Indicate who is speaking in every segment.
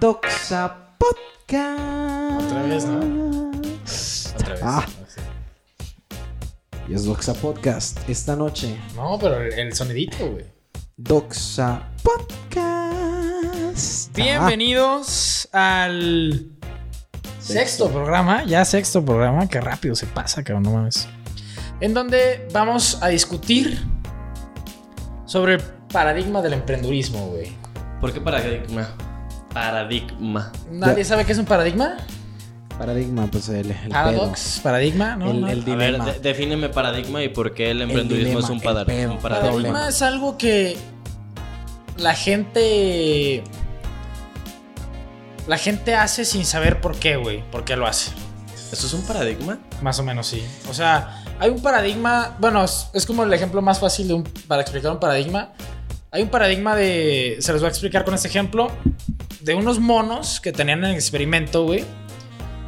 Speaker 1: Doxa Podcast.
Speaker 2: Otra vez, ¿no? Otra vez.
Speaker 1: Ah.
Speaker 2: Sí.
Speaker 1: Y es Doxa Podcast. Esta noche,
Speaker 2: No, pero el- el sonidito, güey.
Speaker 1: Doxa Podcast.
Speaker 2: Bienvenidos al sexto programa, ya sexto programa, que rápido se pasa, cabrón, no mames. En donde vamos a discutir sobre el paradigma del emprendurismo, güey.
Speaker 3: ¿Por qué paradigma? Paradigma.
Speaker 2: ¿Nadie sabe qué es un paradigma?
Speaker 1: Ah, paradigma, pues el, el
Speaker 3: Ah,
Speaker 2: Paradox, paradigma, ¿no?
Speaker 1: El-
Speaker 2: no.
Speaker 1: el
Speaker 3: A ver,
Speaker 1: Dilema.
Speaker 3: de- defíneme paradigma y por qué el emprendurismo
Speaker 1: dilema,
Speaker 3: es un,
Speaker 1: el
Speaker 3: padar-
Speaker 1: pedo.
Speaker 3: un
Speaker 2: paradigma
Speaker 3: paradigma.
Speaker 1: problema.
Speaker 2: es algo que la gente la gente hace sin saber por qué, güey, por qué lo hace.
Speaker 3: ¿Eso es un paradigma?
Speaker 2: Más o menos sí. O sea, hay un paradigma, bueno, es, es como el ejemplo más fácil de un- para explicar un paradigma. Hay un paradigma de, se los voy a explicar con este ejemplo, de unos monos que tenían el experimento, güey,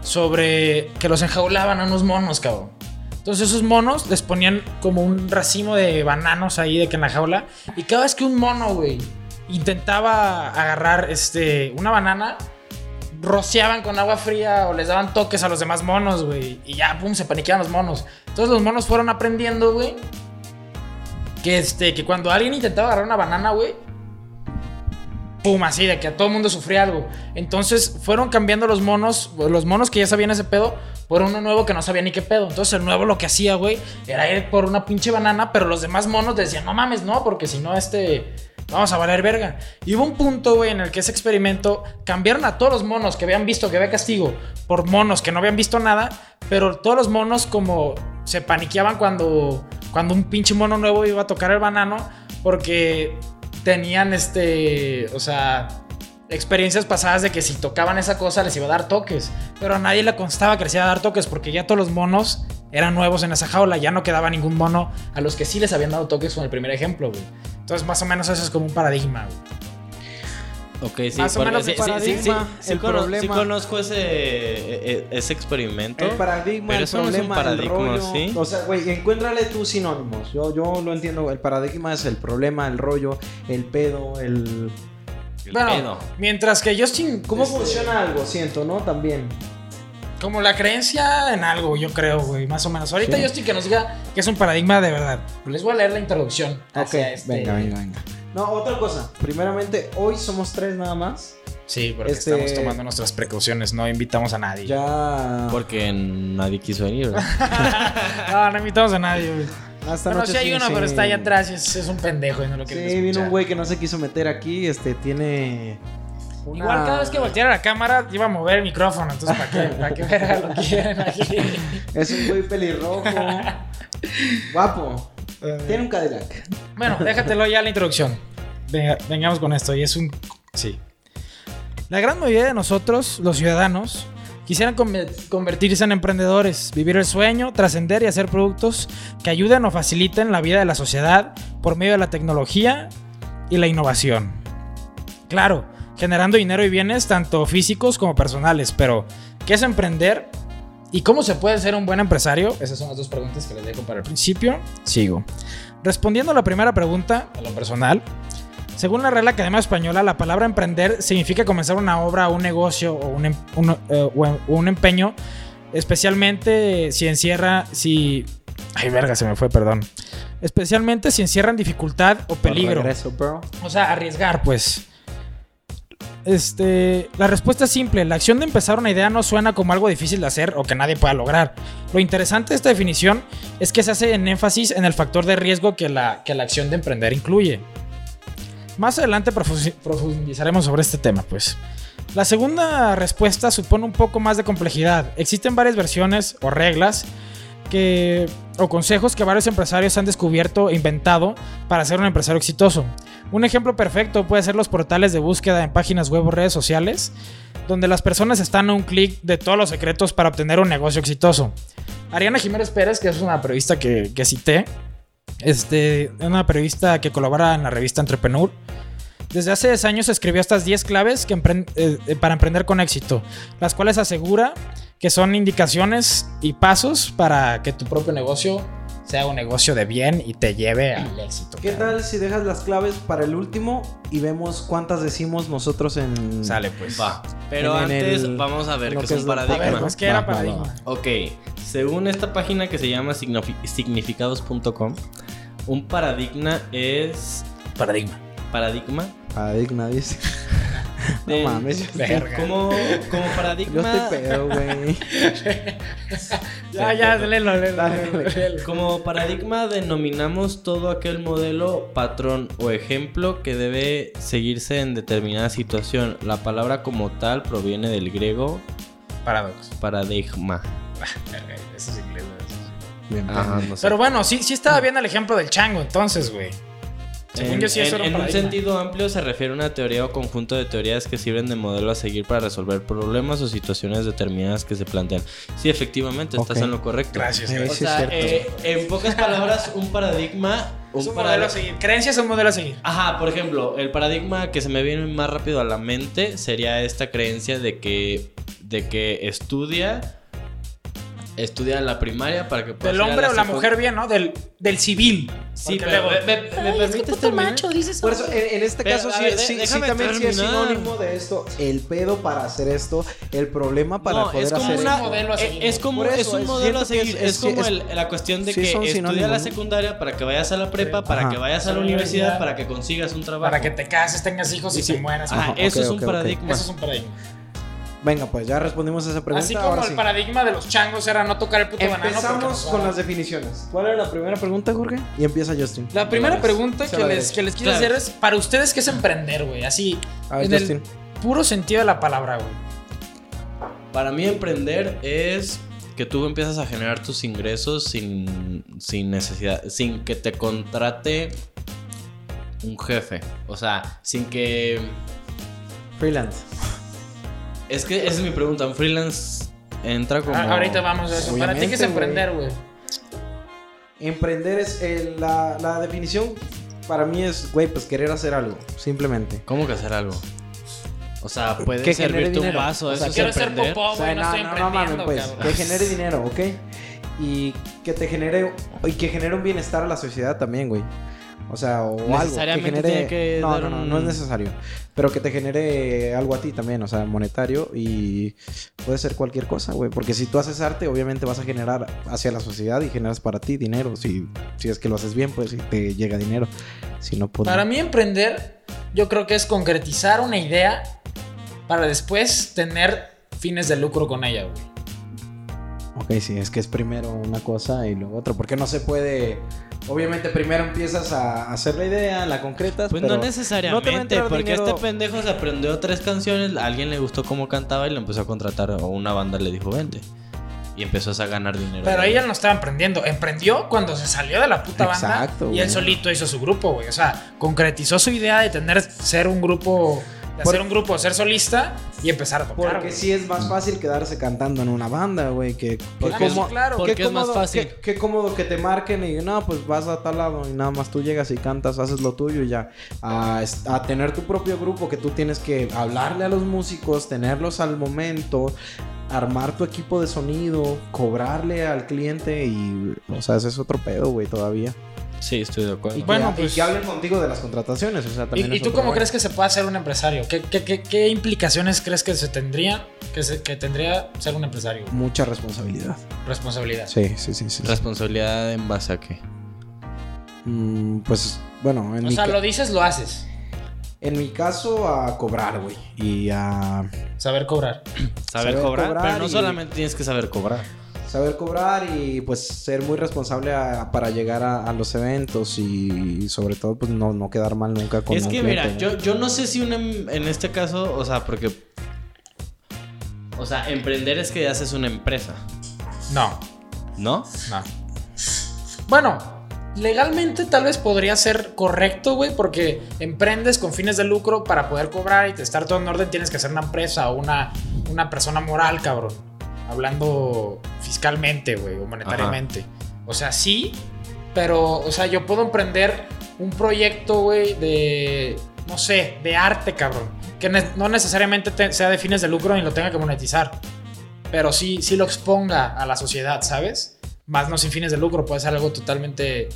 Speaker 2: sobre que los enjaulaban a unos monos, cabrón. Entonces esos monos les ponían como un racimo de bananos ahí de que en la jaula y cada vez que un mono, güey, intentaba agarrar este una banana rociaban con agua fría o les daban toques a los demás monos, güey. Y ya, pum, se paniqueaban los monos. Entonces los monos fueron aprendiendo, güey. Que este, que cuando alguien intentaba agarrar una banana, güey. Pum, así, de que a todo el mundo sufría algo. Entonces fueron cambiando los monos, los monos que ya sabían ese pedo, por uno nuevo que no sabía ni qué pedo. Entonces el nuevo lo que hacía, güey, era ir por una pinche banana, pero los demás monos decían, no mames, no, porque si no, este, vamos a valer verga. Y hubo un punto, güey, en el que ese experimento cambiaron a todos los monos que habían visto que había castigo por monos que no habían visto nada, pero todos los monos como se paniqueaban cuando, cuando un pinche mono nuevo iba a tocar el banano, porque tenían este, o sea, experiencias pasadas de que si tocaban esa cosa les iba a dar toques, pero a nadie le constaba que les iba a dar toques porque ya todos los monos eran nuevos en esa jaula, ya no quedaba ningún mono a los que sí les habían dado toques con el primer ejemplo, güey. Entonces, más o menos eso es como un paradigma, güey.
Speaker 3: Ok, sí.
Speaker 1: Más o
Speaker 3: porque-
Speaker 1: menos un paradigma, el
Speaker 3: cono-
Speaker 1: problema.
Speaker 3: sí conozco ese, e- e- ese experimento.
Speaker 1: El paradigma,
Speaker 3: Pero
Speaker 1: el
Speaker 3: eso no es un
Speaker 1: problema, el
Speaker 3: paradigma,
Speaker 1: rollo.
Speaker 3: ¿sí?
Speaker 1: O sea, güey, encuéntrale tus sinónimos. Yo, yo lo entiendo. El paradigma es el problema, el rollo, el pedo, el...
Speaker 3: El
Speaker 2: Bueno,
Speaker 3: pedo. Este,
Speaker 2: mientras que Justin,
Speaker 1: ¿Cómo
Speaker 2: ¿cómo fu-
Speaker 1: funciona algo? Siento, ¿no? También.
Speaker 2: Como la creencia en algo, yo creo, güey, más o menos. Ahorita
Speaker 1: Sí.
Speaker 2: Justin que nos diga que es un paradigma de verdad. Pues Les voy a leer la introducción.
Speaker 1: Ah, Ok,
Speaker 2: hacia este-
Speaker 1: venga, venga, venga. No, otra cosa. Primeramente, hoy somos tres nada más.
Speaker 2: Sí, porque
Speaker 1: Este-
Speaker 2: estamos tomando nuestras precauciones, no invitamos a nadie.
Speaker 1: Ya...
Speaker 3: Porque nadie quiso venir. ¿verdad?
Speaker 2: No, no invitamos a nadie, güey.
Speaker 1: Hasta
Speaker 2: Bueno, sí hay uno, pero está allá atrás y es, es un pendejo y no lo
Speaker 1: Sí,
Speaker 2: quieren
Speaker 1: vino
Speaker 2: escuchar.
Speaker 1: un güey que no se quiso meter aquí. Este, tiene... una-
Speaker 2: Igual cada
Speaker 1: Ah.
Speaker 2: vez que volteara la cámara iba a mover el micrófono, entonces ¿para qué? ¿Para qué verga lo quieren aquí?
Speaker 1: Es un güey pelirrojo. guapo.
Speaker 2: Eh.
Speaker 1: Tiene un Cadillac.
Speaker 2: Bueno, déjatelo ya la introducción. Venga, vengamos con esto. Y es un. Sí. La gran mayoría de nosotros, los ciudadanos, quisieran conver- convertirse en emprendedores, vivir el sueño, trascender y hacer productos que ayuden o faciliten la vida de la sociedad por medio de la tecnología y la innovación. Claro, generando dinero y bienes tanto físicos como personales, pero ¿qué es emprender? ¿Y cómo se puede ser un buen empresario? Esas son las dos preguntas que les dejo para el principio. Sigo. Respondiendo a la primera pregunta, a lo personal, según la Real Academia Española, la palabra emprender significa comenzar una obra, un negocio o un, em- un, eh, o em- o un empeño, especialmente si encierra, si... Ay, verga, se me fue, perdón. Especialmente si encierran dificultad o peligro.
Speaker 1: Regreso, bro.
Speaker 2: O sea, arriesgar, pues. Este, la respuesta es simple. La acción de empezar una idea no suena como algo difícil de hacer o que nadie pueda lograr. Lo interesante de esta definición es que se hace en énfasis en el factor de riesgo que la, que la acción de emprender incluye. Más adelante profu- profundizaremos sobre este tema, pues. La segunda respuesta supone un poco más de complejidad. Existen varias versiones o reglas que, o consejos que varios empresarios han descubierto e inventado para ser un empresario exitoso. Un ejemplo perfecto puede ser los portales de búsqueda en páginas web o redes sociales, donde las personas están a un clic de todos los secretos para obtener un negocio exitoso. Ariana Jiménez Pérez, que es una periodista que, que cité, este, una periodista que colabora en la revista Entrepreneur, desde hace 10 años escribió estas 10 claves que empren- eh, eh, para emprender con éxito, las cuales asegura que son indicaciones y pasos para que tu propio negocio sea un negocio de bien y te lleve al éxito.
Speaker 1: ¿Qué
Speaker 2: cabrón.
Speaker 1: tal si dejas las claves para el último y vemos cuántas decimos nosotros en...
Speaker 2: Sale pues.
Speaker 3: Va. Pero
Speaker 1: En el-
Speaker 3: antes vamos a ver
Speaker 1: lo
Speaker 3: qué es
Speaker 1: que
Speaker 3: un
Speaker 1: es la- a ver,
Speaker 2: A ver,
Speaker 3: paradigma.
Speaker 2: pues ¿qué
Speaker 1: Va,
Speaker 2: era
Speaker 1: va, va.
Speaker 2: paradigma?
Speaker 3: Ok, según esta página que se llama signifi- significados.com, un paradigma es
Speaker 2: Paradigma.
Speaker 3: paradigma.
Speaker 1: Paradigma, dice. No
Speaker 3: del-
Speaker 1: mames.
Speaker 2: Verga.
Speaker 3: Como, como
Speaker 1: Yo
Speaker 3: paradigma.
Speaker 1: estoy pedo, güey.
Speaker 2: Ya, ya, léelo, léelo,
Speaker 1: Dale,
Speaker 2: léelo, léelo.
Speaker 3: Como paradigma denominamos todo aquel modelo, patrón o ejemplo que debe seguirse en determinada situación. La palabra como tal proviene del griego
Speaker 2: Paradox.
Speaker 3: paradigma.
Speaker 2: Verga, Eso es inglés, güey.
Speaker 1: Bien,
Speaker 3: Ajá,
Speaker 1: pendejo.
Speaker 3: no sé.
Speaker 2: Pero bueno, sí, sí estaba bien el ejemplo del chango, entonces, güey. Según
Speaker 3: en,
Speaker 2: yo sí eso
Speaker 3: en-
Speaker 2: era un
Speaker 3: en un
Speaker 2: paradigma.
Speaker 3: sentido amplio se refiere a una teoría o conjunto de teorías que sirven de modelo a seguir para resolver problemas o situaciones determinadas que se plantean. Sí, efectivamente, estás
Speaker 1: Ok.
Speaker 3: en lo correcto.
Speaker 2: Gracias,
Speaker 1: Eh,
Speaker 3: O
Speaker 2: gracias.
Speaker 1: sí,
Speaker 3: sea,
Speaker 1: es cierto.
Speaker 3: eh, en pocas palabras, un paradigma... Un
Speaker 2: Es un
Speaker 3: parad-
Speaker 2: modelo a seguir. Creencias es un modelo a seguir.
Speaker 3: Ajá, por ejemplo, el paradigma que se me viene más rápido a la mente sería esta creencia de que, de que estudia, estudia la primaria para que pueda
Speaker 2: Del
Speaker 3: ir a
Speaker 2: hombre o Pues la
Speaker 3: secu-
Speaker 2: mujer bien, ¿no? Del, del civil.
Speaker 3: Sí,
Speaker 2: Porque
Speaker 3: pero
Speaker 2: luego-
Speaker 3: me, me- me permites terminar?
Speaker 4: dices
Speaker 1: Por eso, en, en este
Speaker 3: Pero,
Speaker 1: caso,
Speaker 3: a
Speaker 1: sí,
Speaker 3: ver, de-
Speaker 1: sí- sí
Speaker 3: déjame
Speaker 1: también sí es
Speaker 3: terminar.
Speaker 1: sinónimo de esto. El pedo para hacer esto, el problema para
Speaker 3: No,
Speaker 1: poder
Speaker 3: es como
Speaker 1: hacer
Speaker 3: una-
Speaker 1: esto.
Speaker 2: modelo a
Speaker 3: eh,
Speaker 2: seguir.
Speaker 3: Es como
Speaker 1: Por
Speaker 3: es
Speaker 1: eso,
Speaker 3: un
Speaker 1: es
Speaker 3: modelo a
Speaker 1: cierto que
Speaker 3: seguir.
Speaker 1: es-
Speaker 3: Es,
Speaker 1: es-
Speaker 3: como
Speaker 1: es-
Speaker 3: el- la cuestión de
Speaker 1: sí,
Speaker 3: que
Speaker 1: son
Speaker 3: estudia
Speaker 1: sinónimos,
Speaker 3: la
Speaker 1: ¿no?
Speaker 3: secundaria para que vayas a la prepa, para
Speaker 1: Ajá.
Speaker 3: que vayas a la
Speaker 2: Sí,
Speaker 3: universidad,
Speaker 2: ya.
Speaker 3: para que consigas un trabajo.
Speaker 2: Para que te cases, tengas hijos y
Speaker 3: Sí.
Speaker 2: se mueras.
Speaker 3: Ajá,
Speaker 1: Ajá,
Speaker 2: güey.
Speaker 3: eso
Speaker 1: ok,
Speaker 3: es un
Speaker 1: ok, ok.
Speaker 3: paradigma.
Speaker 2: Eso es un paradigma.
Speaker 1: Venga, pues ya respondimos a esa pregunta.
Speaker 2: Así como
Speaker 1: ahora
Speaker 2: el
Speaker 1: sí.
Speaker 2: paradigma de los changos era no tocar el puto banano. porque
Speaker 1: Empezamos
Speaker 2: nos
Speaker 1: con
Speaker 2: va-
Speaker 1: las definiciones. ¿Cuál era la primera pregunta, Jorge? Y empieza Justin.
Speaker 2: La primera
Speaker 3: Yes.
Speaker 2: pregunta
Speaker 1: Se
Speaker 2: que
Speaker 1: la
Speaker 2: les,
Speaker 1: derecha.
Speaker 2: que les quise
Speaker 3: Claro.
Speaker 2: hacer es, para ustedes, ¿qué es emprender, güey? Así,
Speaker 1: A ver,
Speaker 2: en el-
Speaker 1: Justin.
Speaker 2: puro sentido de la palabra, güey.
Speaker 3: Para mí emprender es que tú empiezas a generar tus ingresos sin, sin necesidad, sin que te contrate un jefe. O sea, sin que...
Speaker 1: Freelance.
Speaker 3: Es que esa es mi pregunta, un freelance entra como...
Speaker 2: A- Ah, Ahorita vamos a eso. Para ti, ¿qué es
Speaker 1: Obviamente,
Speaker 2: emprender, güey?
Speaker 1: Emprender es el- la, la definición. Para mí es, güey, pues querer hacer algo, simplemente.
Speaker 3: ¿Cómo que hacer algo? O sea, puede
Speaker 1: Que genere
Speaker 3: servirte un
Speaker 1: dinero.
Speaker 3: vaso,
Speaker 1: O sea,
Speaker 3: eso
Speaker 2: Quiero
Speaker 3: es
Speaker 2: ser
Speaker 3: emprender.
Speaker 2: popó,
Speaker 1: O sea,
Speaker 2: güey, no, estoy emprendiendo,
Speaker 1: mames, pues,
Speaker 2: cabrón.
Speaker 1: que genere dinero, ¿ok? Y que te genere y que genere un bienestar a la sociedad también, güey. O sea, o algo que
Speaker 3: Necesariamente
Speaker 1: genere
Speaker 3: tiene que
Speaker 1: no,
Speaker 3: dar
Speaker 1: no, no,
Speaker 3: un-
Speaker 1: no es necesario, pero que te genere algo a ti también, o sea, monetario y puede ser cualquier cosa, güey, porque si tú haces arte, obviamente vas a generar hacia la sociedad y generas para ti dinero, si si es que lo haces bien, pues si te llega dinero. Si no pues,
Speaker 2: Para
Speaker 1: no.
Speaker 2: mí emprender, yo creo que es concretizar una idea para después tener fines de lucro con ella, güey.
Speaker 1: Ok, sí, es que es primero una cosa y luego otra, porque no se puede. Obviamente, primero empiezas a hacer la idea, la concretas,
Speaker 3: Pues
Speaker 1: pero
Speaker 3: no necesariamente,
Speaker 1: entrar
Speaker 3: porque
Speaker 1: dinero-
Speaker 3: este pendejo se aprendió tres canciones, a alguien le gustó cómo cantaba y le empezó a contratar o una banda le dijo vente. Y empezó a ganar dinero.
Speaker 2: Pero
Speaker 3: de
Speaker 2: ella
Speaker 3: ahí.
Speaker 2: no estaba emprendiendo. Emprendió cuando se salió de la puta banda.
Speaker 1: Exacto,
Speaker 2: Y él
Speaker 1: güey.
Speaker 2: solito hizo su grupo, güey. O sea, concretizó su idea de tener, ser un grupo, de
Speaker 1: Por-
Speaker 2: hacer un grupo, ser solista y empezar a tocar.
Speaker 1: Porque
Speaker 2: güey.
Speaker 1: sí es más fácil quedarse cantando en una banda, güey, que, que
Speaker 3: Porque
Speaker 2: Ah,
Speaker 3: es-
Speaker 2: sí, claro.
Speaker 3: porque
Speaker 1: qué
Speaker 3: es más fácil.
Speaker 1: Qué, qué cómodo que te marquen y no, pues vas a tal lado y nada más tú llegas y cantas, haces lo tuyo y ya. A, es- a tener tu propio grupo que tú tienes que hablarle a los músicos, tenerlos al momento, armar tu equipo de sonido, cobrarle al cliente y, o sea, ese es otro pedo, güey, todavía.
Speaker 3: Sí, estoy de acuerdo.
Speaker 1: Y,
Speaker 2: Bueno,
Speaker 1: que, y
Speaker 2: pues-
Speaker 1: que hablen contigo de las contrataciones, o sea, también
Speaker 2: ¿Y, y
Speaker 1: es
Speaker 2: tú
Speaker 1: otro
Speaker 2: cómo
Speaker 1: rollo.
Speaker 2: crees que se puede ser un empresario? ¿Qué, qué- qué- qué implicaciones crees que se tendría que, se- que tendría ser un empresario? güey?
Speaker 1: Mucha responsabilidad.
Speaker 2: Responsabilidad.
Speaker 1: Sí, sí, sí, sí. sí.
Speaker 3: Responsabilidad en base a qué.
Speaker 1: Mm, pues, bueno, en
Speaker 2: O
Speaker 1: mi
Speaker 2: sea,
Speaker 1: ca-
Speaker 2: lo dices, lo haces.
Speaker 1: En mi caso, a cobrar, güey. Y a
Speaker 2: Saber cobrar.
Speaker 3: Saber,
Speaker 1: Saber
Speaker 3: cobrar,
Speaker 1: cobrar
Speaker 3: pero no
Speaker 1: y-
Speaker 3: solamente tienes que saber cobrar.
Speaker 1: saber cobrar y pues ser muy responsable a- para llegar a, a los eventos y, sobre todo, pues no, no quedar mal nunca con
Speaker 3: Es
Speaker 1: un
Speaker 3: que
Speaker 1: cliente,
Speaker 3: mira,
Speaker 1: ¿no?
Speaker 3: yo, yo no sé si un em- en este caso, o sea, porque... O sea, emprender es que haces una empresa,
Speaker 2: No,
Speaker 3: ¿no?
Speaker 2: no. Bueno, legalmente tal vez podría ser correcto, güey, porque emprendes con fines de lucro para poder cobrar y te estar todo en orden tienes que ser una empresa o una, una persona moral, cabrón. Hablando fiscalmente, güey, o monetariamente. O sea, sí, pero, o sea, yo puedo emprender un proyecto, güey, de, no sé, de arte, cabrón. Que ne- no necesariamente te- sea de fines de lucro ni lo tenga que monetizar. Pero sí, sí lo exponga a la sociedad, ¿sabes? más no sin fines de lucro, puede ser algo totalmente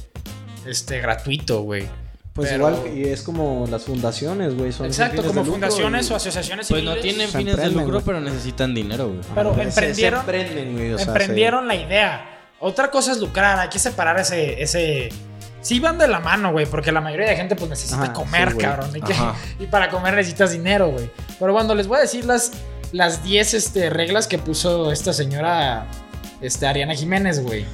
Speaker 2: este, gratuito, güey.
Speaker 1: Pues
Speaker 2: Pero-
Speaker 1: igual, y es como las fundaciones, güey. son sin
Speaker 2: Exacto,
Speaker 1: fines
Speaker 2: como
Speaker 1: de lucro
Speaker 2: fundaciones
Speaker 1: y-
Speaker 2: o asociaciones
Speaker 3: Pues no
Speaker 2: civiles.
Speaker 3: tienen
Speaker 1: Se
Speaker 3: fines de
Speaker 1: emprenden,
Speaker 3: lucro,
Speaker 1: güey.
Speaker 3: pero necesitan dinero, güey.
Speaker 2: Pero
Speaker 1: Se- se
Speaker 2: emprendieron-
Speaker 1: emprenden, güey, o sea, se-
Speaker 2: emprendieron la idea. Otra cosa es lucrar, hay que separar ese... ese... Sí van de la mano, güey, porque la mayoría de gente pues necesita
Speaker 1: Ajá,
Speaker 2: comer,
Speaker 1: sí, güey.
Speaker 2: cabrón. hay que-
Speaker 3: Ajá.
Speaker 2: y para comer necesitas dinero, güey. Pero bueno, les voy a decir las, las 10 este, reglas que puso esta señora este, Ariana Jiménez, güey.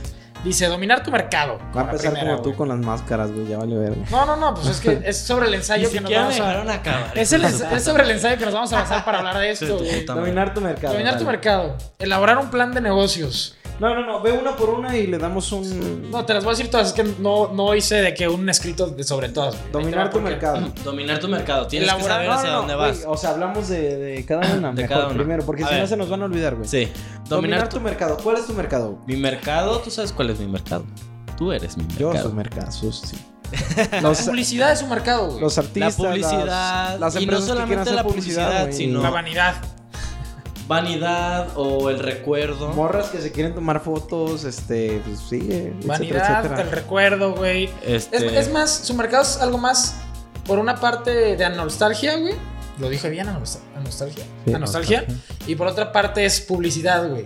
Speaker 2: Dice, dominar tu mercado.
Speaker 1: Va a
Speaker 2: la
Speaker 1: empezar
Speaker 2: primera,
Speaker 1: como tú
Speaker 2: güey.
Speaker 1: con las máscaras, güey. Ya vale verga.
Speaker 2: No, no, no, pues es que es sobre el ensayo que nos vamos a...
Speaker 3: dejaron acabar.
Speaker 2: Es, el ens- es sobre el ensayo que nos vamos a avanzar para hablar de
Speaker 3: Sí,
Speaker 2: esto,
Speaker 3: tu
Speaker 2: güey.
Speaker 3: puta madre.
Speaker 1: Dominar tu mercado.
Speaker 2: Dominar tu
Speaker 1: dale.
Speaker 2: mercado. Elaborar un plan de negocios.
Speaker 1: No, no, no. Ve una por una y le damos un.
Speaker 2: No, te las voy a decir todas. Es que no, no hice de que un escrito de- sobre todas. güey. Ahí
Speaker 1: Dominar
Speaker 2: te va
Speaker 1: tu
Speaker 2: por qué.
Speaker 1: mercado.
Speaker 3: Dominar tu mercado. Tienes que
Speaker 2: Elaborar-
Speaker 3: saber
Speaker 2: no,
Speaker 3: hacia dónde
Speaker 1: güey,
Speaker 3: vas.
Speaker 1: o sea, hablamos de, de cada una.
Speaker 3: De
Speaker 1: mejor
Speaker 3: cada una.
Speaker 1: primero, porque
Speaker 3: A
Speaker 1: si no
Speaker 3: ver.
Speaker 1: se nos van a olvidar, güey.
Speaker 3: Sí. Dominar,
Speaker 1: Dominar
Speaker 3: tu...
Speaker 1: tu mercado. ¿Cuál es tu mercado?
Speaker 3: Mi mercado, tú sabes cuál es mi mercado. Tú eres mi mercado.
Speaker 1: Yo soy mercado, sus- sí. Los,
Speaker 2: Publicidad de su mercado, güey.
Speaker 1: los artistas,
Speaker 3: La
Speaker 1: las-
Speaker 3: publicidad,
Speaker 1: las,
Speaker 3: y no
Speaker 1: empresas que
Speaker 3: solamente
Speaker 1: quieran hacer
Speaker 3: la publicidad,
Speaker 1: güey.
Speaker 3: sino-
Speaker 2: La vanidad.
Speaker 3: Vanidad o el recuerdo.
Speaker 1: morras que se quieren tomar fotos, este, pues sí, eh, etcétera,
Speaker 2: vanidad,
Speaker 1: etcétera.
Speaker 2: el recuerdo, güey.
Speaker 3: Este,
Speaker 2: Es, es más, su mercado es algo más, por una parte, de nostalgia, güey. Lo dije bien, anos- anostalgia.
Speaker 1: Sí,
Speaker 2: Anostalgia. Y por otra parte es publicidad, güey.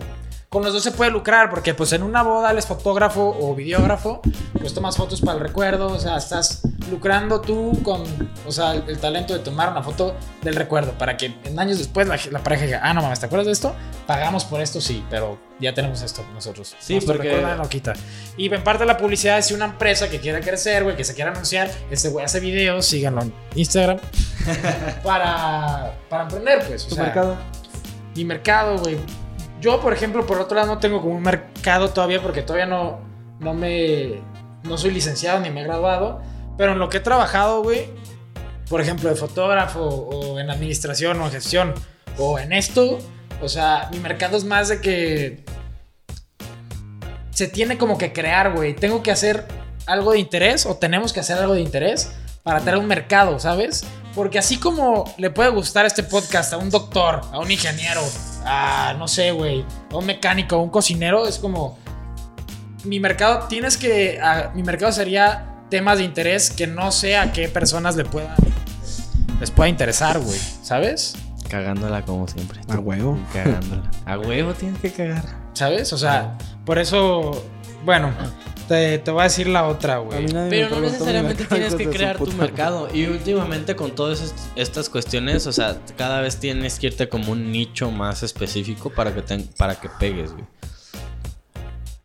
Speaker 2: Con los dos se puede lucrar, porque pues en una boda eres fotógrafo o videógrafo, pues tomas fotos para el recuerdo, o sea, estás lucrando tú con, o sea, el, el talento de tomar una foto del recuerdo, para que en años después la, la pareja diga, ah, no mames, ¿te acuerdas de esto? Pagamos por esto, sí, pero ya tenemos esto nosotros.
Speaker 3: Sí,
Speaker 2: Nuestro
Speaker 3: porque-
Speaker 2: recuerdo nadie lo quita. Y en parte la publicidad es si una empresa que quiera crecer, güey, que se quiera anunciar, este güey hace videos, síganlo en Instagram, para, para emprender, pues. o
Speaker 1: Tu
Speaker 2: sea,
Speaker 1: mercado.
Speaker 2: mi mercado, güey. Yo, por ejemplo, por otro lado, no tengo como un mercado todavía porque todavía no, no me. No soy licenciado ni me he graduado. Pero en lo que he trabajado, güey, por ejemplo, de fotógrafo o en administración o en gestión o en esto, o sea, mi mercado es más de que. Se tiene como que crear, güey. Tengo que hacer algo de interés o tenemos que hacer algo de interés para tener un mercado, ¿sabes? Porque así como le puede gustar este podcast a un doctor, a un ingeniero, a no sé, güey, a un mecánico, a un cocinero, es como mi mercado tienes que a- mi mercado sería temas de interés que no sé a qué personas le puedan les pueda interesar, güey, ¿sabes?
Speaker 3: Cagándola como siempre.
Speaker 2: Ah.
Speaker 1: A huevo.
Speaker 3: Cagándola. A huevo tienes que cagar.
Speaker 2: ¿Sabes? O sea, por eso bueno, te, te voy a decir la otra,
Speaker 1: A mí
Speaker 2: güey.
Speaker 1: nadie me
Speaker 3: Pero no
Speaker 1: preguntó mi
Speaker 3: necesariamente
Speaker 1: mercado,
Speaker 3: tienes que
Speaker 1: hijos de su
Speaker 3: crear tu
Speaker 1: puta
Speaker 3: mercado. Y últimamente con todas est- estas cuestiones, o sea, cada vez tienes que irte como un nicho más específico para que, ten- para que pegues, güey.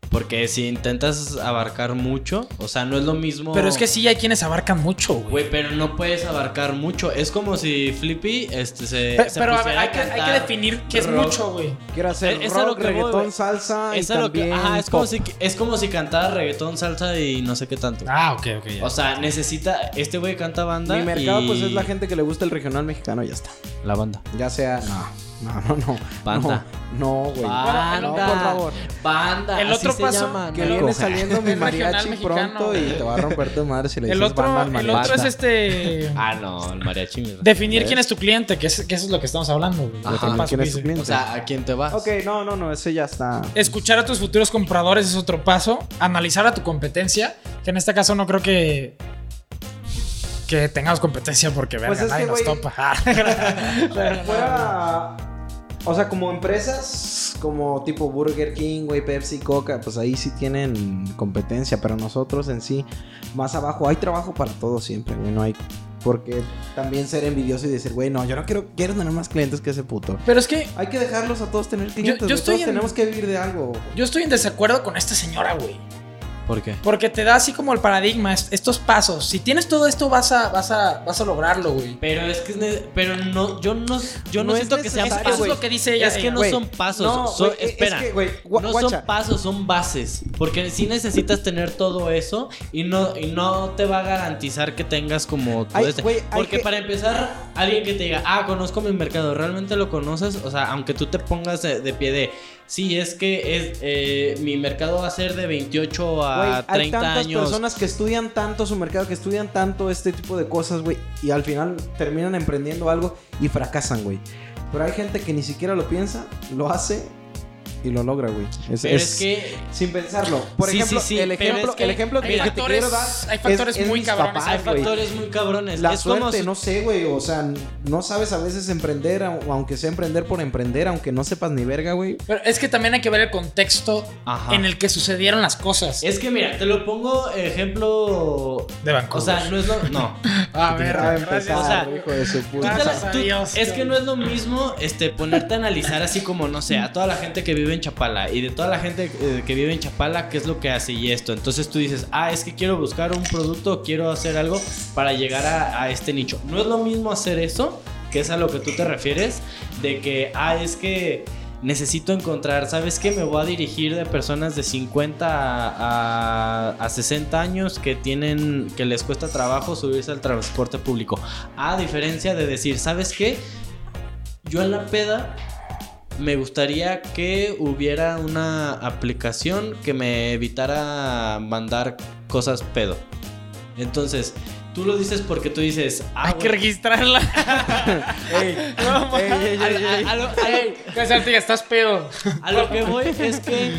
Speaker 3: Porque si intentas abarcar mucho, o sea, no es lo mismo.
Speaker 2: Pero es que sí hay quienes abarcan mucho, güey.
Speaker 3: Güey, pero no puedes abarcar mucho. Es como si Flippy este, se.
Speaker 2: Pe-
Speaker 3: se
Speaker 2: Pero a ver,
Speaker 3: pusiera
Speaker 2: hay que, hay que
Speaker 3: cantar
Speaker 2: definir qué es
Speaker 3: rock.
Speaker 2: mucho, güey.
Speaker 1: Quiero hacer
Speaker 3: Eh, es a lo
Speaker 1: rock,
Speaker 3: que voy,
Speaker 1: reggaetón,
Speaker 3: güey.
Speaker 1: salsa
Speaker 3: Es,
Speaker 1: y
Speaker 3: a lo que,
Speaker 1: también
Speaker 3: ajá, es, como
Speaker 1: pop.
Speaker 3: si, es como si cantara reggaetón, salsa y no sé qué tanto.
Speaker 2: Ah, ok, ok. ya.
Speaker 3: O sea, necesita. Este güey canta banda.
Speaker 1: Mi mercado,
Speaker 3: y-
Speaker 1: pues, es la gente que le gusta el regional mexicano y ya está.
Speaker 3: La banda.
Speaker 1: Ya sea... No, no, no, no.
Speaker 3: Banda.
Speaker 1: No, no, güey.
Speaker 3: Banda.
Speaker 1: No, por favor.
Speaker 3: Banda.
Speaker 2: El
Speaker 3: así
Speaker 2: otro
Speaker 3: se
Speaker 2: paso
Speaker 3: llama,
Speaker 1: Que
Speaker 3: ¿no?
Speaker 1: viene saliendo mi
Speaker 2: El regional
Speaker 1: mariachi
Speaker 2: mexicano.
Speaker 1: pronto y te va a romper tu madre si le dices
Speaker 2: el otro,
Speaker 1: banda al
Speaker 2: el
Speaker 1: mariachi.
Speaker 2: otro es este.
Speaker 3: Ah, no, el mariachi. mira.
Speaker 2: Definir
Speaker 3: ¿Ves?
Speaker 2: quién es tu cliente, que, es- que eso es lo que estamos hablando. güey.
Speaker 3: Ajá.
Speaker 2: Lo que
Speaker 1: Definir
Speaker 2: paso
Speaker 1: quién es
Speaker 2: que
Speaker 1: tu
Speaker 2: hice.
Speaker 1: cliente.
Speaker 3: O sea, ¿a quién te vas?
Speaker 1: Ok, no, no, no, ese ya está.
Speaker 2: Escuchar a tus futuros compradores es otro paso. Analizar a tu competencia, que en este caso no creo que. Que tengamos competencia porque verga,
Speaker 1: Pues es
Speaker 2: nadie
Speaker 1: que,
Speaker 2: nos
Speaker 1: güey,
Speaker 2: topa. Ah.
Speaker 1: Fuera. O sea, como empresas como tipo Burger King, güey, Pepsi, Coca, pues ahí sí tienen competencia, pero nosotros en sí, más abajo, hay trabajo para todos siempre, güey, no hay por qué también ser envidioso y decir, güey, no, yo no quiero, quiero tener más clientes que ese puto.
Speaker 2: Pero es que
Speaker 1: Hay que dejarlos a todos tener clientes,
Speaker 2: yo
Speaker 1: güey,
Speaker 2: estoy
Speaker 1: todos
Speaker 2: en-
Speaker 1: tenemos que vivir de algo.
Speaker 2: yo estoy en desacuerdo con esta señora, güey.
Speaker 3: ¿Por qué?
Speaker 2: Porque te da así como el paradigma, est- estos pasos. Si tienes todo esto, vas a, vas a, vas a lograrlo, güey.
Speaker 3: Pero es que. es ne- Pero no. Yo no, yo
Speaker 1: No
Speaker 3: no,
Speaker 1: es
Speaker 3: siento que sea
Speaker 1: necesario,
Speaker 2: Eso
Speaker 3: pasos.
Speaker 2: es
Speaker 1: güey.
Speaker 2: lo que dice ella.
Speaker 3: es que no
Speaker 1: güey.
Speaker 3: son pasos.
Speaker 1: No,
Speaker 3: son-
Speaker 1: güey, es
Speaker 3: espera.
Speaker 1: que, güey, gua-
Speaker 3: no
Speaker 1: guacha.
Speaker 3: son pasos, son bases. Porque si necesitas tener todo eso y no, y no te va a garantizar que tengas como todo
Speaker 1: Ay,
Speaker 3: este.
Speaker 1: güey, hay
Speaker 3: Porque
Speaker 1: que-
Speaker 3: para empezar, alguien que te diga, ah, conozco mi mercado, ¿realmente lo conoces? O sea, aunque tú te pongas de, de pie de, sí, es que es, eh, mi mercado va a ser de 28
Speaker 1: Güey,
Speaker 3: a
Speaker 1: hay
Speaker 3: 30
Speaker 1: tantas
Speaker 3: años.
Speaker 1: personas que estudian tanto su mercado, que estudian tanto este tipo de cosas, güey, y al final terminan emprendiendo algo y fracasan, güey. Pero hay gente que ni siquiera lo piensa, lo hace y lo logra, güey. Es,
Speaker 3: Pero es,
Speaker 1: es-
Speaker 3: que
Speaker 1: Sin pensarlo. Por
Speaker 3: Sí,
Speaker 1: ejemplo,
Speaker 3: sí, sí,
Speaker 1: el
Speaker 3: pero
Speaker 1: ejemplo,
Speaker 3: es que
Speaker 1: el ejemplo
Speaker 2: hay
Speaker 1: que, que te
Speaker 2: factores-
Speaker 1: quiero dar.
Speaker 2: hay factores muy
Speaker 1: mis
Speaker 2: cabrones, hay
Speaker 1: papás, güey.
Speaker 3: factores muy cabrones.
Speaker 1: La
Speaker 3: es como
Speaker 1: suerte,
Speaker 3: si-
Speaker 1: no sé, güey. O sea, no sabes a veces emprender, au- aunque sea emprender por emprender, aunque no sepas ni verga, güey.
Speaker 2: Pero es que también hay que ver el contexto
Speaker 3: Ajá.
Speaker 2: en el que sucedieron las cosas.
Speaker 3: Es que mira, te lo pongo ejemplo.
Speaker 2: De Vancouver.
Speaker 3: O sea, no es lo. No.
Speaker 2: a
Speaker 1: Va a
Speaker 2: gracias.
Speaker 1: empezar,
Speaker 3: O sea,
Speaker 1: hijo de su
Speaker 3: Tú te
Speaker 1: puta.
Speaker 2: Gracias.
Speaker 3: la-
Speaker 2: a
Speaker 3: tú-
Speaker 2: Dios,
Speaker 3: es que
Speaker 2: cabrón.
Speaker 3: no es lo mismo este, ponerte a analizar así como, no sé, a toda la gente que vive en Chapala y de toda la gente eh, que vive en Chapala, ¿qué es lo que hace y esto? Entonces tú dices, ah, es que quiero buscar un producto, quiero hacer algo para llegar a, a este nicho. No es lo mismo hacer eso, que es a lo que tú te refieres, de que, ah, es que... Necesito encontrar, ¿sabes qué? Me voy a dirigir de personas de 50 a, a- a 60 años que tienen, que les cuesta trabajo subirse al transporte público. A diferencia de decir, ¿sabes qué? Yo en la peda me gustaría que hubiera una aplicación que me evitara mandar cosas pedo. Entonces, tú lo dices porque tú dices, ah,
Speaker 2: hay que
Speaker 3: güey,
Speaker 2: registrarla.
Speaker 1: Ey, ey, ey,
Speaker 3: a,
Speaker 1: ey, ey.
Speaker 3: a- a lo, a lo-
Speaker 2: Cásate, ya estás pedo.
Speaker 3: a lo que voy es que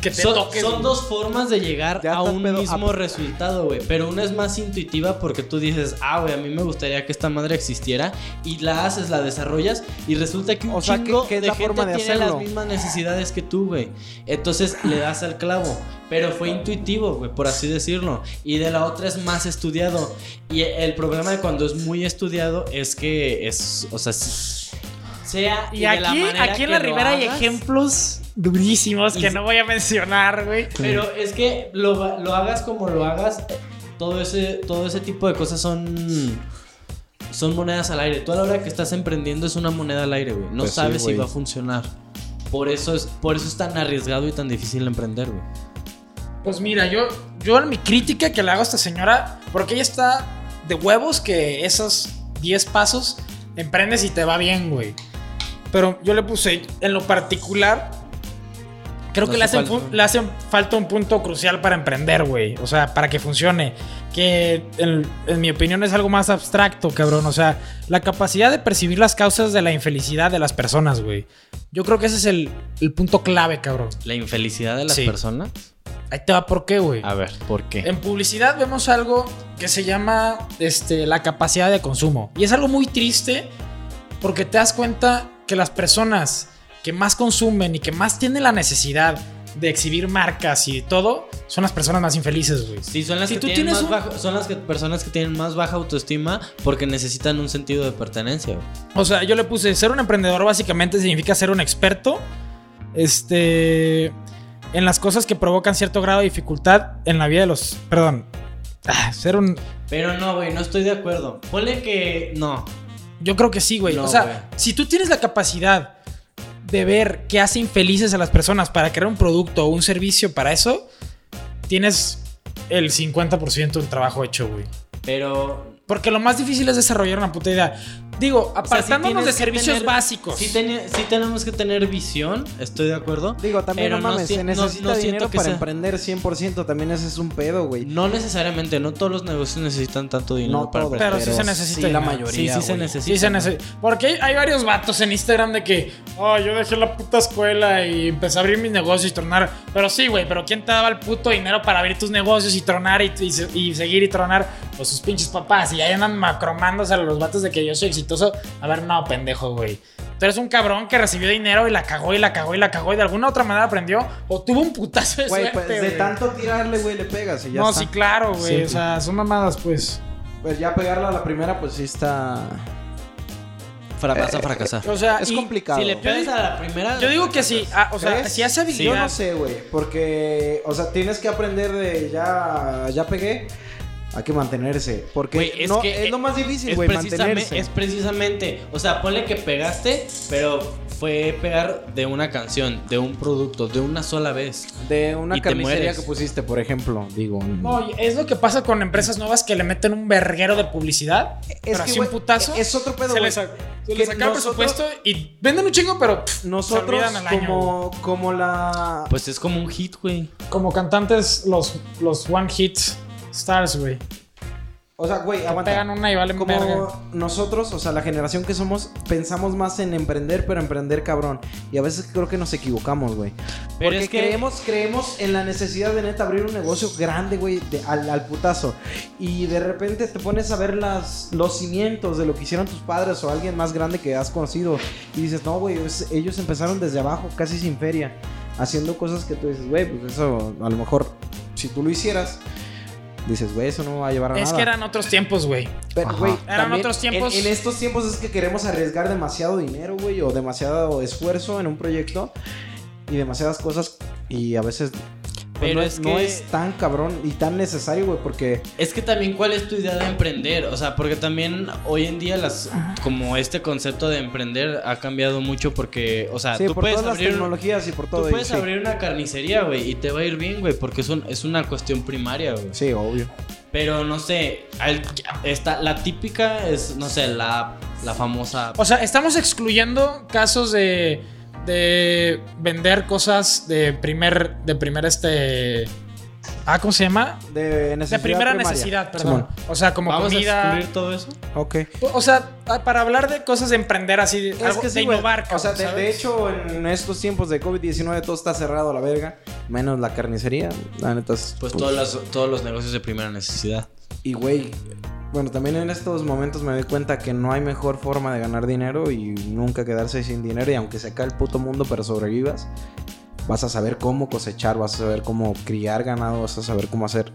Speaker 2: Que te
Speaker 3: son,
Speaker 2: toques.
Speaker 3: son dos formas de llegar
Speaker 1: Ya
Speaker 3: a
Speaker 1: estás
Speaker 3: un
Speaker 1: pedo.
Speaker 3: mismo resultado, güey. Pero una es más intuitiva porque tú dices, ah, güey, a mí me gustaría que esta madre existiera. Y la haces, la desarrollas. Y resulta que un
Speaker 1: O sea, que-
Speaker 3: chingo
Speaker 1: que es
Speaker 3: de
Speaker 1: la
Speaker 3: gente
Speaker 1: forma de
Speaker 3: tiene
Speaker 1: hacerlo.
Speaker 3: las mismas necesidades que tú, güey. Entonces le das al clavo. Pero fue intuitivo, güey, por así decirlo. Y de la otra es más estudiado. Y el problema de cuando es muy estudiado es que es, o sea, s- sea
Speaker 2: Y,
Speaker 3: de la
Speaker 2: aquí,
Speaker 3: manera
Speaker 2: aquí en
Speaker 3: que
Speaker 2: la
Speaker 3: lo
Speaker 2: Ribera hay
Speaker 3: hagas,
Speaker 2: ejemplos durísimos que
Speaker 3: Y-
Speaker 2: no voy a mencionar, güey.
Speaker 3: pero es que lo, va- lo hagas como lo hagas, eh, todo ese, todo ese tipo de cosas son, son monedas al aire. Tú a la hora que estás emprendiendo es una moneda al aire, güey. No
Speaker 1: Pues sí,
Speaker 3: sabes si
Speaker 1: güey.
Speaker 3: va a funcionar. Por eso, es, por eso es tan arriesgado y tan difícil emprender, güey.
Speaker 2: Pues mira, yo, yo en mi crítica que le hago a esta señora, porque ella está de huevos que esos 10 pasos emprendes y te va bien, güey. Pero yo le puse, en lo particular, creo
Speaker 3: No
Speaker 2: que le
Speaker 3: hace
Speaker 2: hacen,
Speaker 3: falta.
Speaker 2: fu- le hacen falta un punto crucial para emprender, güey. O sea, para que funcione. Que en, en mi opinión es algo más abstracto, cabrón. O sea, la capacidad de percibir las causas de la infelicidad de las personas, güey. Yo creo que ese es el, el punto clave, cabrón.
Speaker 3: La infelicidad de las
Speaker 2: Sí.
Speaker 3: personas.
Speaker 2: Ahí te va por qué, güey.
Speaker 3: A ver, ¿por qué?
Speaker 2: En publicidad vemos algo que se llama este, la capacidad de consumo. Y es algo muy triste porque te das cuenta que las personas que más consumen y que más tienen la necesidad de exhibir marcas y todo son las personas más infelices, güey.
Speaker 3: Sí, son las,
Speaker 2: Si
Speaker 3: que
Speaker 2: tú
Speaker 3: tienen
Speaker 2: tienes
Speaker 3: más
Speaker 2: un-
Speaker 3: bajo- son las que- personas que tienen más baja autoestima porque necesitan un sentido de pertenencia. güey.
Speaker 2: O sea, yo le puse ser un emprendedor básicamente significa ser un experto este en las cosas que provocan cierto grado de dificultad en la vida de los, perdón, Ah, ser un
Speaker 3: Pero no, güey, no estoy de acuerdo. Ponle que no.
Speaker 2: Yo creo que sí, güey.
Speaker 3: No,
Speaker 2: o sea,
Speaker 3: güey.
Speaker 2: si tú tienes la capacidad de ver qué hace infelices a las personas para crear un producto o un servicio para eso, tienes el 50% del trabajo hecho, güey.
Speaker 3: Pero
Speaker 2: Porque lo más difícil es desarrollar una puta idea. Digo,
Speaker 3: O sea, sí
Speaker 2: apartándonos de
Speaker 3: tienes que
Speaker 2: servicios
Speaker 3: tener-
Speaker 2: básicos.
Speaker 3: Sí, teni- sí tenemos que tener visión, estoy de acuerdo.
Speaker 1: Digo, también
Speaker 3: Pero
Speaker 1: no
Speaker 3: no
Speaker 1: mames,
Speaker 3: si-
Speaker 1: se
Speaker 3: no-
Speaker 1: necesita
Speaker 3: no siento
Speaker 1: dinero
Speaker 3: que
Speaker 1: para
Speaker 3: sea-
Speaker 1: emprender 100%, también ese es un pedo, güey.
Speaker 3: No necesariamente, no todos los negocios necesitan tanto dinero
Speaker 1: No
Speaker 3: para
Speaker 1: todos,
Speaker 3: emprender.
Speaker 2: Pero sí se necesita
Speaker 1: sí la
Speaker 2: dinero.
Speaker 1: mayoría,
Speaker 3: Sí, sí se
Speaker 1: güey.
Speaker 3: necesita.
Speaker 2: Sí, se nece- Porque hay, hay varios vatos en Instagram de que, oh, yo dejé la puta escuela y empecé a abrir mis negocios y tronar. Pero sí, güey, pero ¿quién te daba el puto dinero para abrir tus negocios y tronar y, y se- y seguir y tronar? Pues sus pinches papás. Y ahí andan macromándose a los vatos de que yo soy exitoso. A ver, no, pendejo, güey. Tú eres un cabrón que recibió dinero y la cagó y la cagó y la cagó y de alguna otra manera aprendió o tuvo un putazo de
Speaker 1: Güey,
Speaker 2: suerte.
Speaker 1: pues de
Speaker 2: güey.
Speaker 1: tanto tirarle, güey, le pegas y ya
Speaker 2: no,
Speaker 1: está.
Speaker 2: sí, claro, güey.
Speaker 1: Sí.
Speaker 2: O sea, son mamadas, pues.
Speaker 1: Pues ya pegarla a la primera, pues sí está...
Speaker 3: Fra- vas a fracasar.
Speaker 2: O sea,
Speaker 1: Es
Speaker 2: y-
Speaker 1: complicado.
Speaker 3: si le pegas a la primera.
Speaker 2: Yo digo que sí. ah, o sea,
Speaker 1: ¿Crees?
Speaker 2: si hace habilidad.
Speaker 1: Yo no sé, güey, porque, o sea, tienes que aprender de ya, ya pegué, hay que mantenerse, porque
Speaker 3: Güey, es
Speaker 1: no,
Speaker 3: que-
Speaker 1: es lo más difícil,
Speaker 3: es,
Speaker 1: güey,
Speaker 3: precisamente,
Speaker 1: mantenerse.
Speaker 3: es precisamente. O sea, ponle que pegaste, pero fue pegar de una canción, de un producto, de una sola vez.
Speaker 1: De una
Speaker 3: y te
Speaker 1: carnicería
Speaker 3: mueres.
Speaker 1: que pusiste, por ejemplo, digo.
Speaker 2: No, y es lo que pasa con empresas nuevas que le meten un verguero de publicidad. pero así
Speaker 1: güey,
Speaker 2: un putazo.
Speaker 1: Es otro pedo,
Speaker 2: se
Speaker 1: güey.
Speaker 2: les, sa- se
Speaker 1: que
Speaker 2: les acaba el
Speaker 1: nosotros-
Speaker 2: presupuesto y venden un chingo, pero pff, se
Speaker 1: Nosotros,
Speaker 2: olvidan al año. güey.
Speaker 1: como, como la...
Speaker 3: Pues es como un hit, güey.
Speaker 2: Como cantantes, los, los One Hit Stars, güey.
Speaker 1: O sea, güey,
Speaker 2: Te
Speaker 1: aguanta.
Speaker 2: pegan una y valen
Speaker 1: Como
Speaker 2: verga.
Speaker 1: nosotros, o sea, la generación que somos, pensamos más en emprender, pero emprender cabrón. Y a veces creo que nos equivocamos, güey.
Speaker 3: Pero
Speaker 1: Porque
Speaker 3: es que-
Speaker 1: creemos, creemos en la necesidad de neta abrir un negocio grande, güey, de- al, al putazo. Y de repente te pones a ver las, los cimientos de lo que hicieron tus padres o alguien más grande que has conocido. Y dices, no, güey, es- ellos empezaron desde abajo, casi sin feria, haciendo cosas que tú dices, güey, pues eso a lo mejor, si tú lo hicieras, dices, güey, eso no va a llevar a nada.
Speaker 2: Es que eran otros tiempos, güey.
Speaker 1: Pero,
Speaker 3: Ajá.
Speaker 1: güey,
Speaker 2: Eran
Speaker 1: también
Speaker 2: otros tiempos.
Speaker 1: En, en estos tiempos es que queremos arriesgar demasiado dinero, güey, o demasiado esfuerzo en un proyecto y demasiadas cosas. Y a veces pues,
Speaker 3: Pero
Speaker 1: no,
Speaker 3: es
Speaker 1: no
Speaker 3: que-
Speaker 1: es tan cabrón y tan necesario, güey, porque
Speaker 3: Es que también cuál es tu idea de emprender, o sea, porque también hoy en día las como este concepto de emprender ha cambiado mucho porque, o sea,
Speaker 1: sí,
Speaker 3: tú
Speaker 1: por
Speaker 3: puedes
Speaker 1: todas las
Speaker 3: abrir
Speaker 1: tecnologías y por todo.
Speaker 3: tú
Speaker 1: y
Speaker 3: puedes
Speaker 1: sí.
Speaker 3: abrir una carnicería, güey, y te va a ir bien, güey, porque es un- es una cuestión primaria, güey.
Speaker 1: Sí, obvio.
Speaker 3: Pero no sé, al- está la típica es no sé, la la famosa
Speaker 2: O sea, estamos excluyendo casos de, de vender cosas de primer, de primer este... Ah, ¿cómo se llama?
Speaker 1: De,
Speaker 2: De
Speaker 1: necesidad
Speaker 2: primera
Speaker 1: primaria.
Speaker 2: necesidad, perdón. O sea, como
Speaker 3: Vamos a
Speaker 2: comida.
Speaker 3: excluir todo eso.
Speaker 1: Ok.
Speaker 2: O sea, pa- para hablar de cosas de emprender así, de, algo de
Speaker 1: sí, güey.
Speaker 2: innovar.
Speaker 1: O sea,
Speaker 2: cabrón,
Speaker 1: de, de
Speaker 2: ¿sabes?
Speaker 1: hecho, en estos tiempos de COVID-19 todo está cerrado a la verga, menos la carnicería. La neta es-
Speaker 3: Pues todos los, todos los negocios de primera necesidad.
Speaker 1: Y güey, bueno, también en estos momentos me doy cuenta que no hay mejor forma de ganar dinero y nunca quedarse sin dinero. Y aunque se cae el puto mundo, pero sobrevivas, vas a saber cómo cosechar, vas a saber cómo criar ganado, vas a saber cómo hacer.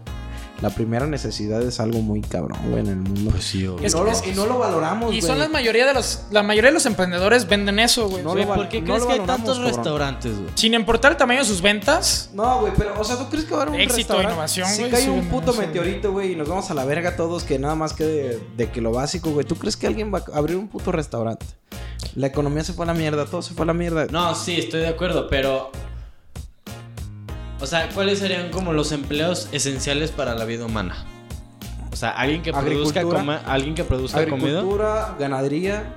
Speaker 1: La primera necesidad es algo muy cabrón, güey, en el mundo.
Speaker 3: sí,
Speaker 1: y,
Speaker 2: es
Speaker 1: Pues, no
Speaker 2: que-
Speaker 1: lo, y no lo valoramos, güey.
Speaker 2: Y son la mayoría de los, la mayoría de los emprendedores venden eso, güey.
Speaker 1: No
Speaker 3: Güey,
Speaker 1: lo val-
Speaker 3: ¿por qué
Speaker 1: no
Speaker 3: crees
Speaker 1: lo
Speaker 3: que hay
Speaker 1: valoramos,
Speaker 3: tantos
Speaker 1: cabrón.
Speaker 3: restaurantes, güey?
Speaker 2: Sin importar el tamaño de sus ventas,
Speaker 1: No, güey, pero, o sea, ¿tú crees que va a haber un
Speaker 2: Éxito,
Speaker 1: restaurante?
Speaker 2: innovación,
Speaker 1: Si
Speaker 2: güey,
Speaker 1: cae
Speaker 2: sí,
Speaker 1: un
Speaker 2: güey,
Speaker 1: puto
Speaker 2: sí, güey.
Speaker 1: meteorito, güey, y nos vamos a la verga todos, que nada más que de, de que lo básico, güey. ¿Tú crees que alguien va a abrir un puto restaurante? La economía se fue a la mierda, todo se fue a la mierda.
Speaker 3: No, sí, estoy de acuerdo, pero. O sea, ¿cuáles serían como los empleos esenciales para la vida humana? O sea, alguien que produzca,
Speaker 1: Agricultura.
Speaker 3: coma- alguien que produzca comida,
Speaker 1: Agricultura, ganadería,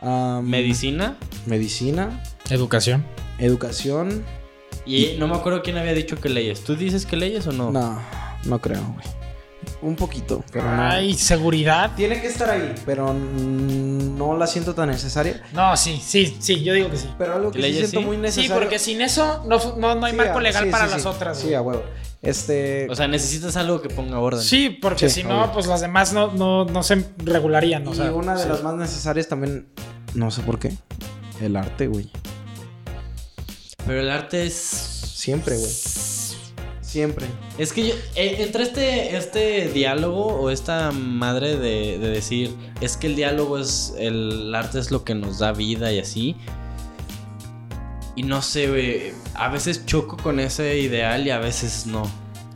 Speaker 1: am,
Speaker 3: medicina.
Speaker 1: medicina,
Speaker 2: Educación.
Speaker 1: educación.
Speaker 3: Y no me acuerdo quién había dicho que leyes. ¿Tú dices que leyes o no?
Speaker 1: No, no creo, güey. Un poquito, pero no.
Speaker 2: Ay, seguridad.
Speaker 1: Tiene que estar ahí, pero mm, no la siento tan necesaria.
Speaker 2: No, sí, sí, sí, yo digo que sí.
Speaker 1: Pero algo que sí
Speaker 3: Leyes,
Speaker 1: siento
Speaker 3: sí.
Speaker 1: muy
Speaker 2: Sí,
Speaker 1: necesario.
Speaker 2: porque sin eso no, fu- no, no hay
Speaker 1: Sí,
Speaker 2: marco
Speaker 1: a-
Speaker 2: legal
Speaker 1: sí,
Speaker 2: para
Speaker 1: sí,
Speaker 2: las
Speaker 1: sí.
Speaker 2: otras.
Speaker 1: Sí,
Speaker 2: güey.
Speaker 1: a huevo. Este.
Speaker 3: O sea, necesitas algo que ponga orden.
Speaker 2: Sí, porque
Speaker 1: Sí,
Speaker 2: si no,
Speaker 1: obvio.
Speaker 2: pues las demás no, no, no se regularían. O
Speaker 1: y
Speaker 2: sea,
Speaker 1: una de
Speaker 2: sí.
Speaker 1: las más necesarias también, no sé por qué, el arte, güey.
Speaker 3: Pero el arte es.
Speaker 1: Siempre, güey. Siempre.
Speaker 3: Es que yo, eh, entre este, este diálogo o esta madre de, de decir, es que el diálogo es, el arte es lo que nos da vida y así. Y no sé, güey, a veces choco con ese ideal y a veces no.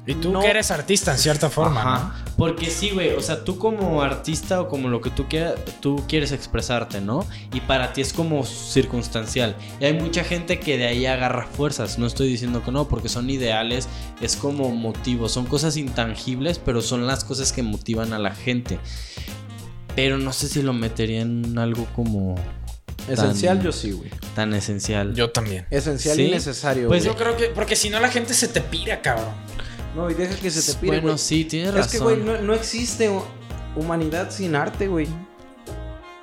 Speaker 2: Y tú
Speaker 1: no-
Speaker 2: que eres artista en cierta forma. ¿no?
Speaker 3: Ajá. Porque sí, güey, o sea, tú como artista o como lo que tú quieras, tú quieres expresarte, ¿no? Y para ti es como circunstancial. Y hay mucha gente que de ahí agarra fuerzas. No estoy diciendo que no, porque son ideales, es como motivos, son cosas intangibles, pero son las cosas que motivan a la gente. Pero no sé si lo metería en algo como
Speaker 1: Esencial,
Speaker 3: Tan-
Speaker 1: yo sí, güey.
Speaker 3: tan esencial.
Speaker 2: Yo también.
Speaker 1: Esencial
Speaker 3: Sí.
Speaker 1: y necesario,
Speaker 3: Pues
Speaker 2: Pues
Speaker 1: güey.
Speaker 2: yo creo que, porque si no la gente se te pira, cabrón.
Speaker 1: No, y deja que se te pide,
Speaker 3: bueno,
Speaker 1: güey.
Speaker 3: sí, tienes
Speaker 1: Es
Speaker 3: razón.
Speaker 1: que, güey, no, no existe hu- humanidad sin arte, güey.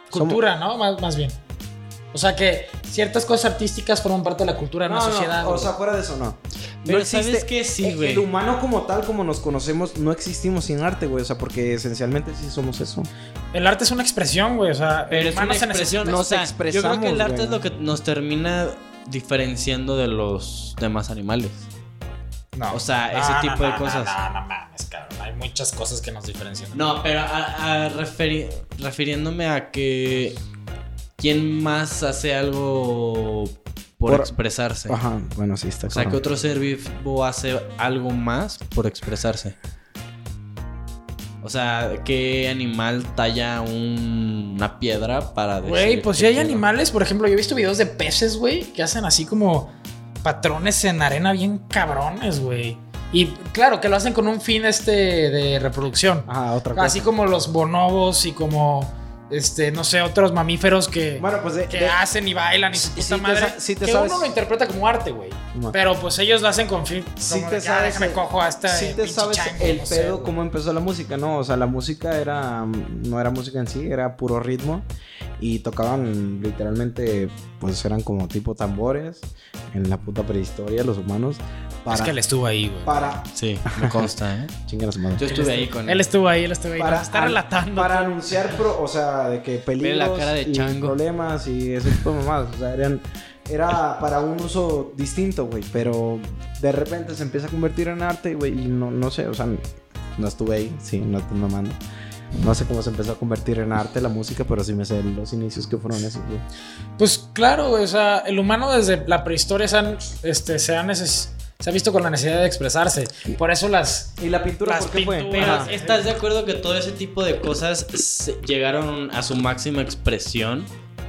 Speaker 2: Cultura, ¿no? Más, más bien. O sea que ciertas cosas artísticas forman parte de la cultura de
Speaker 1: No,
Speaker 2: una
Speaker 1: no,
Speaker 2: sociedad.
Speaker 1: o
Speaker 2: güey.
Speaker 1: sea, fuera de eso, no.
Speaker 3: Pero
Speaker 1: no existe-
Speaker 3: ¿sabes qué? Sí,
Speaker 1: el-
Speaker 3: güey.
Speaker 1: El humano como tal, como nos conocemos, no existimos sin arte, güey. O sea, porque esencialmente sí somos eso.
Speaker 2: el arte es una expresión, güey. O sea, el
Speaker 3: Pero es
Speaker 2: humano
Speaker 3: una
Speaker 2: se necesita-
Speaker 3: expresión.
Speaker 1: Nos
Speaker 3: o sea, yo creo
Speaker 1: expresamos,
Speaker 3: que el arte
Speaker 1: güey.
Speaker 3: es lo que nos termina diferenciando de los demás animales.
Speaker 2: No.
Speaker 3: O sea, ese tipo de cosas.
Speaker 2: No, no, mames, cabrón. Hay muchas cosas que nos diferencian.
Speaker 3: No, pero a- a referi- refiriéndome a que quién más hace algo por,
Speaker 1: Por-
Speaker 3: expresarse.
Speaker 1: Ajá, bueno, sí está
Speaker 3: O sea, que
Speaker 1: claro.
Speaker 3: otro ser vivo hace algo más por expresarse. O sea, ¿qué animal talla un- una piedra para decir?
Speaker 2: Güey, pues
Speaker 3: que
Speaker 2: si hay
Speaker 3: quiero?
Speaker 2: animales, por ejemplo, yo he visto videos de peces, güey, que hacen así como patrones en arena bien cabrones, güey. Y claro, que lo hacen con un fin este de reproducción.
Speaker 1: Ajá, otra cosa.
Speaker 2: Así como los bonobos y como este, no sé, otros mamíferos que,
Speaker 1: Bueno, pues de-
Speaker 2: que
Speaker 1: de-
Speaker 2: hacen y bailan y su
Speaker 1: Sí,
Speaker 2: puta
Speaker 1: sí te
Speaker 2: madre.
Speaker 1: sa- sí te
Speaker 2: que
Speaker 1: sabes.
Speaker 2: uno lo interpreta como arte, güey.
Speaker 1: Ma.
Speaker 2: Pero pues ellos lo hacen con fin.
Speaker 1: sí
Speaker 2: como
Speaker 1: te
Speaker 2: de que, ah,
Speaker 1: sabes,
Speaker 2: déjame
Speaker 1: el-
Speaker 2: cojo hasta
Speaker 1: sí te sabes el pedo cómo empezó la música, no, o sea, la música era no era música en sí, era puro ritmo y tocaban literalmente pues eran como tipo tambores en la puta prehistoria los humanos para
Speaker 2: Es que él estuvo ahí, güey.
Speaker 1: para
Speaker 3: Sí, me consta, ¿eh?
Speaker 1: chingar a su madre.
Speaker 3: Yo estuve ahí con
Speaker 2: Él estuvo ahí, él estuvo ahí.
Speaker 1: Para-
Speaker 2: Nos está
Speaker 1: an-
Speaker 2: relatando.
Speaker 1: Para anunciar, pro- o sea, de que peligros
Speaker 3: la cara de
Speaker 1: y
Speaker 3: chango.
Speaker 1: problemas y ese tipo de mamadas. O sea, eran, era para un uso distinto, güey. Pero de repente se empieza a convertir en arte, güey. Y no, no sé, o sea, no estuve ahí, sí, no estoy mamando. No sé cómo se empezó a convertir en arte la música, pero sí me sé los inicios que fueron esos, güey.
Speaker 2: Pues claro, güey, o sea, el humano desde la prehistoria se, han, este, se, ha neces- se ha visto con la necesidad de expresarse. Por eso las...
Speaker 1: ¿Y la pintura
Speaker 2: Las
Speaker 1: por qué fue?
Speaker 2: pinturas.
Speaker 3: Pero
Speaker 1: Ajá.
Speaker 3: ¿estás de acuerdo que todo ese tipo de cosas se- llegaron a su máxima expresión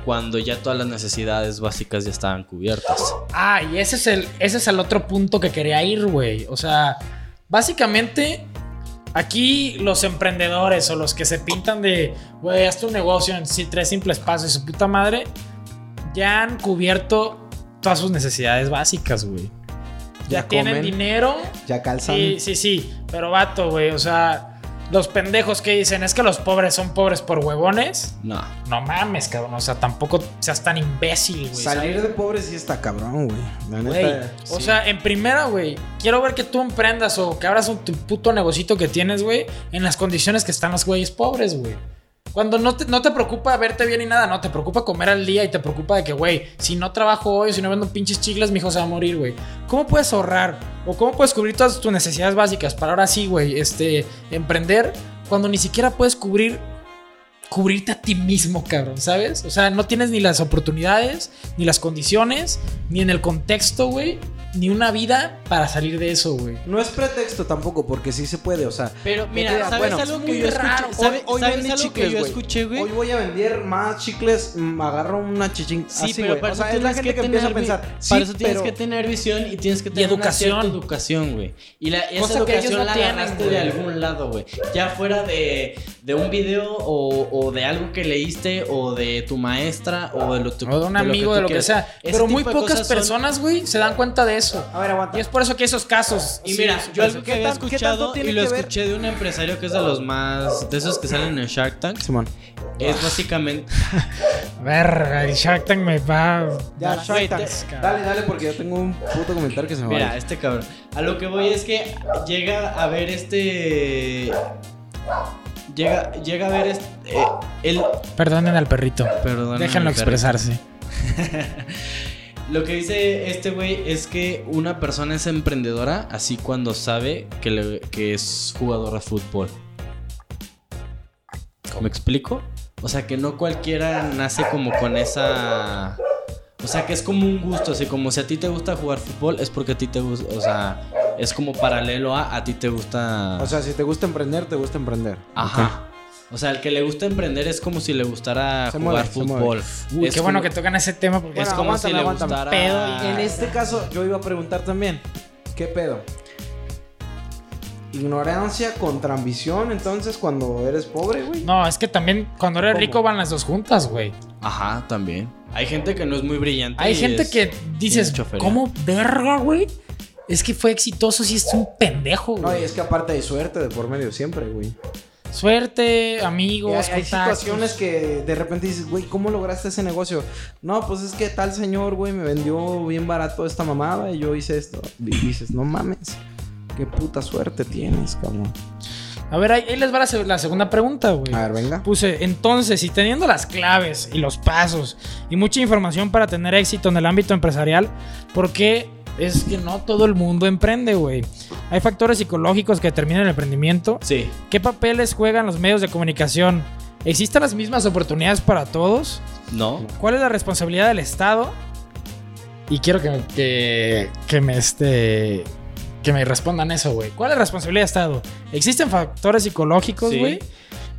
Speaker 3: cuando ya todas las necesidades básicas ya estaban cubiertas?
Speaker 2: Ah, y ese es el, ese es el otro punto que quería ir, güey. O sea, básicamente aquí los emprendedores o los que se pintan de, güey, hazte un negocio en sí, tres simples pasos y su puta madre, ya han cubierto todas sus necesidades básicas, güey. Ya,
Speaker 1: Ya
Speaker 2: tienen
Speaker 1: comen.
Speaker 2: dinero.
Speaker 1: Ya calzan.
Speaker 2: Sí, sí, sí. Pero vato, güey. O sea, los pendejos que dicen es que los pobres son pobres por huevones.
Speaker 3: No.
Speaker 2: No mames, cabrón. O sea, tampoco seas tan imbécil, güey.
Speaker 1: Salir de pobre sí está cabrón, güey. La
Speaker 2: Güey,
Speaker 1: neta.
Speaker 2: o
Speaker 3: sí.
Speaker 2: sea, en primera, güey, quiero ver que tú emprendas o que abras un, tu puto negocito que tienes, güey, en las condiciones que están los güeyes pobres, güey. Cuando no te, no te preocupa verte bien y nada, no, te preocupa comer al día y te preocupa de que, güey, si no trabajo hoy, si no vendo pinches chicles, mi hijo se va a morir, güey. ¿Cómo puedes ahorrar? ¿O cómo puedes cubrir todas tus necesidades básicas para ahora sí, güey, este, emprender cuando ni siquiera puedes cubrir cubrirte a ti mismo, cabrón, ¿sabes? O sea, no tienes ni las oportunidades, ni las condiciones, ni en el contexto, güey, ni una vida para salir de eso, güey.
Speaker 1: No es pretexto tampoco, porque sí se puede, o sea.
Speaker 3: Pero mira,
Speaker 1: Mentira,
Speaker 3: ¿sabes
Speaker 1: bueno,
Speaker 3: algo
Speaker 2: muy
Speaker 3: que yo
Speaker 2: raro.
Speaker 3: escuché? ¿Sabe-
Speaker 1: Hoy- hoy
Speaker 3: ¿Sabes
Speaker 1: venden
Speaker 3: algo
Speaker 1: chicles,
Speaker 3: que yo
Speaker 1: güey.
Speaker 3: escuché, güey?
Speaker 1: Hoy voy a vender más chicles, mm, agarro una chichín.
Speaker 3: Sí,
Speaker 1: así,
Speaker 3: pero
Speaker 1: güey.
Speaker 3: para
Speaker 1: O sea,
Speaker 3: eso
Speaker 1: es la
Speaker 3: tienes
Speaker 1: gente que,
Speaker 3: tener
Speaker 1: empieza a
Speaker 3: vi-
Speaker 1: pensar.
Speaker 3: Para
Speaker 1: sí,
Speaker 3: eso tienes
Speaker 1: pero
Speaker 3: que tener visión y tienes que tener una
Speaker 2: educación.
Speaker 3: cierta educación, güey. Y la, esa
Speaker 2: Cosa que ellos
Speaker 3: educación
Speaker 2: no
Speaker 3: la
Speaker 2: tienen,
Speaker 3: agarraste
Speaker 2: güey.
Speaker 3: de algún lado, güey. Ya fuera de, de un video o, o de algo que leíste o de tu maestra o de lo tu-
Speaker 2: O de un amigo, de
Speaker 3: tú
Speaker 2: lo que
Speaker 3: quieras.
Speaker 2: sea.
Speaker 3: Ese
Speaker 2: Pero
Speaker 3: tipo
Speaker 2: muy
Speaker 3: de
Speaker 2: pocas
Speaker 3: cosas son-
Speaker 2: personas, güey, se dan cuenta de eso.
Speaker 1: A ver, aguanta.
Speaker 2: Y es por eso que esos casos...
Speaker 3: Y
Speaker 2: sí,
Speaker 3: mira,
Speaker 2: sí,
Speaker 3: yo algo
Speaker 2: sí.
Speaker 3: que había
Speaker 1: tan- qué tanto
Speaker 3: escuchado
Speaker 1: tiene
Speaker 3: y lo
Speaker 1: que ver?
Speaker 3: escuché de un empresario que es de los más. de esos que salen en Shark Tank.
Speaker 1: Simón.
Speaker 3: Es básicamente.
Speaker 2: Verga, el Shark Tank me va...
Speaker 1: Ya,
Speaker 2: Shark
Speaker 1: Shark Tank.
Speaker 2: Tank, cabrón.
Speaker 1: Dale, dale, porque yo tengo un puto comentario que se me va.
Speaker 3: Mira, este cabrón. A lo que voy es que llega a ver este. Llega, llega a ver este. eh, el-
Speaker 2: Perdonen al perrito.
Speaker 3: Perdóname,
Speaker 2: Déjenlo
Speaker 3: mi perro.
Speaker 2: expresarse.
Speaker 3: Lo que dice este güey es que una persona es emprendedora así cuando sabe que, le- que es jugadora de fútbol. ¿Me explico? O sea, que no cualquiera nace como con esa... O sea, que es como un gusto, así como si a ti te gusta jugar fútbol es porque a ti te gusta... O sea, es como paralelo a a ti te gusta...
Speaker 1: O sea, si te gusta emprender, te gusta emprender.
Speaker 3: Ajá. O sea, el que le gusta emprender es como si le gustara
Speaker 1: Se
Speaker 3: jugar
Speaker 1: mueve, se
Speaker 3: fútbol.
Speaker 2: Uy,
Speaker 3: Es
Speaker 2: qué bueno
Speaker 3: como-
Speaker 2: que tocan ese tema porque
Speaker 1: Bueno,
Speaker 3: Es como
Speaker 1: aguántame,
Speaker 3: si le
Speaker 1: aguántame.
Speaker 3: gustara...
Speaker 2: Pedo
Speaker 1: En este caso, yo iba a preguntar también. ¿Qué pedo? Ignorancia contra ambición, entonces, cuando eres pobre, güey.
Speaker 2: No, es que también cuando eres
Speaker 1: ¿Cómo?
Speaker 2: rico van las dos juntas, güey.
Speaker 3: Ajá, también. Hay gente que no es muy brillante.
Speaker 2: Hay
Speaker 3: y
Speaker 2: gente
Speaker 3: es-
Speaker 2: que dices,
Speaker 3: mucho feria.
Speaker 2: ¿cómo verga, güey? Es que fue exitoso si es un pendejo,
Speaker 1: No,
Speaker 2: güey.
Speaker 1: y es que aparte hay suerte de por medio siempre, güey.
Speaker 2: Suerte,
Speaker 1: Y
Speaker 2: amigos,
Speaker 1: hay, hay
Speaker 2: contactos.
Speaker 1: situaciones que de repente dices, güey, ¿cómo lograste ese negocio? No, pues es que tal señor, güey, me vendió bien barato esta mamada y yo hice esto. Y dices, no mames, qué puta suerte tienes, cabrón.
Speaker 2: A ver, ahí, ahí les va la, se- la segunda pregunta, güey.
Speaker 1: A ver, venga.
Speaker 2: Puse, entonces, y teniendo las claves y los pasos y mucha información para tener éxito en el ámbito empresarial, ¿por qué es que no todo el mundo emprende, güey? Hay factores psicológicos que determinan el emprendimiento
Speaker 3: Sí.
Speaker 2: ¿Qué papeles juegan los medios de comunicación? ¿Existen las mismas oportunidades para todos?
Speaker 3: No.
Speaker 2: ¿Cuál es la responsabilidad del Estado? Y quiero que, que, que me este que me respondan eso, güey. ¿Cuál es la responsabilidad del Estado? ¿Existen factores psicológicos,
Speaker 3: Sí.
Speaker 2: güey?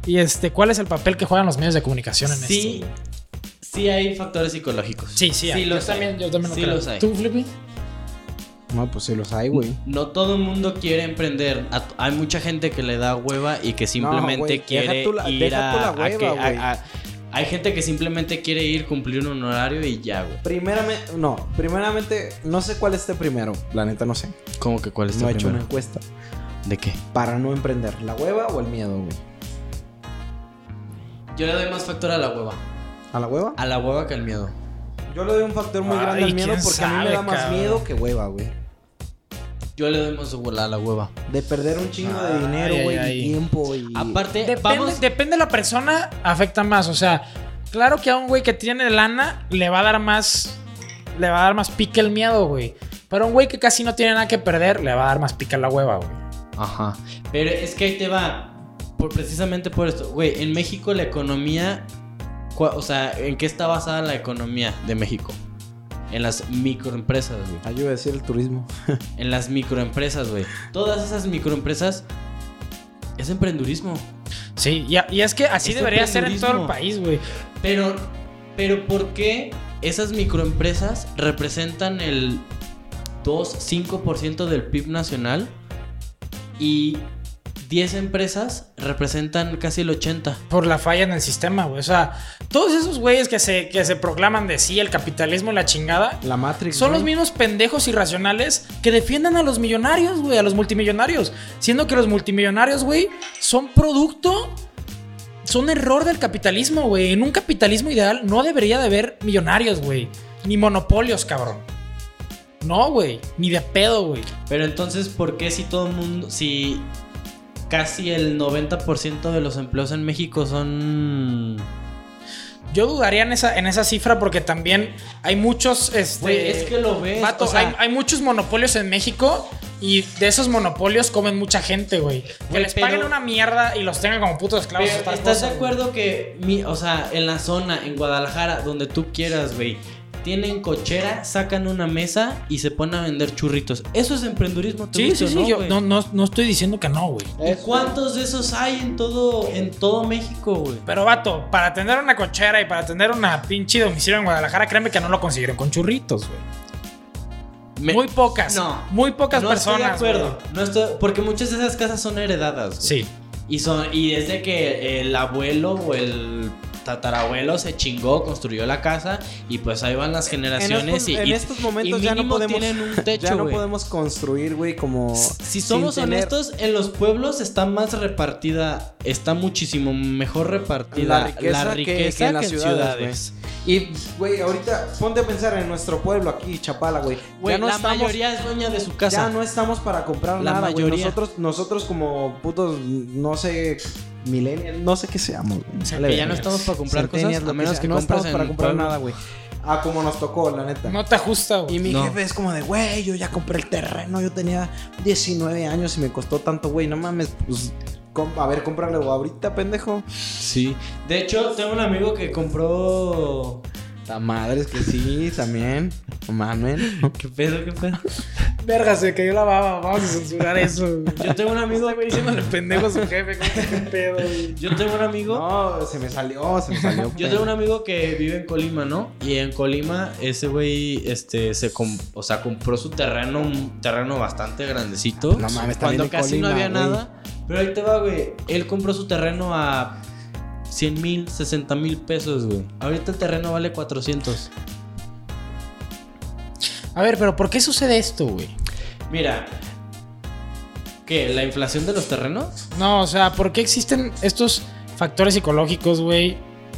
Speaker 2: Y este, ¿cuál es el papel que juegan los medios de comunicación en
Speaker 3: Sí.
Speaker 2: esto? güey?
Speaker 3: Sí hay factores psicológicos.
Speaker 2: Sí, sí, hay.
Speaker 3: Sí los
Speaker 2: yo también,
Speaker 3: hay.
Speaker 2: yo también lo
Speaker 3: Sí
Speaker 2: creo.
Speaker 3: los hay.
Speaker 2: ¿Tú, Flippy?
Speaker 1: No, pues sí los hay, güey.
Speaker 3: No todo el mundo quiere emprender. A- Hay mucha gente que le da hueva y que simplemente
Speaker 1: güey, deja
Speaker 3: quiere
Speaker 1: tú la-
Speaker 3: ir
Speaker 1: deja tú
Speaker 3: a,
Speaker 1: la
Speaker 3: a que-
Speaker 1: hueva,
Speaker 3: a- a- Hay gente que simplemente quiere ir, cumplir un horario y ya, güey.
Speaker 1: Primeramente, no, primeramente, no sé cuál esté primero. La neta, no sé.
Speaker 3: ¿Cómo que cuál es
Speaker 1: no
Speaker 3: tu
Speaker 1: he hecho una
Speaker 3: Este primero?
Speaker 1: encuesta.
Speaker 3: ¿De qué?
Speaker 1: Para no emprender, ¿la hueva o el miedo, güey?
Speaker 3: Yo le doy más factor a la hueva.
Speaker 1: ¿A la hueva?
Speaker 3: A la hueva que al miedo.
Speaker 1: Yo le doy un factor muy
Speaker 2: Ay,
Speaker 1: grande al miedo
Speaker 2: quién
Speaker 1: porque a mí me da
Speaker 2: sabe,
Speaker 1: más
Speaker 2: cabrón.
Speaker 1: miedo que hueva, güey.
Speaker 3: Yo le doy más hueva a la hueva.
Speaker 1: De perder un chingo de
Speaker 2: Ay,
Speaker 1: dinero, güey,
Speaker 2: ay,
Speaker 1: y
Speaker 2: ay.
Speaker 1: tiempo y...
Speaker 3: Aparte,
Speaker 2: Depende,
Speaker 3: vamos...
Speaker 2: depende de la persona, afecta más. O sea, claro que a un güey que tiene lana le va a dar más. Le va a dar más pique el miedo, güey. Pero a un güey que casi no tiene nada que perder, le va a dar más pique la hueva, güey.
Speaker 3: Ajá. Pero es que ahí te va. Por, precisamente por esto. Güey, en México la economía. cua- O sea, ¿en qué está basada la economía de México? En las microempresas, güey.
Speaker 1: Ah, yo iba a decir el turismo.
Speaker 3: En las microempresas, güey. Todas esas microempresas es emprendurismo.
Speaker 2: Sí, y, a- y es que así
Speaker 3: Es
Speaker 2: debería ser en todo el
Speaker 3: emprendurismo.
Speaker 2: país, güey.
Speaker 3: Pero, pero ¿por qué esas microempresas representan el 2-5% del PIB nacional y 10 empresas representan casi el 80%?
Speaker 2: Por la falla en el sistema, güey. O sea, todos esos güeyes que se, que se proclaman de sí, el capitalismo y la chingada,
Speaker 1: La Matrix,
Speaker 2: Son los
Speaker 1: güey.
Speaker 2: mismos pendejos irracionales que defiendan a los millonarios, güey, a los multimillonarios. Siendo que los multimillonarios, güey, son producto, son error del capitalismo, güey. En un capitalismo ideal no debería de haber millonarios, güey. Ni monopolios, cabrón. No, güey. Ni de pedo, güey.
Speaker 3: Pero entonces, ¿por qué si todo el mundo, si casi el 90% de los empleos en México son...
Speaker 2: Yo dudaría en esa, en esa cifra porque también hay muchos, este...
Speaker 3: Güey, es que lo ves.
Speaker 2: Vato,
Speaker 3: o sea,
Speaker 2: hay, hay muchos monopolios en México y de esos monopolios comen mucha gente, güey. Que
Speaker 3: Güey,
Speaker 2: les
Speaker 3: pero-
Speaker 2: paguen una mierda y los tengan como putos
Speaker 3: pero
Speaker 2: esclavos. es otra
Speaker 3: ¿Estás
Speaker 2: cosa,
Speaker 3: de
Speaker 2: güey.
Speaker 3: acuerdo que, mi- o sea, en la zona, en Guadalajara, donde tú quieras, güey, tienen cochera, sacan una mesa y se ponen a vender churritos? Eso es emprendurismo. ¿te
Speaker 2: Sí,
Speaker 3: gusta
Speaker 2: sí,
Speaker 3: o
Speaker 2: sí.
Speaker 3: no,
Speaker 2: yo
Speaker 3: güey?
Speaker 2: no, no, no estoy diciendo que no, güey.
Speaker 3: ¿Y cuántos de esos hay en todo, en todo México, güey?
Speaker 2: Pero, vato, para atender una cochera y para atender una pinche domicilio en Guadalajara, créeme que no lo consiguieron con churritos, güey.
Speaker 3: Me-
Speaker 2: Muy pocas.
Speaker 3: No.
Speaker 2: Muy pocas
Speaker 3: no
Speaker 2: personas.
Speaker 3: Estoy de acuerdo.
Speaker 2: güey.
Speaker 3: No estoy, porque muchas de esas casas son heredadas. güey.
Speaker 2: Sí.
Speaker 3: Y, son, y desde que el abuelo o el tatarabuelo se chingó, construyó la casa y pues ahí van las generaciones
Speaker 1: estos-
Speaker 3: y,
Speaker 1: en
Speaker 3: y-
Speaker 1: estos momentos
Speaker 3: y
Speaker 1: ya no
Speaker 3: mínimo
Speaker 1: podemos-
Speaker 3: tienen un techo,
Speaker 1: ya no
Speaker 3: güey.
Speaker 1: podemos construir, güey, como... sin
Speaker 3: Si somos
Speaker 1: tener-
Speaker 3: honestos, en los pueblos está más repartida, está muchísimo mejor repartida
Speaker 1: La
Speaker 3: la
Speaker 1: riqueza
Speaker 3: riqueza,
Speaker 1: que- que en las
Speaker 3: que en
Speaker 1: ciudades,
Speaker 3: ciudades.
Speaker 1: Y, güey, ahorita ponte a pensar en nuestro pueblo aquí, Chapala, güey.
Speaker 3: Güey,
Speaker 1: ya no
Speaker 3: la
Speaker 1: estamos...
Speaker 3: mayoría es dueña de su casa.
Speaker 1: Ya no estamos para comprar
Speaker 3: La
Speaker 1: nada, güey.
Speaker 3: mayoría.
Speaker 1: Nosotros, nosotros como putos, no sé, millennials, no sé qué seamos, güey.
Speaker 2: Sí,
Speaker 1: Vale,
Speaker 3: que
Speaker 1: verga.
Speaker 3: ya no estamos para comprar
Speaker 1: Centennials,
Speaker 3: cosas,
Speaker 1: lo
Speaker 3: a menos
Speaker 1: sea.
Speaker 3: que
Speaker 1: no estamos
Speaker 3: compres en
Speaker 1: para comprar
Speaker 3: pueblo.
Speaker 1: nada, güey. Ah, como nos tocó, la neta.
Speaker 2: No te ajusta,
Speaker 1: Y
Speaker 2: güey.
Speaker 1: mi
Speaker 3: No.
Speaker 1: jefe es como de, güey, yo ya compré el terreno, yo tenía 19 años y me costó tanto, güey, no mames, pues, com- a ver, cómpralo ahorita, pendejo.
Speaker 3: Sí. De hecho, tengo un amigo que compró.
Speaker 1: La madre es que sí, también, no mamen.
Speaker 3: ¿Qué pedo, qué pedo?
Speaker 2: Verga, se cayó la baba. Vamos a censurar eso, güey.
Speaker 3: Yo tengo un amigo, güey,
Speaker 2: Diciéndole pendejo a su jefe. ¿Qué pedo, güey?
Speaker 3: Yo tengo un amigo.
Speaker 1: No, se me salió, se me salió.
Speaker 3: Yo tengo un amigo que vive en Colima, ¿no? Y en Colima ese güey este se com- o sea, compró su terreno, un terreno bastante grandecito,
Speaker 1: No mames, también
Speaker 3: cuando
Speaker 1: en
Speaker 3: casi
Speaker 1: Colima,
Speaker 3: no había
Speaker 1: güey.
Speaker 3: nada. Pero ahí te va, güey. Él compró su terreno a 100 mil, 60 mil pesos, güey. Ahorita el terreno vale 400.
Speaker 2: A ver, pero ¿por qué sucede esto, güey?
Speaker 3: Mira. ¿Qué? ¿La inflación de los terrenos?
Speaker 2: No, o sea, ¿por qué existen estos factores psicológicos, güey?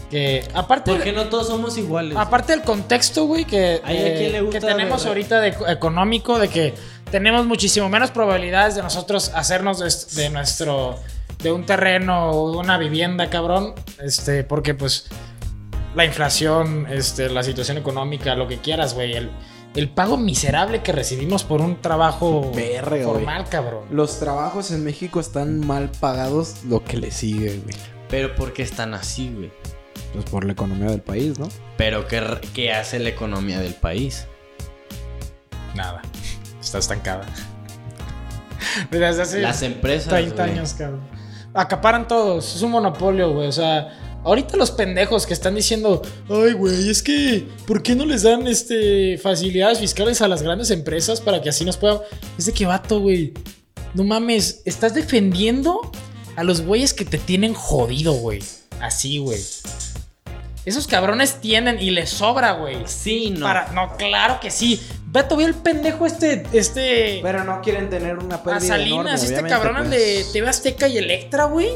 Speaker 2: Que aparte...
Speaker 3: Porque no todos somos iguales.
Speaker 2: Aparte del contexto, güey, que,
Speaker 3: Ay, ¿a
Speaker 2: eh,
Speaker 3: quién le gusta
Speaker 2: que tenemos
Speaker 3: de-
Speaker 2: ahorita de eco- económico, de que tenemos muchísimo menos probabilidades de nosotros hacernos de, est- de nuestro, de un terreno o de una vivienda, cabrón, este, porque pues la inflación, este, la situación económica, lo que quieras, güey, el, el pago miserable que recibimos por un trabajo
Speaker 1: Verga, güey.
Speaker 2: formal, cabrón.
Speaker 1: Los trabajos en México están mal pagados, lo que le sigue, güey.
Speaker 3: Pero ¿por qué están así, güey?
Speaker 1: Pues por la economía del país, ¿no?
Speaker 3: Pero ¿qué, r- qué hace la economía del país?
Speaker 2: Nada, está estancada. Desde hace-
Speaker 3: Las empresas.
Speaker 2: 30
Speaker 3: güey.
Speaker 2: años, cabrón. Acaparan todos. Es un monopolio, güey. O sea, ahorita los pendejos que están diciendo, ay, güey, es que, ¿por qué no les dan este, facilidades fiscales a las grandes empresas para que así nos puedan? Es de que vato, güey. No mames, estás defendiendo a los güeyes que te tienen jodido, güey. Así, güey. Esos cabrones tienen y les sobra, güey.
Speaker 3: Sí, no.
Speaker 2: Para, no, claro que sí. Ve todavía el pendejo este, este.
Speaker 1: Pero no quieren tener una
Speaker 2: a
Speaker 1: pérdida enorme,
Speaker 2: Salinas, este
Speaker 1: obviamente,
Speaker 2: cabrón
Speaker 1: pues.
Speaker 2: de TV Azteca y Electra, güey.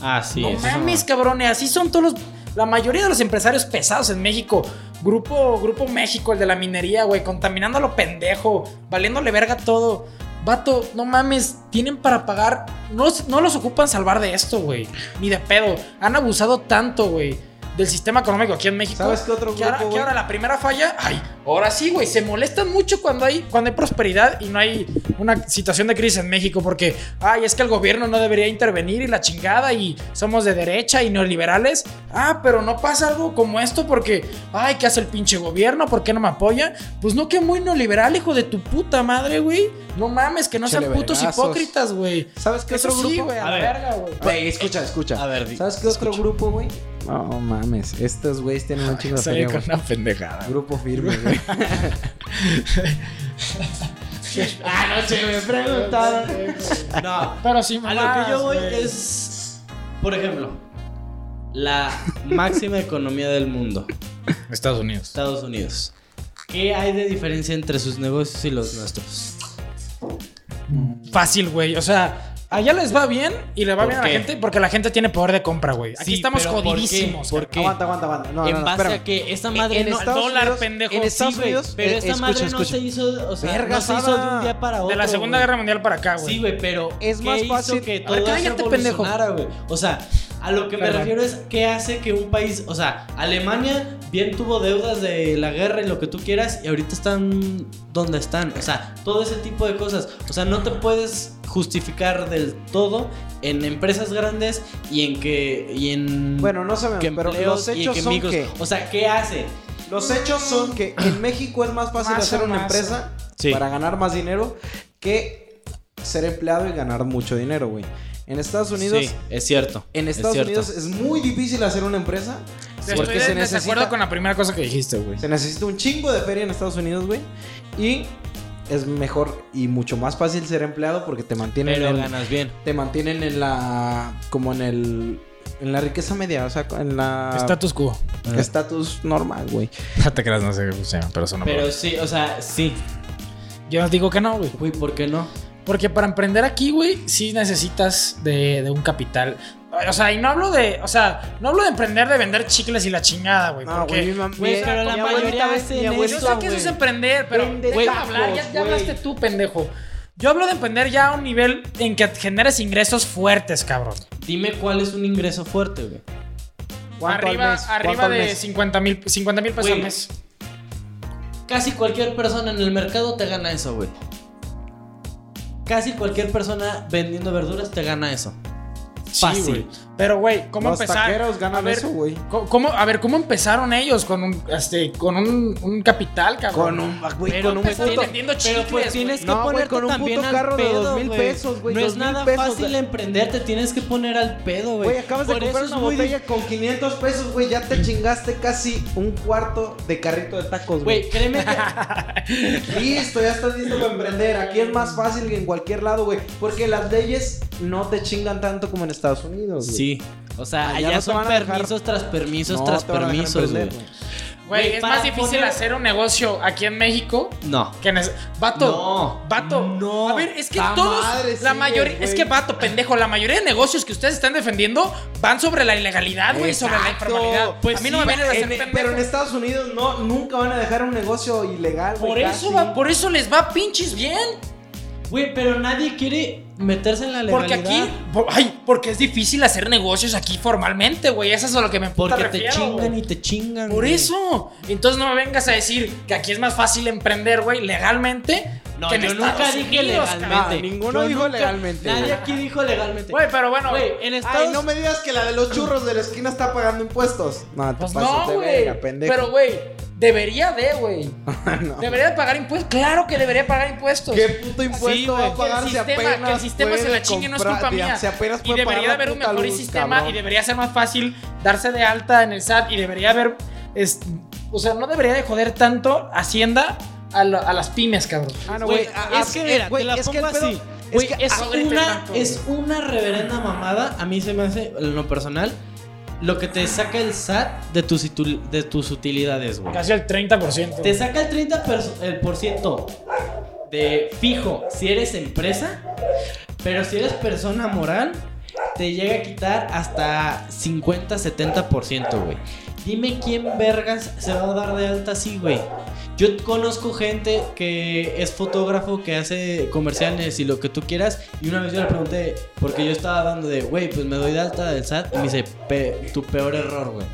Speaker 3: Ah, sí.
Speaker 2: no
Speaker 3: eso es
Speaker 2: mames, cabrones. Así son todos los. La mayoría de los empresarios pesados en México. Grupo, Grupo México, el de la minería, güey. Contaminando a lo pendejo. Valiéndole verga todo. Vato, no mames. Tienen para pagar. No, los- no los ocupan salvar de esto, güey. Ni de pedo. Han abusado tanto, güey. Del sistema económico aquí en México.
Speaker 1: ¿Sabes qué otro
Speaker 2: Que ahora,
Speaker 1: grupo,
Speaker 2: que
Speaker 1: güey?
Speaker 2: ahora la primera falla, ay, ahora sí, güey, se molestan mucho cuando hay, cuando hay prosperidad y no hay una situación de crisis en México, porque, ay, es que el gobierno no debería intervenir y la chingada y somos de derecha y neoliberales. Ah, pero no pasa algo como esto porque, ay, ¿qué hace el pinche gobierno? ¿Por qué no me apoya? Pues no, que muy neoliberal, hijo de tu puta madre, güey. No mames, que no sean putos
Speaker 1: Chelevergazos.
Speaker 2: hipócritas, güey.
Speaker 1: ¿Sabes qué
Speaker 2: Eso
Speaker 1: otro
Speaker 2: sí,
Speaker 1: grupo?
Speaker 2: güey, a,
Speaker 3: A
Speaker 2: la
Speaker 3: ver.
Speaker 2: verga, güey.
Speaker 1: Güey, escucha, escucha.
Speaker 3: A ver, di-
Speaker 1: ¿Sabes qué otro grupo, güey? No mames, estos güeyes tienen un chingo de
Speaker 2: Salí
Speaker 1: feria,
Speaker 2: con
Speaker 1: güey.
Speaker 2: una pendejada.
Speaker 1: Grupo firme, güey.
Speaker 2: Ah, no, se me preguntaron.
Speaker 3: No,
Speaker 2: Pero sí,
Speaker 3: A lo que yo voy
Speaker 2: güey.
Speaker 3: es, por ejemplo, la máxima economía del mundo,
Speaker 2: Estados Unidos.
Speaker 3: Estados Unidos. ¿Qué hay de diferencia entre sus negocios y los nuestros?
Speaker 2: Fácil, güey. O sea, allá les va bien y le va
Speaker 3: ¿Por
Speaker 2: bien a
Speaker 3: qué?
Speaker 2: la gente porque la gente tiene poder de compra, güey. Aquí
Speaker 3: Sí,
Speaker 2: estamos
Speaker 3: pero ¿por qué?
Speaker 2: jodidísimos. cabrón.
Speaker 3: ¿Por qué?
Speaker 1: Aguanta, aguanta, aguanta. No,
Speaker 3: en
Speaker 1: no, no,
Speaker 3: base
Speaker 1: espérame.
Speaker 3: a que esta madre
Speaker 2: en
Speaker 3: no...
Speaker 2: Estados
Speaker 3: Sí,
Speaker 2: dólar, pendejo.
Speaker 1: En Estados
Speaker 3: güey,
Speaker 1: Unidos,
Speaker 3: pero
Speaker 1: eh,
Speaker 3: esta
Speaker 1: escucha,
Speaker 3: madre no
Speaker 1: escucha.
Speaker 3: se hizo, o sea,
Speaker 1: Verga,
Speaker 3: no se hizo de
Speaker 1: Sara.
Speaker 3: un día para otro.
Speaker 2: De la Segunda
Speaker 3: güey.
Speaker 2: Guerra Mundial para acá, güey.
Speaker 3: Sí, güey, pero
Speaker 1: Es
Speaker 3: ¿qué
Speaker 1: más
Speaker 3: hizo
Speaker 1: fácil- Ah,
Speaker 3: que
Speaker 1: A ver,
Speaker 3: todo eso
Speaker 2: cállate, pendejo.
Speaker 3: evolucionara, güey? O sea, a lo que me
Speaker 2: Perdón.
Speaker 3: refiero es qué hace que un país, o sea, Alemania bien tuvo deudas de la guerra y lo que tú quieras y ahorita están donde están, o sea, todo ese tipo de cosas, o sea, no te puedes justificar del todo en empresas grandes y en que y en
Speaker 1: Bueno, no sabemos,
Speaker 3: que
Speaker 1: pero
Speaker 3: empleos
Speaker 1: los
Speaker 3: y en
Speaker 1: hechos
Speaker 3: que
Speaker 1: son
Speaker 3: micros.
Speaker 1: que...
Speaker 3: o sea, ¿qué hace?
Speaker 1: Los hechos son que en México es más fácil
Speaker 2: Más
Speaker 1: hacer una
Speaker 2: masa.
Speaker 1: empresa
Speaker 3: ¿eh? Sí.
Speaker 1: para ganar más dinero que ser empleado y ganar mucho dinero, güey. En Estados Unidos,
Speaker 3: Sí, es cierto.
Speaker 1: en
Speaker 3: es
Speaker 1: Estados
Speaker 3: cierto.
Speaker 1: Unidos es muy difícil hacer una empresa
Speaker 2: Estoy
Speaker 1: porque
Speaker 2: en
Speaker 1: se
Speaker 2: desacuerdo
Speaker 1: necesita,
Speaker 2: con la primera cosa que dijiste, güey.
Speaker 1: se necesita un chingo de feria en Estados Unidos, güey. Y es mejor y mucho más fácil ser empleado porque te mantienen
Speaker 3: pero
Speaker 1: en-
Speaker 3: ganas bien.
Speaker 1: te mantienen en la como en el en la riqueza media, o sea, en la Ah.
Speaker 2: Status quo.
Speaker 1: Este, estatus normal, güey.
Speaker 2: No te creas, no sé qué sea, pero eso no
Speaker 3: Pero sí, o sea, sí.
Speaker 2: Yo digo que no, güey.
Speaker 3: Uy, ¿por qué no?
Speaker 2: Porque para emprender aquí, güey, sí necesitas de, de un capital. O sea, y no hablo de. O sea, no hablo de emprender de vender chicles y la chingada, güey.
Speaker 1: No,
Speaker 2: porque-
Speaker 1: güey, mi mam-
Speaker 3: güey,
Speaker 1: mi-
Speaker 3: pero la
Speaker 1: mi abuelita
Speaker 3: mayoría
Speaker 1: ve-
Speaker 3: hacen
Speaker 1: mi
Speaker 3: eso,
Speaker 2: Yo
Speaker 1: abuelita
Speaker 2: sé que eso es
Speaker 1: Pues güey.
Speaker 2: empezar, pero
Speaker 1: Pendejos,
Speaker 2: deja hablar, ya, ya
Speaker 1: güey.
Speaker 2: hablaste tú, pendejo. Yo hablo de emprender ya a un nivel en que generes ingresos fuertes, cabrón.
Speaker 3: Dime cuál es un ingreso fuerte, güey.
Speaker 1: ¿Cuánto al
Speaker 2: arriba
Speaker 1: mes? ¿Cuánto
Speaker 2: arriba
Speaker 1: al
Speaker 2: de
Speaker 1: mes?
Speaker 2: 50 mil 50 mil pesos
Speaker 3: Güey.
Speaker 2: al mes.
Speaker 3: Casi cualquier persona en el mercado te gana eso, güey. Casi cualquier persona vendiendo verduras te gana eso.
Speaker 2: Sí,
Speaker 3: Fácil.
Speaker 2: güey. Pero, güey, ¿cómo
Speaker 1: Los
Speaker 2: empezar?
Speaker 1: taqueros ganan
Speaker 2: a ver,
Speaker 1: eso, güey.
Speaker 2: co- ¿cómo, a ver, ¿cómo empezaron ellos con un, este, con un, un capital, cabrón?
Speaker 1: Con un, ah, güey,
Speaker 2: Pero
Speaker 1: con un
Speaker 2: pues,
Speaker 1: puto-
Speaker 2: tiene- vendiendo
Speaker 3: pero
Speaker 2: chicles, güey.
Speaker 3: pues tienes que
Speaker 1: No, güey,
Speaker 3: ponerte
Speaker 1: con un
Speaker 3: también
Speaker 1: puto
Speaker 3: al
Speaker 1: carro de
Speaker 3: pedo,
Speaker 1: dos mil
Speaker 3: güey.
Speaker 1: pesos, güey,
Speaker 3: No
Speaker 1: dos
Speaker 3: es
Speaker 1: mil
Speaker 3: nada
Speaker 1: pesos,
Speaker 3: fácil
Speaker 1: güey.
Speaker 3: emprender, te tienes que poner al pedo, güey.
Speaker 1: Güey, acabas de
Speaker 3: Por
Speaker 1: comprar
Speaker 3: eso
Speaker 1: una
Speaker 3: es muy
Speaker 1: botella con 500 pesos, güey. Ya te chingaste casi un cuarto de carrito de tacos,
Speaker 3: di-
Speaker 1: güey.
Speaker 3: Güey, créeme que
Speaker 1: Listo, ya estás listo para emprender. Aquí es más fácil que en cualquier lado, güey. Porque las leyes no te chingan tanto como en Estados Unidos, Pues, güey.
Speaker 3: Sí, o sea,
Speaker 1: Allá
Speaker 3: allá,
Speaker 1: no te
Speaker 3: son
Speaker 1: van a dejar-
Speaker 3: permisos tras permisos
Speaker 1: No
Speaker 3: tras
Speaker 1: te van a dejar
Speaker 3: permisos, güey.
Speaker 1: emprender,
Speaker 2: Güey,
Speaker 3: Güey,
Speaker 2: es
Speaker 3: para
Speaker 2: más difícil
Speaker 3: poner-
Speaker 2: hacer un negocio aquí en México
Speaker 3: No.
Speaker 2: que en es- Vato.
Speaker 3: No.
Speaker 2: Vato,
Speaker 3: No.
Speaker 2: a ver, es que
Speaker 3: Ta
Speaker 2: todos,
Speaker 1: madre,
Speaker 2: la
Speaker 1: sí,
Speaker 2: mayoría,
Speaker 1: güey.
Speaker 2: es que vato, pendejo, la mayoría de negocios que ustedes están defendiendo van sobre la ilegalidad, Ah, güey, sobre la
Speaker 1: Exacto.
Speaker 2: informalidad.
Speaker 3: Pues
Speaker 2: a mí
Speaker 3: sí,
Speaker 2: no me
Speaker 3: va-
Speaker 2: vienen a hacer
Speaker 1: En-
Speaker 2: pendejo.
Speaker 1: pero en Estados Unidos no, nunca van a dejar un negocio ilegal, güey.
Speaker 2: por eso,
Speaker 1: casi.
Speaker 2: va- por eso les va pinches bien,
Speaker 3: Güey, pero nadie quiere meterse en la
Speaker 2: porque
Speaker 3: legalidad.
Speaker 2: aquí, por- ay, porque es difícil hacer negocios aquí formalmente, güey, eso es a lo que me puta
Speaker 3: Porque te
Speaker 2: refiero,
Speaker 3: chingan
Speaker 2: güey.
Speaker 3: y te chingan.
Speaker 2: Por
Speaker 3: güey.
Speaker 2: eso, entonces no me vengas a decir que aquí es más fácil emprender, güey, legalmente.
Speaker 3: No,
Speaker 2: que en
Speaker 3: yo nunca
Speaker 2: Estados
Speaker 3: dije
Speaker 2: Unidos, cabrón.
Speaker 3: legalmente.
Speaker 1: No, ninguno
Speaker 3: Yo
Speaker 1: dijo
Speaker 3: nunca-
Speaker 1: legalmente, güey.
Speaker 3: Nadie aquí dijo legalmente.
Speaker 2: Güey, pero bueno,
Speaker 3: Güey, en Estados
Speaker 1: Ay, no me digas que la de los churros de la esquina está pagando impuestos. No, te
Speaker 2: Pues no,
Speaker 1: pasaste de
Speaker 2: güey.
Speaker 1: verga, pendejo.
Speaker 2: Pero, güey, debería de, güey.
Speaker 1: No.
Speaker 2: Debería de pagar impuestos. Claro que debería pagar impuestos.
Speaker 1: ¿Qué puto impuesto
Speaker 3: Sí,
Speaker 1: va
Speaker 3: güey,
Speaker 1: a
Speaker 3: que
Speaker 1: pagar
Speaker 2: el
Speaker 1: si
Speaker 2: sistema,
Speaker 1: apenas
Speaker 2: que el sistema se la
Speaker 1: puede
Speaker 2: chingue no es
Speaker 1: comprar-
Speaker 2: culpa mía.
Speaker 1: Si apenas
Speaker 2: y
Speaker 1: puede
Speaker 2: debería
Speaker 1: pagar
Speaker 2: de
Speaker 1: la
Speaker 2: haber un
Speaker 1: puta
Speaker 2: mejor
Speaker 1: luz,
Speaker 2: sistema
Speaker 1: cabrón.
Speaker 2: y debería ser más fácil darse de alta en el SAT y debería haber... es- o sea, no debería de joder tanto Hacienda a, la- a las pymes, cabrón.
Speaker 1: Ah, no,
Speaker 3: Güey,
Speaker 1: güey. ah, ah,
Speaker 3: es que mira,
Speaker 1: güey,
Speaker 3: te la
Speaker 1: es que el
Speaker 3: pongo
Speaker 1: pedo-
Speaker 3: así.
Speaker 1: es
Speaker 3: Güey,
Speaker 1: que-
Speaker 3: es,
Speaker 2: ah,
Speaker 3: una,
Speaker 2: tanto,
Speaker 3: es una reverenda mamada. A mí se me hace, en lo personal, lo que te saca el SAT de tus, situ- de tus utilidades, güey.
Speaker 2: Casi el 30%.
Speaker 3: Te saca el 30% pers- el por ciento de fijo si eres empresa, pero si eres persona moral, te llega a quitar hasta 50-70%, güey. Dime quién vergas se va a dar de alta así, güey. Yo conozco gente que es fotógrafo, que hace comerciales y lo que tú quieras. Y una vez yo le pregunté, porque yo estaba dando de, güey, pues me doy de alta del SAT. Y me dice, "Pe- tu peor error, güey.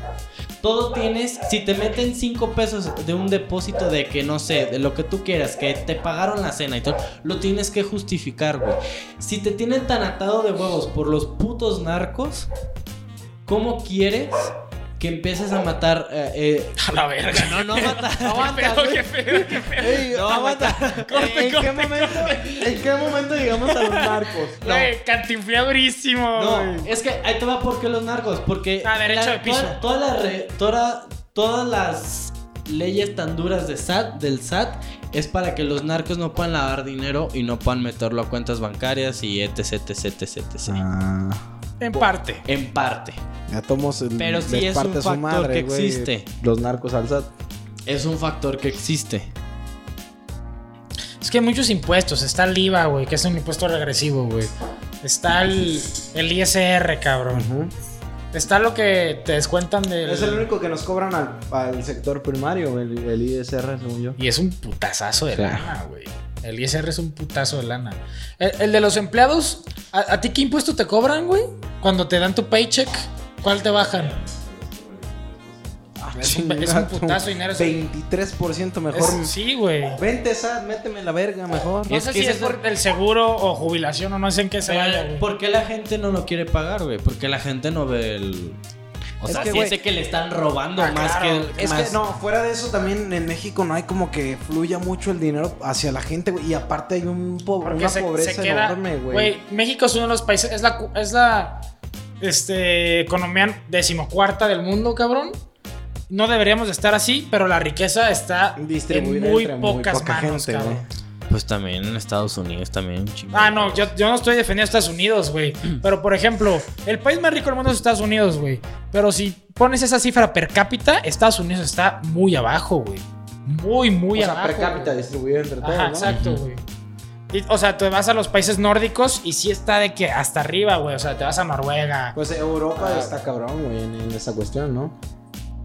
Speaker 3: Todo tienes, si te meten 5 pesos de un depósito de que no sé, de lo que tú quieras, que te pagaron la cena y todo, lo tienes que justificar, güey. Si te tienen tan atado de huevos por los putos narcos, ¿cómo quieres que empieces a matar? eh, eh,
Speaker 2: A la verga.
Speaker 3: no, no matar.
Speaker 2: No,
Speaker 3: aguanta,
Speaker 2: pero
Speaker 3: güey.
Speaker 2: qué feo, qué feo.
Speaker 1: Ey,
Speaker 3: No,
Speaker 1: aguanta.
Speaker 2: Corte,
Speaker 1: ¿En, qué
Speaker 2: corte,
Speaker 1: momento, ¿En qué momento llegamos a los narcos? No.
Speaker 2: Güey, cantinflé durísimo.
Speaker 3: No,
Speaker 2: güey.
Speaker 3: es que ahí te va porque los narcos, porque
Speaker 2: Ah, derecho de piso.
Speaker 3: toda- todas las re- toda- todas las leyes tan duras de SAT, del SAT es para que los narcos no puedan lavar dinero y no puedan meterlo a cuentas bancarias y etc, etc, etc, etc.
Speaker 1: Ah,
Speaker 2: En parte.
Speaker 3: En parte.
Speaker 1: ya tomos el,
Speaker 3: Pero sí
Speaker 1: les
Speaker 3: es un
Speaker 1: parte su
Speaker 3: factor
Speaker 1: madre,
Speaker 3: que
Speaker 1: güey,
Speaker 3: existe.
Speaker 1: Los narcos al SAT.
Speaker 3: Es un factor que existe.
Speaker 2: Es que hay muchos impuestos. Está el IVA, güey, que es un impuesto regresivo, güey. Está el, el ISR, cabrón.
Speaker 1: Ujú.
Speaker 2: Está lo que te descuentan del.
Speaker 1: Es el único que nos cobran al, al sector primario, el, el ISR, según yo.
Speaker 2: Y es un putazazo de
Speaker 1: Sí.
Speaker 2: lana, güey. El ISR es un putazo de lana. El, el de los empleados, ¿a, a ti qué impuesto te cobran, güey? Cuando te dan tu paycheck, ¿cuál te bajan?
Speaker 1: Ah,
Speaker 2: es un- es un putazo de dinero, es un-
Speaker 1: 23% mejor.
Speaker 2: Es- sí, güey.
Speaker 1: Vente, SAT, méteme la verga mejor.
Speaker 2: No
Speaker 3: Es
Speaker 2: sé si
Speaker 3: que ese
Speaker 2: es
Speaker 3: es
Speaker 2: por el seguro o jubilación o no sé en qué se vaya,
Speaker 3: Pero,
Speaker 2: güey.
Speaker 3: ¿Por qué la gente no lo quiere pagar, güey? ¿Por qué la gente no ve el... O
Speaker 1: Es
Speaker 3: sea,
Speaker 1: que,
Speaker 3: sí
Speaker 1: güey,
Speaker 3: sé que le están robando
Speaker 2: ah,
Speaker 3: más
Speaker 2: claro.
Speaker 3: que...
Speaker 1: Es
Speaker 3: más-
Speaker 1: que no, fuera de eso también en México no hay como que fluya mucho el dinero hacia la gente, güey. Y aparte hay un po-
Speaker 2: Porque
Speaker 1: una
Speaker 2: se,
Speaker 1: pobreza
Speaker 2: se queda.
Speaker 1: enorme,
Speaker 2: Güey,
Speaker 1: güey.
Speaker 2: México es uno de los países. Es la, cu- es la este, economía decimocuarta del mundo, cabrón. No deberíamos de estar así, pero la riqueza está en
Speaker 1: Distribuida
Speaker 2: muy
Speaker 1: entre muy
Speaker 2: pocas
Speaker 1: poca
Speaker 2: manos,
Speaker 1: gente, ¿eh?
Speaker 2: cabrón.
Speaker 1: güey.
Speaker 3: Pues también en Estados Unidos también. un chingo.
Speaker 2: Ah, no, yo, yo no estoy defendiendo a Estados Unidos, güey. Pero, por ejemplo, el país más rico del mundo es Estados Unidos, güey. Pero si pones esa cifra per cápita, Estados Unidos está muy abajo, güey. Muy, muy
Speaker 1: o sea,
Speaker 2: abajo.
Speaker 1: per cápita
Speaker 2: güey.
Speaker 1: distribuida entre todos,
Speaker 2: Ajá,
Speaker 1: ¿no?
Speaker 2: exacto, güey. Y, O sea, te vas a los países nórdicos y sí está de que hasta arriba, güey. O sea, te vas a Noruega.
Speaker 1: Pues Europa
Speaker 2: Ah.
Speaker 1: está cabrón, güey, en, en esa cuestión, ¿no?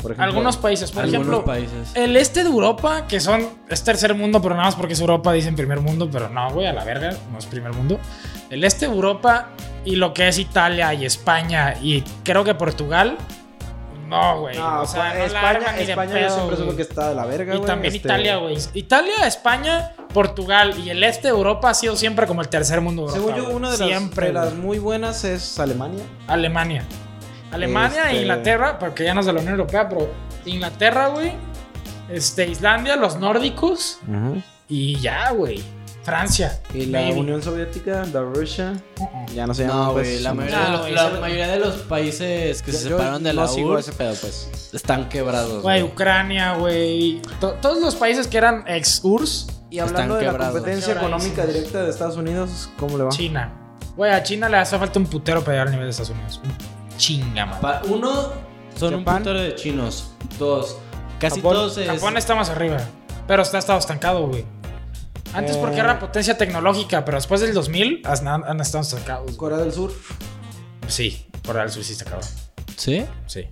Speaker 1: Por ejemplo,
Speaker 2: Algunos países, por
Speaker 3: Algunos
Speaker 2: ejemplo,
Speaker 3: países.
Speaker 2: el este de Europa, que son. Es tercer mundo, pero nada más porque es Europa, dicen primer mundo, pero no, güey, a la verga, no es primer mundo. El este de Europa y lo que es Italia y España y creo que Portugal. No, güey.
Speaker 1: No,
Speaker 2: o
Speaker 1: pues,
Speaker 2: sea, no la
Speaker 1: España,
Speaker 2: arman ni de
Speaker 1: España
Speaker 2: pedo,
Speaker 1: yo siempre supe
Speaker 2: güey.
Speaker 1: que está de la verga,
Speaker 2: Y
Speaker 1: güey.
Speaker 2: también
Speaker 1: este,
Speaker 2: Italia, güey. pues, Italia, España, Portugal y el este de Europa ha sido siempre como el tercer mundo de Europa.
Speaker 1: Según yo,
Speaker 2: güey.
Speaker 1: una de, las,
Speaker 2: siempre,
Speaker 1: de las
Speaker 2: güey.
Speaker 1: muy buenas es Alemania.
Speaker 2: Alemania. Alemania
Speaker 1: Este-
Speaker 2: e Inglaterra, porque ya no es de la Unión Europea, pero Inglaterra, güey. Este, Islandia, los nórdicos y ya, güey. Francia.
Speaker 1: Y la
Speaker 2: maybe.
Speaker 1: Unión Soviética, la Rusia,
Speaker 2: Uh-uh.
Speaker 1: ya no se pues, llama.
Speaker 3: No, güey, la, mayoría,
Speaker 2: no,
Speaker 3: de
Speaker 2: güey,
Speaker 3: los, la
Speaker 2: eso-
Speaker 3: mayoría de los países que se
Speaker 1: Yo- yo
Speaker 3: separaron de
Speaker 1: no
Speaker 3: la
Speaker 1: sigo
Speaker 3: URSS
Speaker 1: ese pedo, pues.
Speaker 3: están quebrados.
Speaker 2: Güey,
Speaker 3: güey.
Speaker 2: Ucrania, güey. To- todos los países que eran ex URSS,
Speaker 1: Y
Speaker 3: pues, Están
Speaker 1: hablando de la
Speaker 3: quebrados.
Speaker 1: competencia económica directa de Estados Unidos, ¿cómo le va?
Speaker 2: China. Güey, a China le hace falta un putero para llegar al nivel de Estados Unidos. Un Chinga, madre.
Speaker 3: Pa- uno,
Speaker 1: Japón.
Speaker 3: son un putero de chinos. Dos, casi
Speaker 1: Japón.
Speaker 3: todos es...
Speaker 2: Japón está más arriba, pero está estado estancado, güey. Antes
Speaker 1: Eh.
Speaker 2: porque era potencia tecnológica, pero después del 2000 has- han, han estado estancados. güey.
Speaker 1: Corea del Sur.
Speaker 2: Sí, Corea del Sur sí está cabrón.
Speaker 3: ¿Sí?
Speaker 2: Sí.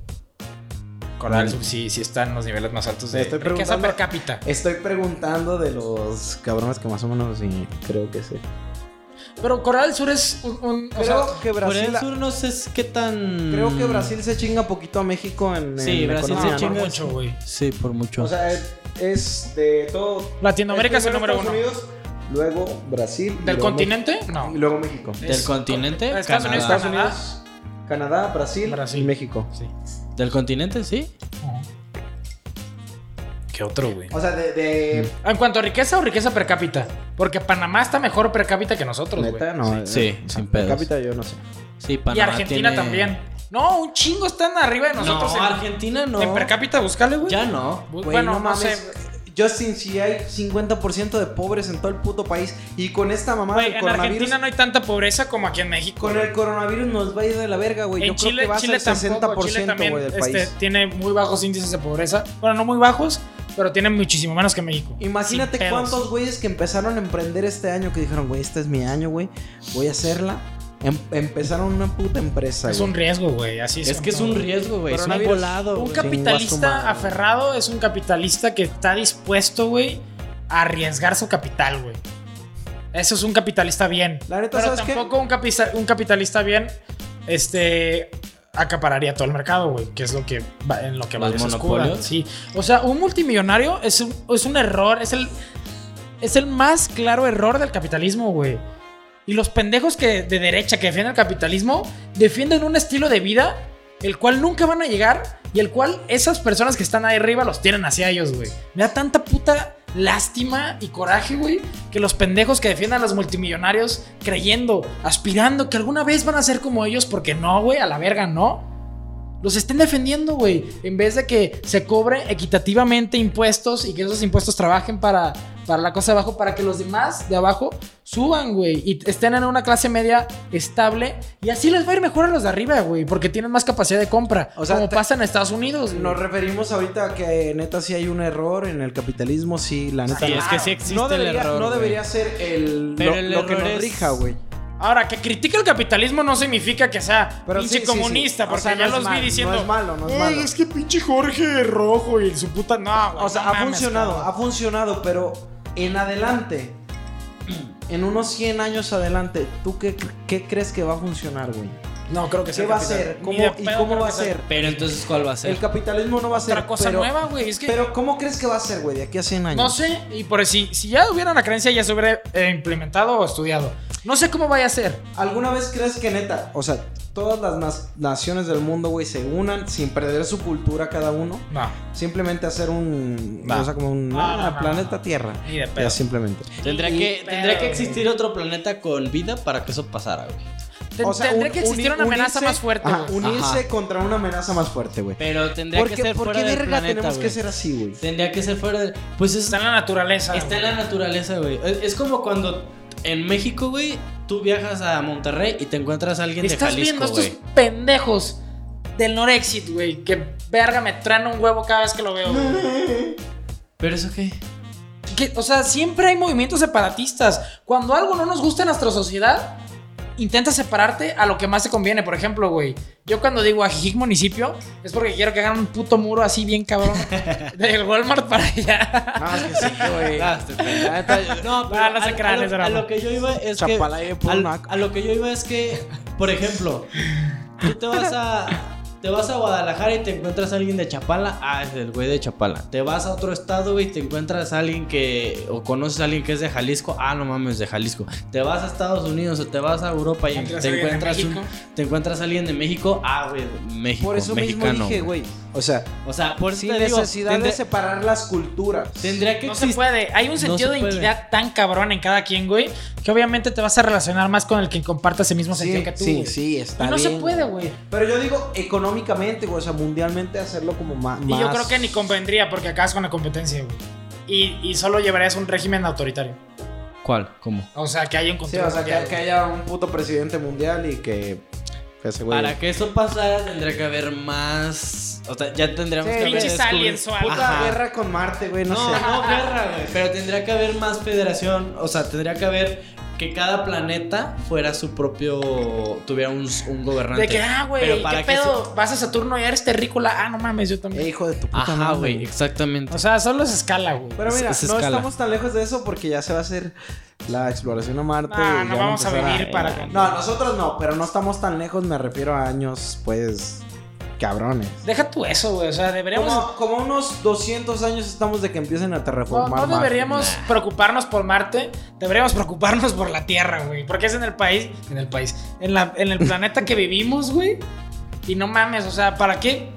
Speaker 2: Corea del Sur sí, sí está en los niveles más altos de
Speaker 1: Estoy
Speaker 2: riqueza
Speaker 1: preguntando-
Speaker 2: per cápita.
Speaker 1: Estoy preguntando de los cabrones que más o menos sí, creo que sé.
Speaker 2: Pero Corea del Sur es un... un- o sea,
Speaker 1: Creo que
Speaker 3: Corea
Speaker 1: Brasil.
Speaker 3: del Sur no sé qué tan...
Speaker 1: Creo
Speaker 2: mm.
Speaker 1: que Brasil se chinga poquito a México en.
Speaker 3: Sí,
Speaker 1: en
Speaker 3: Brasil
Speaker 2: no,
Speaker 1: economía,
Speaker 3: se
Speaker 2: por
Speaker 1: ¿no?
Speaker 3: chinga.
Speaker 2: mucho, güey.
Speaker 3: Sí, por mucho.
Speaker 1: O sea, es- es de todo.
Speaker 2: Latinoamérica es el
Speaker 1: primero
Speaker 2: número
Speaker 1: Estados Unidos, luego Brasil. y
Speaker 2: ¿Del
Speaker 1: luego
Speaker 2: continente? No.
Speaker 1: México. Y luego México.
Speaker 3: ¿Del
Speaker 2: es-
Speaker 3: continente?
Speaker 2: Estados Unidos,
Speaker 3: Canadá.
Speaker 1: Estados
Speaker 2: Canadá.
Speaker 1: Unidos, Canadá, Brasil,
Speaker 2: Brasil.
Speaker 1: y México.
Speaker 2: Sí.
Speaker 3: ¿Del continente, sí?
Speaker 2: ¿Qué otro, güey?
Speaker 1: O sea, de.
Speaker 3: Mm.
Speaker 1: de-
Speaker 2: En cuanto a riqueza o riqueza per cápita. Porque Panamá está mejor per cápita que nosotros, güey.
Speaker 1: neta, no.
Speaker 3: Sí,
Speaker 1: eh,
Speaker 3: sin
Speaker 1: per
Speaker 3: pedos.
Speaker 1: cápita yo no sé.
Speaker 3: Sí,
Speaker 2: Y
Speaker 3: Panamá
Speaker 2: Argentina
Speaker 3: tiene-
Speaker 2: también. No, un chingo están arriba de nosotros.
Speaker 3: No,
Speaker 2: en-
Speaker 3: Argentina no.
Speaker 2: En per cápita, búscale, güey.
Speaker 3: Ya no.
Speaker 1: Güey,
Speaker 2: Bu- bueno,
Speaker 1: no
Speaker 2: no,
Speaker 1: mames.
Speaker 2: sé.
Speaker 1: Justin, si hay 50% de pobres en todo el puto país y con esta mamada
Speaker 2: Güey,
Speaker 1: del
Speaker 2: en
Speaker 1: coronavirus.
Speaker 2: Argentina no hay tanta pobreza como aquí en México.
Speaker 1: Con el coronavirus nos va a ir de la verga, güey. Yo
Speaker 2: en Chile,
Speaker 1: creo que va a
Speaker 2: Chile
Speaker 1: ser
Speaker 2: tampoco.
Speaker 1: 60%
Speaker 2: Chile también
Speaker 1: güey, del
Speaker 2: este,
Speaker 1: país.
Speaker 2: tiene muy bajos índices de pobreza. Bueno, no muy bajos, pero tiene muchísimo menos que México. Sin
Speaker 1: Imagínate
Speaker 2: pedos.
Speaker 1: cuántos güeyes que empezaron a emprender este año que dijeron, güey, este es mi año, güey, voy a hacerla. Em- empezaron una puta empresa,
Speaker 2: Es
Speaker 1: güey.
Speaker 2: un riesgo, güey. Así
Speaker 3: Es que es
Speaker 2: ¿no?
Speaker 3: un riesgo, güey. Es una
Speaker 1: Coronavirus.
Speaker 3: volado.
Speaker 2: Un
Speaker 3: güey.
Speaker 1: cap- Chinga su
Speaker 2: capitalista
Speaker 1: madre.
Speaker 2: aferrado es un capitalista que está dispuesto, güey, a arriesgar su capital, güey. Eso es un capitalista bien.
Speaker 1: La neta,
Speaker 2: Pero
Speaker 1: ¿sabes qué?
Speaker 2: tampoco un, capisa- un capitalista bien, este, acapararía todo el mercado, güey, que es lo que va- en lo que
Speaker 3: Los
Speaker 2: vale
Speaker 3: monopolios.
Speaker 2: Sí. O sea, un multimillonario es un, es un error, es el, es el más claro error del capitalismo, güey. Y los pendejos que de derecha que defienden el capitalismo defienden un estilo de vida el cual nunca van a llegar y el cual esas personas que están ahí arriba los tienen hacia ellos, güey. Me da tanta puta lástima y coraje, güey, que los pendejos que defiendan a los multimillonarios creyendo, aspirando que alguna vez van a ser como ellos, porque no, güey, a la verga, no. Los estén defendiendo, güey. En vez de que se cobre equitativamente impuestos y que esos impuestos trabajen para, para la cosa de abajo, para que los demás de abajo suban, güey. Y estén en una clase media estable. Y así les va a ir mejor a los de arriba, güey. Porque tienen más capacidad de compra.
Speaker 1: O sea,
Speaker 2: como
Speaker 1: te-
Speaker 2: pasa en Estados Unidos. güey.
Speaker 1: Nos referimos ahorita a que neta sí hay un error en el capitalismo, sí, la neta.
Speaker 3: Sí, es que sí
Speaker 2: No
Speaker 3: existe
Speaker 1: no debería,
Speaker 3: el error.
Speaker 1: no
Speaker 3: güey.
Speaker 1: debería ser el,
Speaker 3: Pero
Speaker 1: lo,
Speaker 3: el
Speaker 1: lo que
Speaker 3: error
Speaker 1: nos
Speaker 3: es-
Speaker 1: rija, güey.
Speaker 2: Ahora, que critique el capitalismo no significa que sea
Speaker 1: Pero
Speaker 2: pinche
Speaker 1: sí, sí, sí.
Speaker 2: comunista.
Speaker 1: O
Speaker 2: Porque
Speaker 1: sea, no
Speaker 2: ya
Speaker 1: es
Speaker 2: los
Speaker 1: mal,
Speaker 2: vi diciendo.
Speaker 1: No es malo, no es
Speaker 2: "Ay,
Speaker 1: malo.
Speaker 2: Eh, es que pinche Jorge Rojo y su puta. No, güey,
Speaker 1: O sea,
Speaker 2: no
Speaker 1: ha
Speaker 2: mames,
Speaker 1: funcionado,
Speaker 2: cabrón.
Speaker 1: ha funcionado, pero en adelante, en unos 100 años adelante, ¿tú qué, qué crees que va a funcionar, güey?
Speaker 2: No, creo que
Speaker 1: ¿Qué va a ser? ¿Cómo, ¿Y cómo va a ser?
Speaker 3: Pero entonces, ¿cuál va a ser?
Speaker 1: El capitalismo no va a ser.
Speaker 2: Otra cosa
Speaker 1: pero,
Speaker 2: nueva, güey. Es que
Speaker 1: Pero ¿cómo crees que va a ser, güey, de aquí a 100 años?
Speaker 2: no sé. Y por si, si ya hubiera una creencia, ya se hubiera eh, implementado o estudiado. No sé cómo vaya a ser.
Speaker 1: ¿Alguna vez crees que neta, o sea, todas las nas- naciones del mundo, güey, se unan sin perder su cultura cada uno?
Speaker 2: No.
Speaker 1: Simplemente hacer un...
Speaker 3: Va.
Speaker 1: O sea, como un...
Speaker 2: No,
Speaker 1: ah,
Speaker 2: no, no,
Speaker 1: planeta
Speaker 2: no.
Speaker 1: Tierra.
Speaker 2: Ni de pedo.
Speaker 1: Ya simplemente.
Speaker 3: Tendría
Speaker 2: Y-
Speaker 3: que,
Speaker 2: pero,
Speaker 3: tendría que
Speaker 2: güey.
Speaker 3: existir otro planeta con vida para que eso pasara, güey.
Speaker 2: Ten-
Speaker 1: O sea,
Speaker 2: tendría
Speaker 1: un-
Speaker 2: que existir
Speaker 1: uni-
Speaker 2: una amenaza
Speaker 1: unirse-
Speaker 2: más fuerte.
Speaker 1: ajá,
Speaker 2: güey.
Speaker 1: unirse
Speaker 3: Ajá.
Speaker 1: contra una amenaza más fuerte, güey.
Speaker 3: Pero tendría
Speaker 1: ¿Por
Speaker 3: que
Speaker 1: qué,
Speaker 3: ser
Speaker 1: por
Speaker 3: fuera
Speaker 1: qué
Speaker 3: del
Speaker 1: verga
Speaker 3: planeta,
Speaker 1: tenemos
Speaker 3: güey.
Speaker 1: que ser así, güey?
Speaker 3: Tendría que ser fuera del... Pues es-
Speaker 2: Está en la naturaleza.
Speaker 3: está en
Speaker 2: güey.
Speaker 3: la naturaleza, güey. Es, es como cuando en México, güey, tú viajas a Monterrey y te encuentras a alguien de
Speaker 2: Estás
Speaker 3: Jalisco,
Speaker 2: viendo estos
Speaker 3: güey.
Speaker 2: pendejos del Norexit, güey. Que verga me traen un huevo cada vez que lo veo. güey.
Speaker 3: ¿Pero eso qué?
Speaker 2: Que, o sea, siempre hay movimientos separatistas. Cuando algo no nos gusta en nuestra sociedad, intenta separarte a lo que más te conviene. Por ejemplo, güey, yo cuando digo Ajijic municipio, es porque quiero que hagan un puto muro así bien cabrón del Walmart para allá.
Speaker 1: Ah, es que sí, güey.
Speaker 3: No,
Speaker 2: Ah, no se
Speaker 3: a-
Speaker 2: crean,
Speaker 3: a,
Speaker 2: es
Speaker 3: lo,
Speaker 2: broma.
Speaker 3: a lo que yo iba es que...
Speaker 1: Chapalaya por
Speaker 3: al-
Speaker 1: naco.
Speaker 3: a lo que yo iba es que, por ejemplo, tú te vas a... Te vas a Guadalajara y te encuentras a alguien de Chapala. Ah, es el güey de Chapala. Te vas a otro estado güey, y te encuentras a alguien que. O conoces a alguien que es de Jalisco. Ah, no mames, de Jalisco. Te vas a Estados Unidos o te vas a Europa y
Speaker 2: Encuentras
Speaker 3: te
Speaker 2: a alguien de
Speaker 3: encuentras, un-
Speaker 2: México.
Speaker 3: te encuentras a alguien de México. Ah, güey, México.
Speaker 1: Por eso mismo
Speaker 3: mexicano,
Speaker 1: dije, güey. O sea,
Speaker 3: O sea, por eso
Speaker 1: sin
Speaker 3: te digo,
Speaker 1: necesidad
Speaker 3: tendría,
Speaker 1: de separar las culturas.
Speaker 3: tendría que
Speaker 2: No se
Speaker 3: existir.
Speaker 2: puede. Hay un sentido
Speaker 3: se
Speaker 2: de
Speaker 3: puede.
Speaker 2: identidad tan cabrón en cada quien, güey, que obviamente te vas a relacionar más con el que comparte ese mismo sentido
Speaker 1: Sí,
Speaker 2: que tú.
Speaker 1: sí,
Speaker 2: güey.
Speaker 1: sí, está
Speaker 2: Y no se
Speaker 1: bien,
Speaker 2: puede, güey.
Speaker 1: Pero yo digo económicamente, güey, o sea, mundialmente hacerlo como ma- más.
Speaker 2: Y yo creo que ni convendría porque acabas con la competencia, güey. Y, y solo llevarías un régimen autoritario.
Speaker 3: ¿Cuál? ¿Cómo?
Speaker 2: O sea, que hay un
Speaker 1: Sí,
Speaker 2: control.
Speaker 1: o sea, que,
Speaker 2: mundial,
Speaker 1: que
Speaker 2: güey.
Speaker 1: haya un puto presidente mundial y que. que ese güey.
Speaker 3: Para que eso pasara tendría que haber más. O sea, ya tendríamos
Speaker 1: Sí,
Speaker 3: que haber
Speaker 1: pinches
Speaker 3: descubri-
Speaker 2: aliens o algo.
Speaker 1: Puta
Speaker 3: Ajá.
Speaker 1: guerra con Marte, güey, no,
Speaker 3: No,
Speaker 1: sé.
Speaker 3: no guerra, güey. Pero tendría que haber más federación. O sea, tendría que haber que cada planeta fuera su propio. tuviera un, un gobernante.
Speaker 2: De que, ah,
Speaker 3: Pero
Speaker 2: güey,
Speaker 3: para
Speaker 2: ¿qué
Speaker 3: que
Speaker 2: pedo? Vas a Saturno y eres terrícola. Ah, no mames, yo
Speaker 1: Eh,
Speaker 2: también.
Speaker 1: hijo de tu
Speaker 3: se-
Speaker 1: puta
Speaker 3: Ajá,
Speaker 1: madre.
Speaker 3: güey, exactamente.
Speaker 2: O sea, solo es escala, güey.
Speaker 1: Pero mira,
Speaker 3: Es- es
Speaker 1: no
Speaker 3: escala.
Speaker 1: estamos tan lejos de eso porque ya se va a hacer la exploración a Marte.
Speaker 2: Ah,
Speaker 1: y
Speaker 2: no
Speaker 1: ya va
Speaker 2: vamos a
Speaker 1: empezar Eh,
Speaker 2: vivir para-
Speaker 1: No, nosotros no, pero no estamos tan lejos, me refiero a años, pues. cabrones.
Speaker 2: Deja tú eso, güey. O sea, deberíamos.
Speaker 1: Como, como unos 200 años estamos de que empiecen a
Speaker 2: No,
Speaker 1: terraformar
Speaker 2: no
Speaker 1: Marte.
Speaker 2: deberíamos preocuparnos por Marte, deberíamos preocuparnos por la Tierra, güey. Porque es en el país, en el país, en, la, en el planeta que vivimos, güey. Y no mames, o sea, ¿para qué?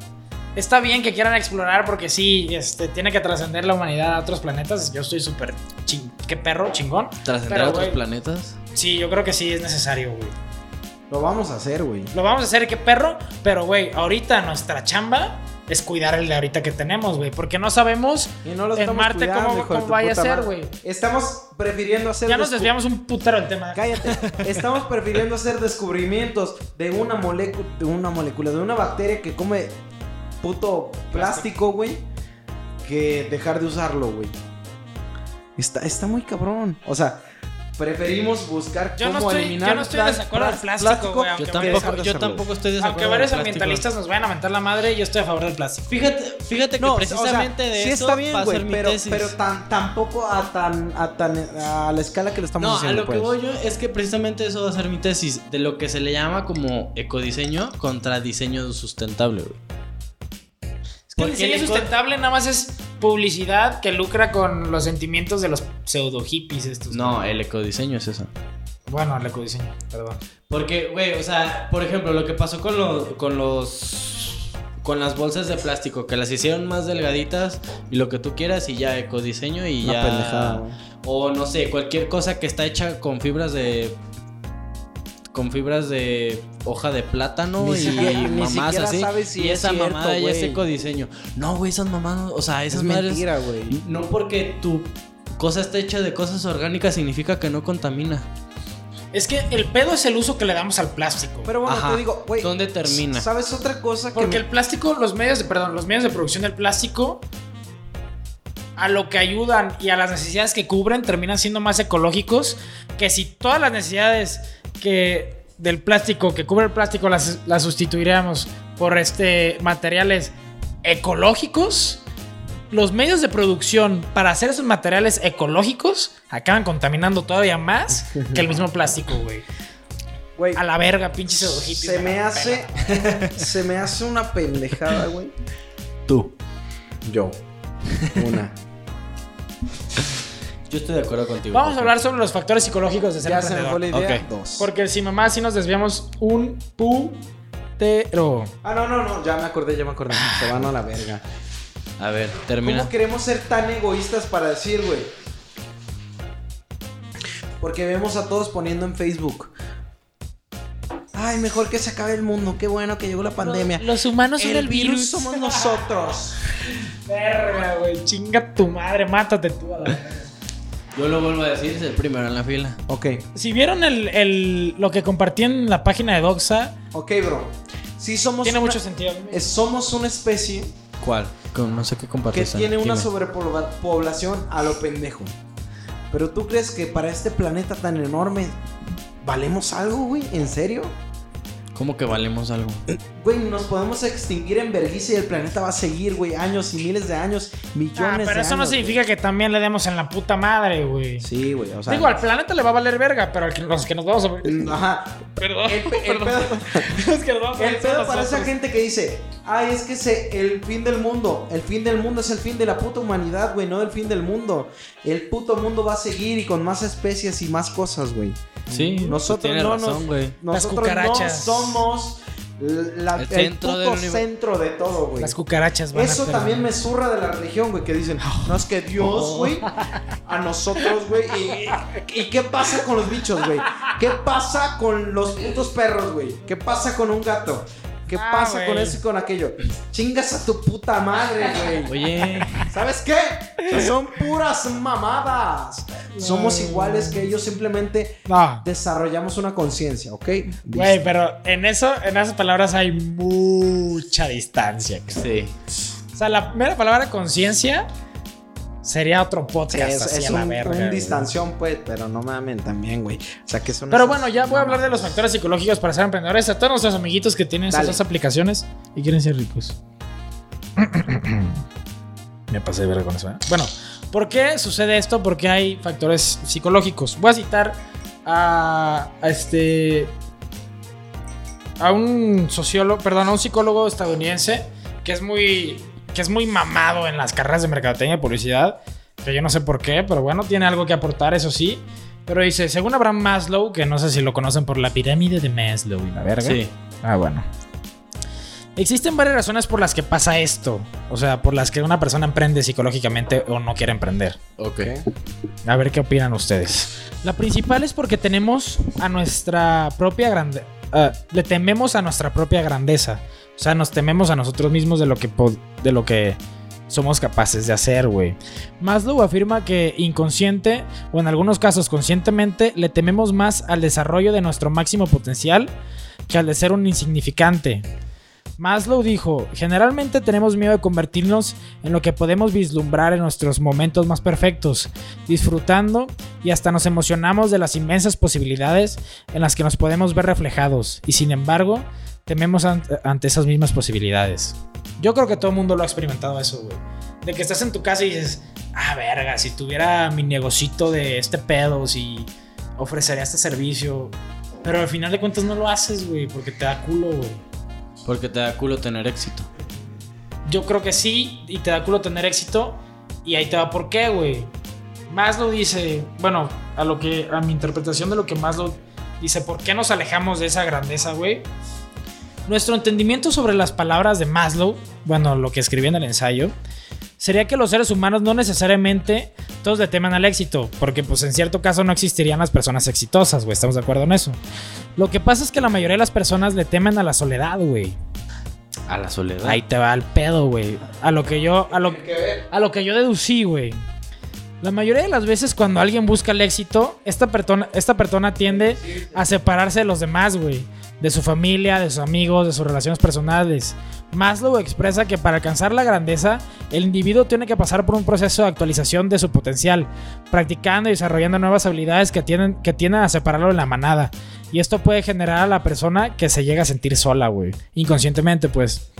Speaker 2: Está bien que quieran explorar porque sí, este, tiene que trascender la humanidad a otros planetas. Yo estoy súper ching, qué perro, chingón.
Speaker 3: Trascender
Speaker 2: pero,
Speaker 3: a otros
Speaker 2: güey.
Speaker 3: planetas.
Speaker 2: Sí, yo creo que sí es necesario, güey.
Speaker 1: Lo vamos a hacer, güey.
Speaker 2: Lo vamos a hacer, qué perro. Pero, güey, ahorita nuestra chamba es cuidar el de ahorita que tenemos, güey. Porque no sabemos
Speaker 1: Y no lo
Speaker 2: en
Speaker 1: estamos
Speaker 2: Marte
Speaker 1: cuidando,
Speaker 2: cómo,
Speaker 1: hijo de
Speaker 2: cómo
Speaker 1: tu
Speaker 2: vaya a
Speaker 1: puta
Speaker 2: ser,
Speaker 1: madre.
Speaker 2: güey.
Speaker 1: Estamos prefiriendo hacer...
Speaker 2: Ya nos
Speaker 1: descu-
Speaker 2: desviamos un putero del tema.
Speaker 1: Cállate. Estamos prefiriendo hacer descubrimientos de una molécula, de una molécula, de una bacteria que come puto plástico, güey, que dejar de usarlo, güey. Está, está muy cabrón. O sea, preferimos buscar
Speaker 2: Yo no
Speaker 1: cómo
Speaker 2: estoy-
Speaker 1: eliminar
Speaker 2: yo no estoy en
Speaker 1: plas-
Speaker 2: desacuerdo del
Speaker 1: plas-
Speaker 2: plástico, güey,
Speaker 3: Yo
Speaker 2: aunque
Speaker 3: tampoco,
Speaker 1: varios-
Speaker 3: yo tampoco estoy desacuerdo.
Speaker 2: Aunque varios
Speaker 3: del plástico.
Speaker 2: ambientalistas nos vayan a mentar la madre, yo estoy a favor del plástico.
Speaker 3: Fíjate, fíjate que
Speaker 1: No, o sea,
Speaker 3: precisamente de
Speaker 1: sí
Speaker 3: eso
Speaker 1: está bien,
Speaker 3: va a
Speaker 1: güey,
Speaker 3: ser mi
Speaker 1: pero,
Speaker 3: tesis.
Speaker 1: pero tan, tampoco a tan a tan a la escala que lo estamos
Speaker 3: no,
Speaker 1: haciendo.
Speaker 3: a lo
Speaker 1: pues.
Speaker 3: que voy yo es que precisamente eso va a ser mi tesis. De lo que se le llama como ecodiseño contra diseño sustentable, güey.
Speaker 2: Es que el
Speaker 3: ¿Por qué
Speaker 2: diseño
Speaker 3: le co-
Speaker 2: sustentable nada más es publicidad que lucra con los sentimientos de los pseudo hippies estos.
Speaker 3: No, el ecodiseño es eso.
Speaker 2: Bueno, el ecodiseño, perdón.
Speaker 3: Porque, güey, o sea, por ejemplo, lo que pasó con, lo- con los. Con las bolsas de plástico, que las hicieron más delgaditas y lo que tú quieras, y ya ecodiseño y
Speaker 1: Una
Speaker 3: ya.
Speaker 1: pendejada, güey.
Speaker 3: O no sé, cualquier cosa que está hecha con fibras de. Con fibras de hoja de plátano
Speaker 1: Ni
Speaker 3: y
Speaker 1: siquiera- ni
Speaker 3: mamás
Speaker 1: siquiera
Speaker 3: así.
Speaker 1: sabes si
Speaker 3: y
Speaker 1: es
Speaker 3: esa
Speaker 1: cierto,
Speaker 3: mamada ya
Speaker 1: güey.
Speaker 3: es ecodiseño. No, güey, esas mamadas. O sea, esas
Speaker 1: Es
Speaker 3: madres.
Speaker 1: mentira, güey.
Speaker 3: No porque tu cosa está hecha de cosas orgánicas significa que no contamina.
Speaker 2: Es que el pedo es el uso que le damos al plástico.
Speaker 1: Pero bueno,
Speaker 3: Ajá.
Speaker 1: te digo, güey.
Speaker 3: ¿Dónde termina?
Speaker 1: ¿Sabes otra cosa que
Speaker 2: Porque
Speaker 1: me-
Speaker 2: el plástico, los medios de, perdón, los medios de producción del plástico, a lo que ayudan y a las necesidades que cubren, terminan siendo más ecológicos que si todas las necesidades que del plástico, que cubre el plástico, las, las sustituiríamos por este materiales ecológicos. Los medios de producción para hacer esos materiales ecológicos acaban contaminando todavía más que el mismo plástico, güey.
Speaker 1: güey,
Speaker 2: A la verga, pinche pseudo hippies,
Speaker 1: se
Speaker 2: me
Speaker 1: me
Speaker 2: la
Speaker 1: hace se me hace una pendejada, güey.
Speaker 3: Tú.
Speaker 1: Yo. Una.
Speaker 3: Yo estoy de acuerdo contigo.
Speaker 2: Vamos a hablar sobre los factores psicológicos de ser
Speaker 1: ya se me
Speaker 2: emprendedor.
Speaker 1: fue la idea.
Speaker 3: Ok.
Speaker 1: Dos.
Speaker 2: Porque si mamá sí nos desviamos un putero.
Speaker 1: Ah, no, no, no, ya me acordé, ya me acordé. Se van a la verga.
Speaker 3: A ver,
Speaker 1: ¿Cómo
Speaker 3: termina.
Speaker 1: queremos ser tan egoístas para decir, güey? Porque vemos a todos poniendo en Facebook. Ay, mejor que se acabe el mundo. Qué bueno que llegó la pandemia.
Speaker 2: Los humanos
Speaker 1: el, virus, somos nosotros.
Speaker 2: Verga, güey. Chinga tu madre, mátate tú. a la verga.
Speaker 3: Yo lo vuelvo a decir, es el primero en la fila.
Speaker 1: ok,
Speaker 2: si vieron el, el- lo que compartí en la página de Doxa,
Speaker 1: ok, bro. Sí somos
Speaker 2: tiene
Speaker 1: una-
Speaker 2: mucho sentido.
Speaker 1: eh, somos una especie
Speaker 3: ¿Cuál? no sé qué
Speaker 1: que
Speaker 3: compartes.
Speaker 1: tiene una sobrepoblación a lo pendejo. Pero tú crees que para este planeta tan enorme valemos algo, güey? ¿En serio?
Speaker 3: ¿Cómo que valemos algo?
Speaker 1: Güey, nos podemos extinguir en vergüenza y el planeta va a seguir, güey, años y miles de años,
Speaker 2: Ah,
Speaker 1: millones de años.
Speaker 2: pero eso no
Speaker 1: güey.
Speaker 2: significa que también le demos en la puta madre, güey.
Speaker 1: Sí, güey, o sea.
Speaker 2: Digo, al planeta le va a valer verga, pero al que, los que nos vamos a...
Speaker 1: Mm, Ajá.
Speaker 2: Perdón,
Speaker 1: El, pe- el
Speaker 2: perdón.
Speaker 1: pedo,
Speaker 2: Los que nos vamos a-
Speaker 1: el pedo para esa
Speaker 2: nosotros.
Speaker 1: gente que dice, ay, es que se, el fin del mundo, el fin del mundo es el fin de la puta humanidad, güey, no el fin del mundo. El puto mundo va a seguir y con más especies y más cosas, güey.
Speaker 3: Sí,
Speaker 1: Nosotros
Speaker 3: tienes
Speaker 1: no
Speaker 3: razón,
Speaker 1: nos-
Speaker 3: güey.
Speaker 2: Las
Speaker 1: Nosotros
Speaker 2: cucarachas.
Speaker 1: no somos la-
Speaker 3: El
Speaker 1: el,
Speaker 3: centro
Speaker 1: puto
Speaker 3: del universo.
Speaker 1: centro de todo, güey.
Speaker 2: Las cucarachas, van a
Speaker 1: Eso
Speaker 2: perder.
Speaker 1: también me zurra de la religión, güey, que dicen, no es que
Speaker 2: Oh.
Speaker 1: Dios, güey, a nosotros, güey, y, y qué pasa con los bichos, güey, qué pasa con los putos perros, güey, qué pasa con un gato, qué
Speaker 2: Ah,
Speaker 1: pasa con
Speaker 2: güey.
Speaker 1: eso y con aquello, chingas a tu puta madre, güey,
Speaker 3: Oye,
Speaker 1: ¿sabes qué? Son puras mamadas, somos
Speaker 2: Ay,
Speaker 1: iguales
Speaker 2: güey.
Speaker 1: que ellos, simplemente
Speaker 2: No.
Speaker 1: desarrollamos una conciencia, ¿ok?
Speaker 2: Güey, pero en eso, en esas palabras hay mucha distancia. cabrón.
Speaker 3: sí.
Speaker 2: O sea, la mera palabra conciencia sería otro
Speaker 1: Sí,
Speaker 2: podcast.
Speaker 1: es,
Speaker 2: así
Speaker 1: es
Speaker 2: a la
Speaker 1: un,
Speaker 2: verga,
Speaker 1: un
Speaker 2: güey.
Speaker 1: distanción, pues, pero no mamen también, güey. O sea, que son
Speaker 2: Pero
Speaker 1: esas
Speaker 2: bueno, ya voy a hablar de los factores psicológicos para ser emprendedores. A todos nuestros amiguitos que tienen esas
Speaker 1: Dale.
Speaker 2: dos aplicaciones y quieren ser ricos. Me pasé de verga con eso. ¿eh? Bueno, ¿por qué sucede esto? Porque hay factores psicológicos. Voy a citar a, a este. a un sociólogo, perdón, a un psicólogo estadounidense que es muy. que es muy mamado en las carreras de mercadotecnia y publicidad. Que yo no sé por qué, pero bueno, tiene algo que aportar, eso sí. Pero dice, según Abraham Maslow, que no sé si lo conocen por la pirámide de Maslow y la verga.
Speaker 3: Sí.
Speaker 2: Ah, bueno. Existen varias razones por las que pasa esto. O sea, por las que una persona emprende psicológicamente o no quiere emprender.
Speaker 3: Ok.
Speaker 2: A ver qué opinan ustedes. La principal es porque eh, tenemos a nuestra propia grandeza. le tememos a nuestra propia grandeza. O sea, nos tememos a nosotros mismos de lo que, pod- de lo que somos capaces de hacer, güey. Maslow afirma que inconsciente, o en algunos casos conscientemente, le tememos más al desarrollo de nuestro máximo potencial que al de ser un insignificante. Maslow dijo, generalmente tenemos miedo de convertirnos en lo que podemos vislumbrar en nuestros momentos más perfectos, disfrutando y hasta nos emocionamos de las inmensas posibilidades en las que nos podemos ver reflejados y sin embargo tememos an- ante esas mismas posibilidades. Yo creo que todo el mundo lo ha experimentado eso, güey. De que estás en tu casa y dices, ah, verga, si tuviera mi negocito de este pedo, si ofrecería este servicio. Pero al final de cuentas no lo haces, güey, porque te da culo, güey.
Speaker 3: Porque te da culo tener éxito.
Speaker 2: Yo creo que sí, y te da culo tener éxito. Y ahí te va por qué, güey. Maslow dice, bueno, a lo que a mi interpretación de lo que Maslow dice, ¿por qué nos alejamos de esa grandeza, güey? Nuestro entendimiento sobre las palabras de Maslow, bueno, lo que escribí en el ensayo, sería que los seres humanos no necesariamente todos le teman al éxito, porque pues en cierto caso no existirían las personas exitosas, güey, estamos de acuerdo en eso. Lo que pasa es que la mayoría de las personas le temen a la soledad, güey.
Speaker 3: A la soledad.
Speaker 2: Ahí te va el pedo, güey. A lo que yo, a lo, a lo que yo deducí, güey. La mayoría de las veces cuando alguien busca el éxito, esta persona, esta persona tiende a separarse de los demás, güey. De su familia, de sus amigos, de sus relaciones personales. Maslow expresa que para alcanzar la grandeza, el individuo tiene que pasar por un proceso de actualización de su potencial, practicando y desarrollando nuevas habilidades que tienen, que tienden a separarlo de la manada. Y esto puede generar a la persona que se llega a sentir sola, güey. Inconscientemente, pues.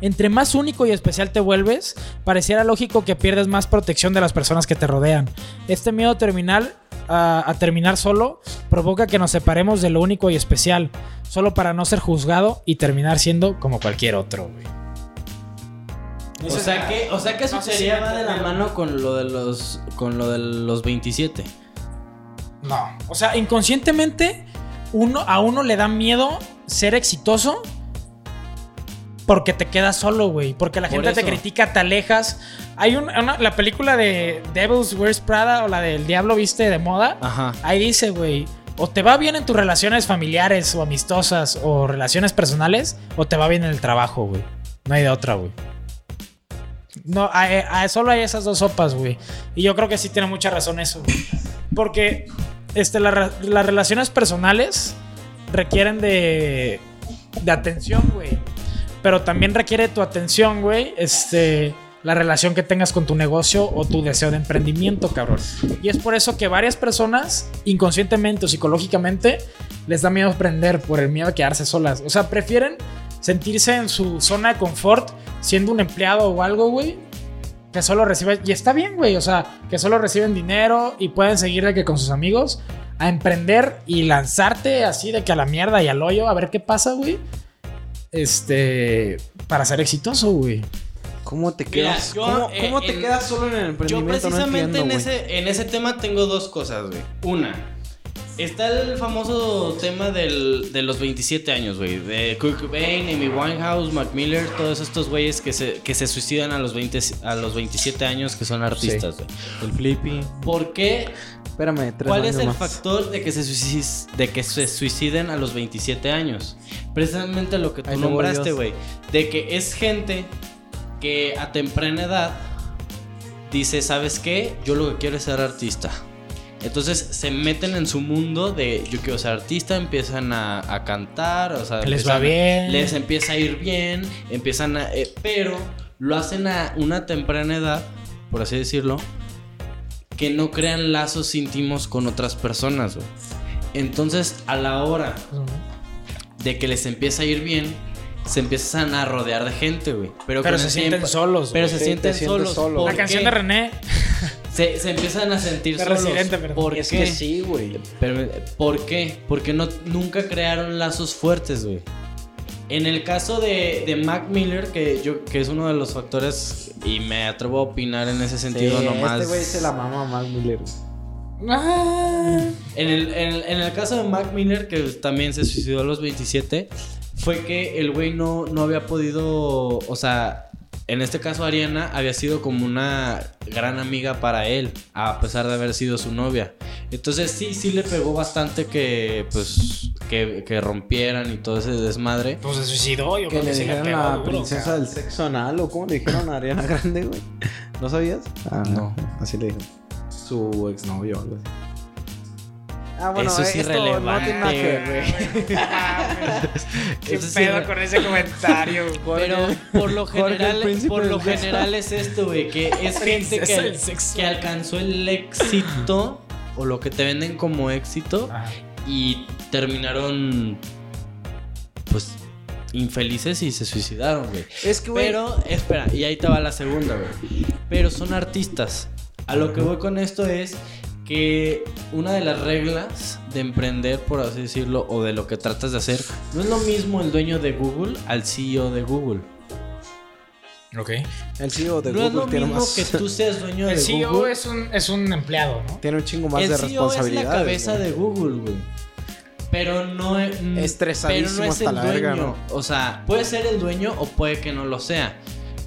Speaker 2: Entre más único y especial te vuelves, pareciera lógico que pierdes más protección de las personas que te rodean. Este miedo terminal a, a terminar solo provoca que nos separemos de lo único y especial, solo para no ser juzgado y terminar siendo como cualquier otro, güey.
Speaker 3: O sea que, o sea que
Speaker 1: Ah,
Speaker 3: eso
Speaker 2: No sé
Speaker 3: sería
Speaker 2: si
Speaker 3: va de la mano con lo de los con lo de los 27.
Speaker 2: No. O sea, inconscientemente uno, a uno le da miedo ser exitoso porque te quedas solo, güey. Porque la
Speaker 3: Por
Speaker 2: gente te
Speaker 3: eso.
Speaker 2: critica, te alejas. Hay un- una- la película de Devil's Wears Prada o la del Diablo Viste de Moda.
Speaker 3: Ajá.
Speaker 2: Ahí dice, güey, o te va bien en tus relaciones familiares o amistosas o relaciones personales o te va bien en el trabajo, güey. No hay de otra, güey. No, a- eh, a- solo hay esas dos sopas, güey. Y yo creo que sí tiene mucha razón eso, güey. Porque este, la re- las relaciones personales requieren de, de atención, güey. Pero también requiere tu atención, güey. Este, la relación que tengas con tu negocio o tu deseo de emprendimiento, cabrón. Y es por eso que varias personas, inconscientemente o psicológicamente, les da miedo emprender por el miedo a quedarse solas. O sea, prefieren sentirse en su zona de confort siendo un empleado o algo, güey. Que solo reciben, y está bien, güey, o sea, que solo reciben dinero y pueden seguir de que con sus amigos a emprender y lanzarte así de que a la mierda y al hoyo, a ver qué pasa, güey. Este, para ser exitoso, güey.
Speaker 1: ¿Cómo te
Speaker 3: Mira,
Speaker 1: quedas?
Speaker 3: yo,
Speaker 1: ¿Cómo,
Speaker 3: eh,
Speaker 1: cómo te
Speaker 3: en-
Speaker 1: quedas solo en el
Speaker 3: Yo
Speaker 1: emprendimiento?
Speaker 3: precisamente
Speaker 1: no
Speaker 3: en,
Speaker 1: entiendo, güey.
Speaker 3: ese, en ese tema tengo dos cosas, güey. Una, está el famoso tema del- de los 27 años, güey. De Kurt Cobain, Amy Winehouse, Mac Miller, todos estos güeyes que se, que se suicidan a los, 20, a los 27 años que son artistas, güey.
Speaker 1: El flippy.
Speaker 3: ¿Por qué?
Speaker 1: Espérame, tres
Speaker 3: ¿Cuál
Speaker 1: años
Speaker 3: es el
Speaker 1: más.
Speaker 3: factor de que, se suicis- de que se suiciden a los 27 años? Precisamente lo que tú
Speaker 1: Ahí le voy,
Speaker 3: nombraste,
Speaker 1: Dios.
Speaker 3: güey. De que es gente que a temprana edad dice, ¿sabes qué? Yo lo que quiero es ser artista. Entonces se meten en su mundo de yo quiero ser artista, empiezan a, a cantar, o sea,
Speaker 2: Les va
Speaker 3: empiezan a-
Speaker 2: bien.
Speaker 3: les empieza a ir bien, empiezan a... eh, pero lo hacen a una temprana edad, por así decirlo, que no crean lazos íntimos con otras personas. güey. Entonces, a la hora de que les empieza a ir bien, se empiezan a rodear de gente, güey. Pero,
Speaker 2: Pero
Speaker 3: con
Speaker 2: se
Speaker 3: el
Speaker 2: sienten
Speaker 3: tiempo-
Speaker 2: solos.
Speaker 3: Pero
Speaker 1: Sí,
Speaker 2: güey.
Speaker 3: se
Speaker 1: te
Speaker 3: sienten
Speaker 1: sientes
Speaker 3: solos.
Speaker 1: solo.
Speaker 3: ¿Por
Speaker 2: la canción
Speaker 3: qué?
Speaker 2: de René.
Speaker 3: se, se empiezan a sentir
Speaker 2: De
Speaker 3: solos.
Speaker 2: Residente, perdón.
Speaker 3: ¿Por
Speaker 1: Es
Speaker 3: qué?
Speaker 1: que sí, güey.
Speaker 3: Pero, ¿Por qué? Porque no, nunca crearon lazos fuertes, güey. En el caso de, de Mac Miller, que, yo, que es uno de los factores, y me atrevo a opinar en ese sentido
Speaker 1: Sí,
Speaker 3: nomás.
Speaker 1: Este güey se la mama más Miller. güey.
Speaker 2: Ah.
Speaker 3: En el, en, el- en el caso de Mac Miller, que también se suicidó a los 27, fue que el güey no, no había podido, o sea, En este caso, Ariana había sido como una gran amiga para él, a pesar de haber sido su novia. Entonces sí, sí le pegó bastante que, pues, que, que rompieran y todo ese desmadre.
Speaker 2: Pues se suicidó, yo
Speaker 1: Que
Speaker 2: creo
Speaker 1: le
Speaker 2: que sí le
Speaker 1: dijeron
Speaker 2: pegó
Speaker 1: la
Speaker 2: duro,
Speaker 1: princesa
Speaker 2: cabrón.
Speaker 1: del sexo anal o cómo le dijeron a Ariana Grande, güey. ¿No sabías? Ah,
Speaker 3: No.
Speaker 1: Así le dijeron. Su exnovio o algo así. Ah,
Speaker 3: Eso es
Speaker 1: esto no tiene nada que
Speaker 3: irrelevante,
Speaker 1: ver, güey.
Speaker 2: Qué
Speaker 3: Eso sí
Speaker 2: pedo
Speaker 3: era-
Speaker 2: con ese comentario, güey.
Speaker 3: Pero por lo
Speaker 1: Jorge, el
Speaker 3: general,
Speaker 1: príncipe
Speaker 3: por lo
Speaker 1: del beso.
Speaker 3: general es esto, güey, que es gente
Speaker 2: Princesa
Speaker 3: que,
Speaker 2: del sexo.
Speaker 3: que alcanzó el éxito o lo que te venden como éxito
Speaker 2: Ajá.
Speaker 3: y terminaron pues infelices y se suicidaron, güey.
Speaker 1: Es que, güey.
Speaker 3: Pero espera, y ahí te va la segunda, güey. Pero son artistas. A lo que voy con esto es que una de las reglas de emprender, por así decirlo, o de lo que tratas de hacer, no es lo mismo el dueño de Google al CEO de Google.
Speaker 2: Ok.
Speaker 1: El CEO de
Speaker 3: no
Speaker 1: Google
Speaker 3: es lo
Speaker 1: tiene
Speaker 3: mismo
Speaker 1: más. E
Speaker 3: que tú seas dueño de
Speaker 2: El CEO
Speaker 3: Google.
Speaker 2: E es un, es un empleado, ¿no?
Speaker 1: Tiene un chingo más
Speaker 3: el
Speaker 1: de
Speaker 3: CEO es
Speaker 1: responsabilidad.
Speaker 3: la cabeza de Google, güey. Pero no es.
Speaker 1: Estresadísimo
Speaker 3: pero no es
Speaker 1: hasta
Speaker 3: el
Speaker 1: la
Speaker 3: dueño.
Speaker 1: verga,
Speaker 3: O sea, puede ser el dueño o puede que no lo sea.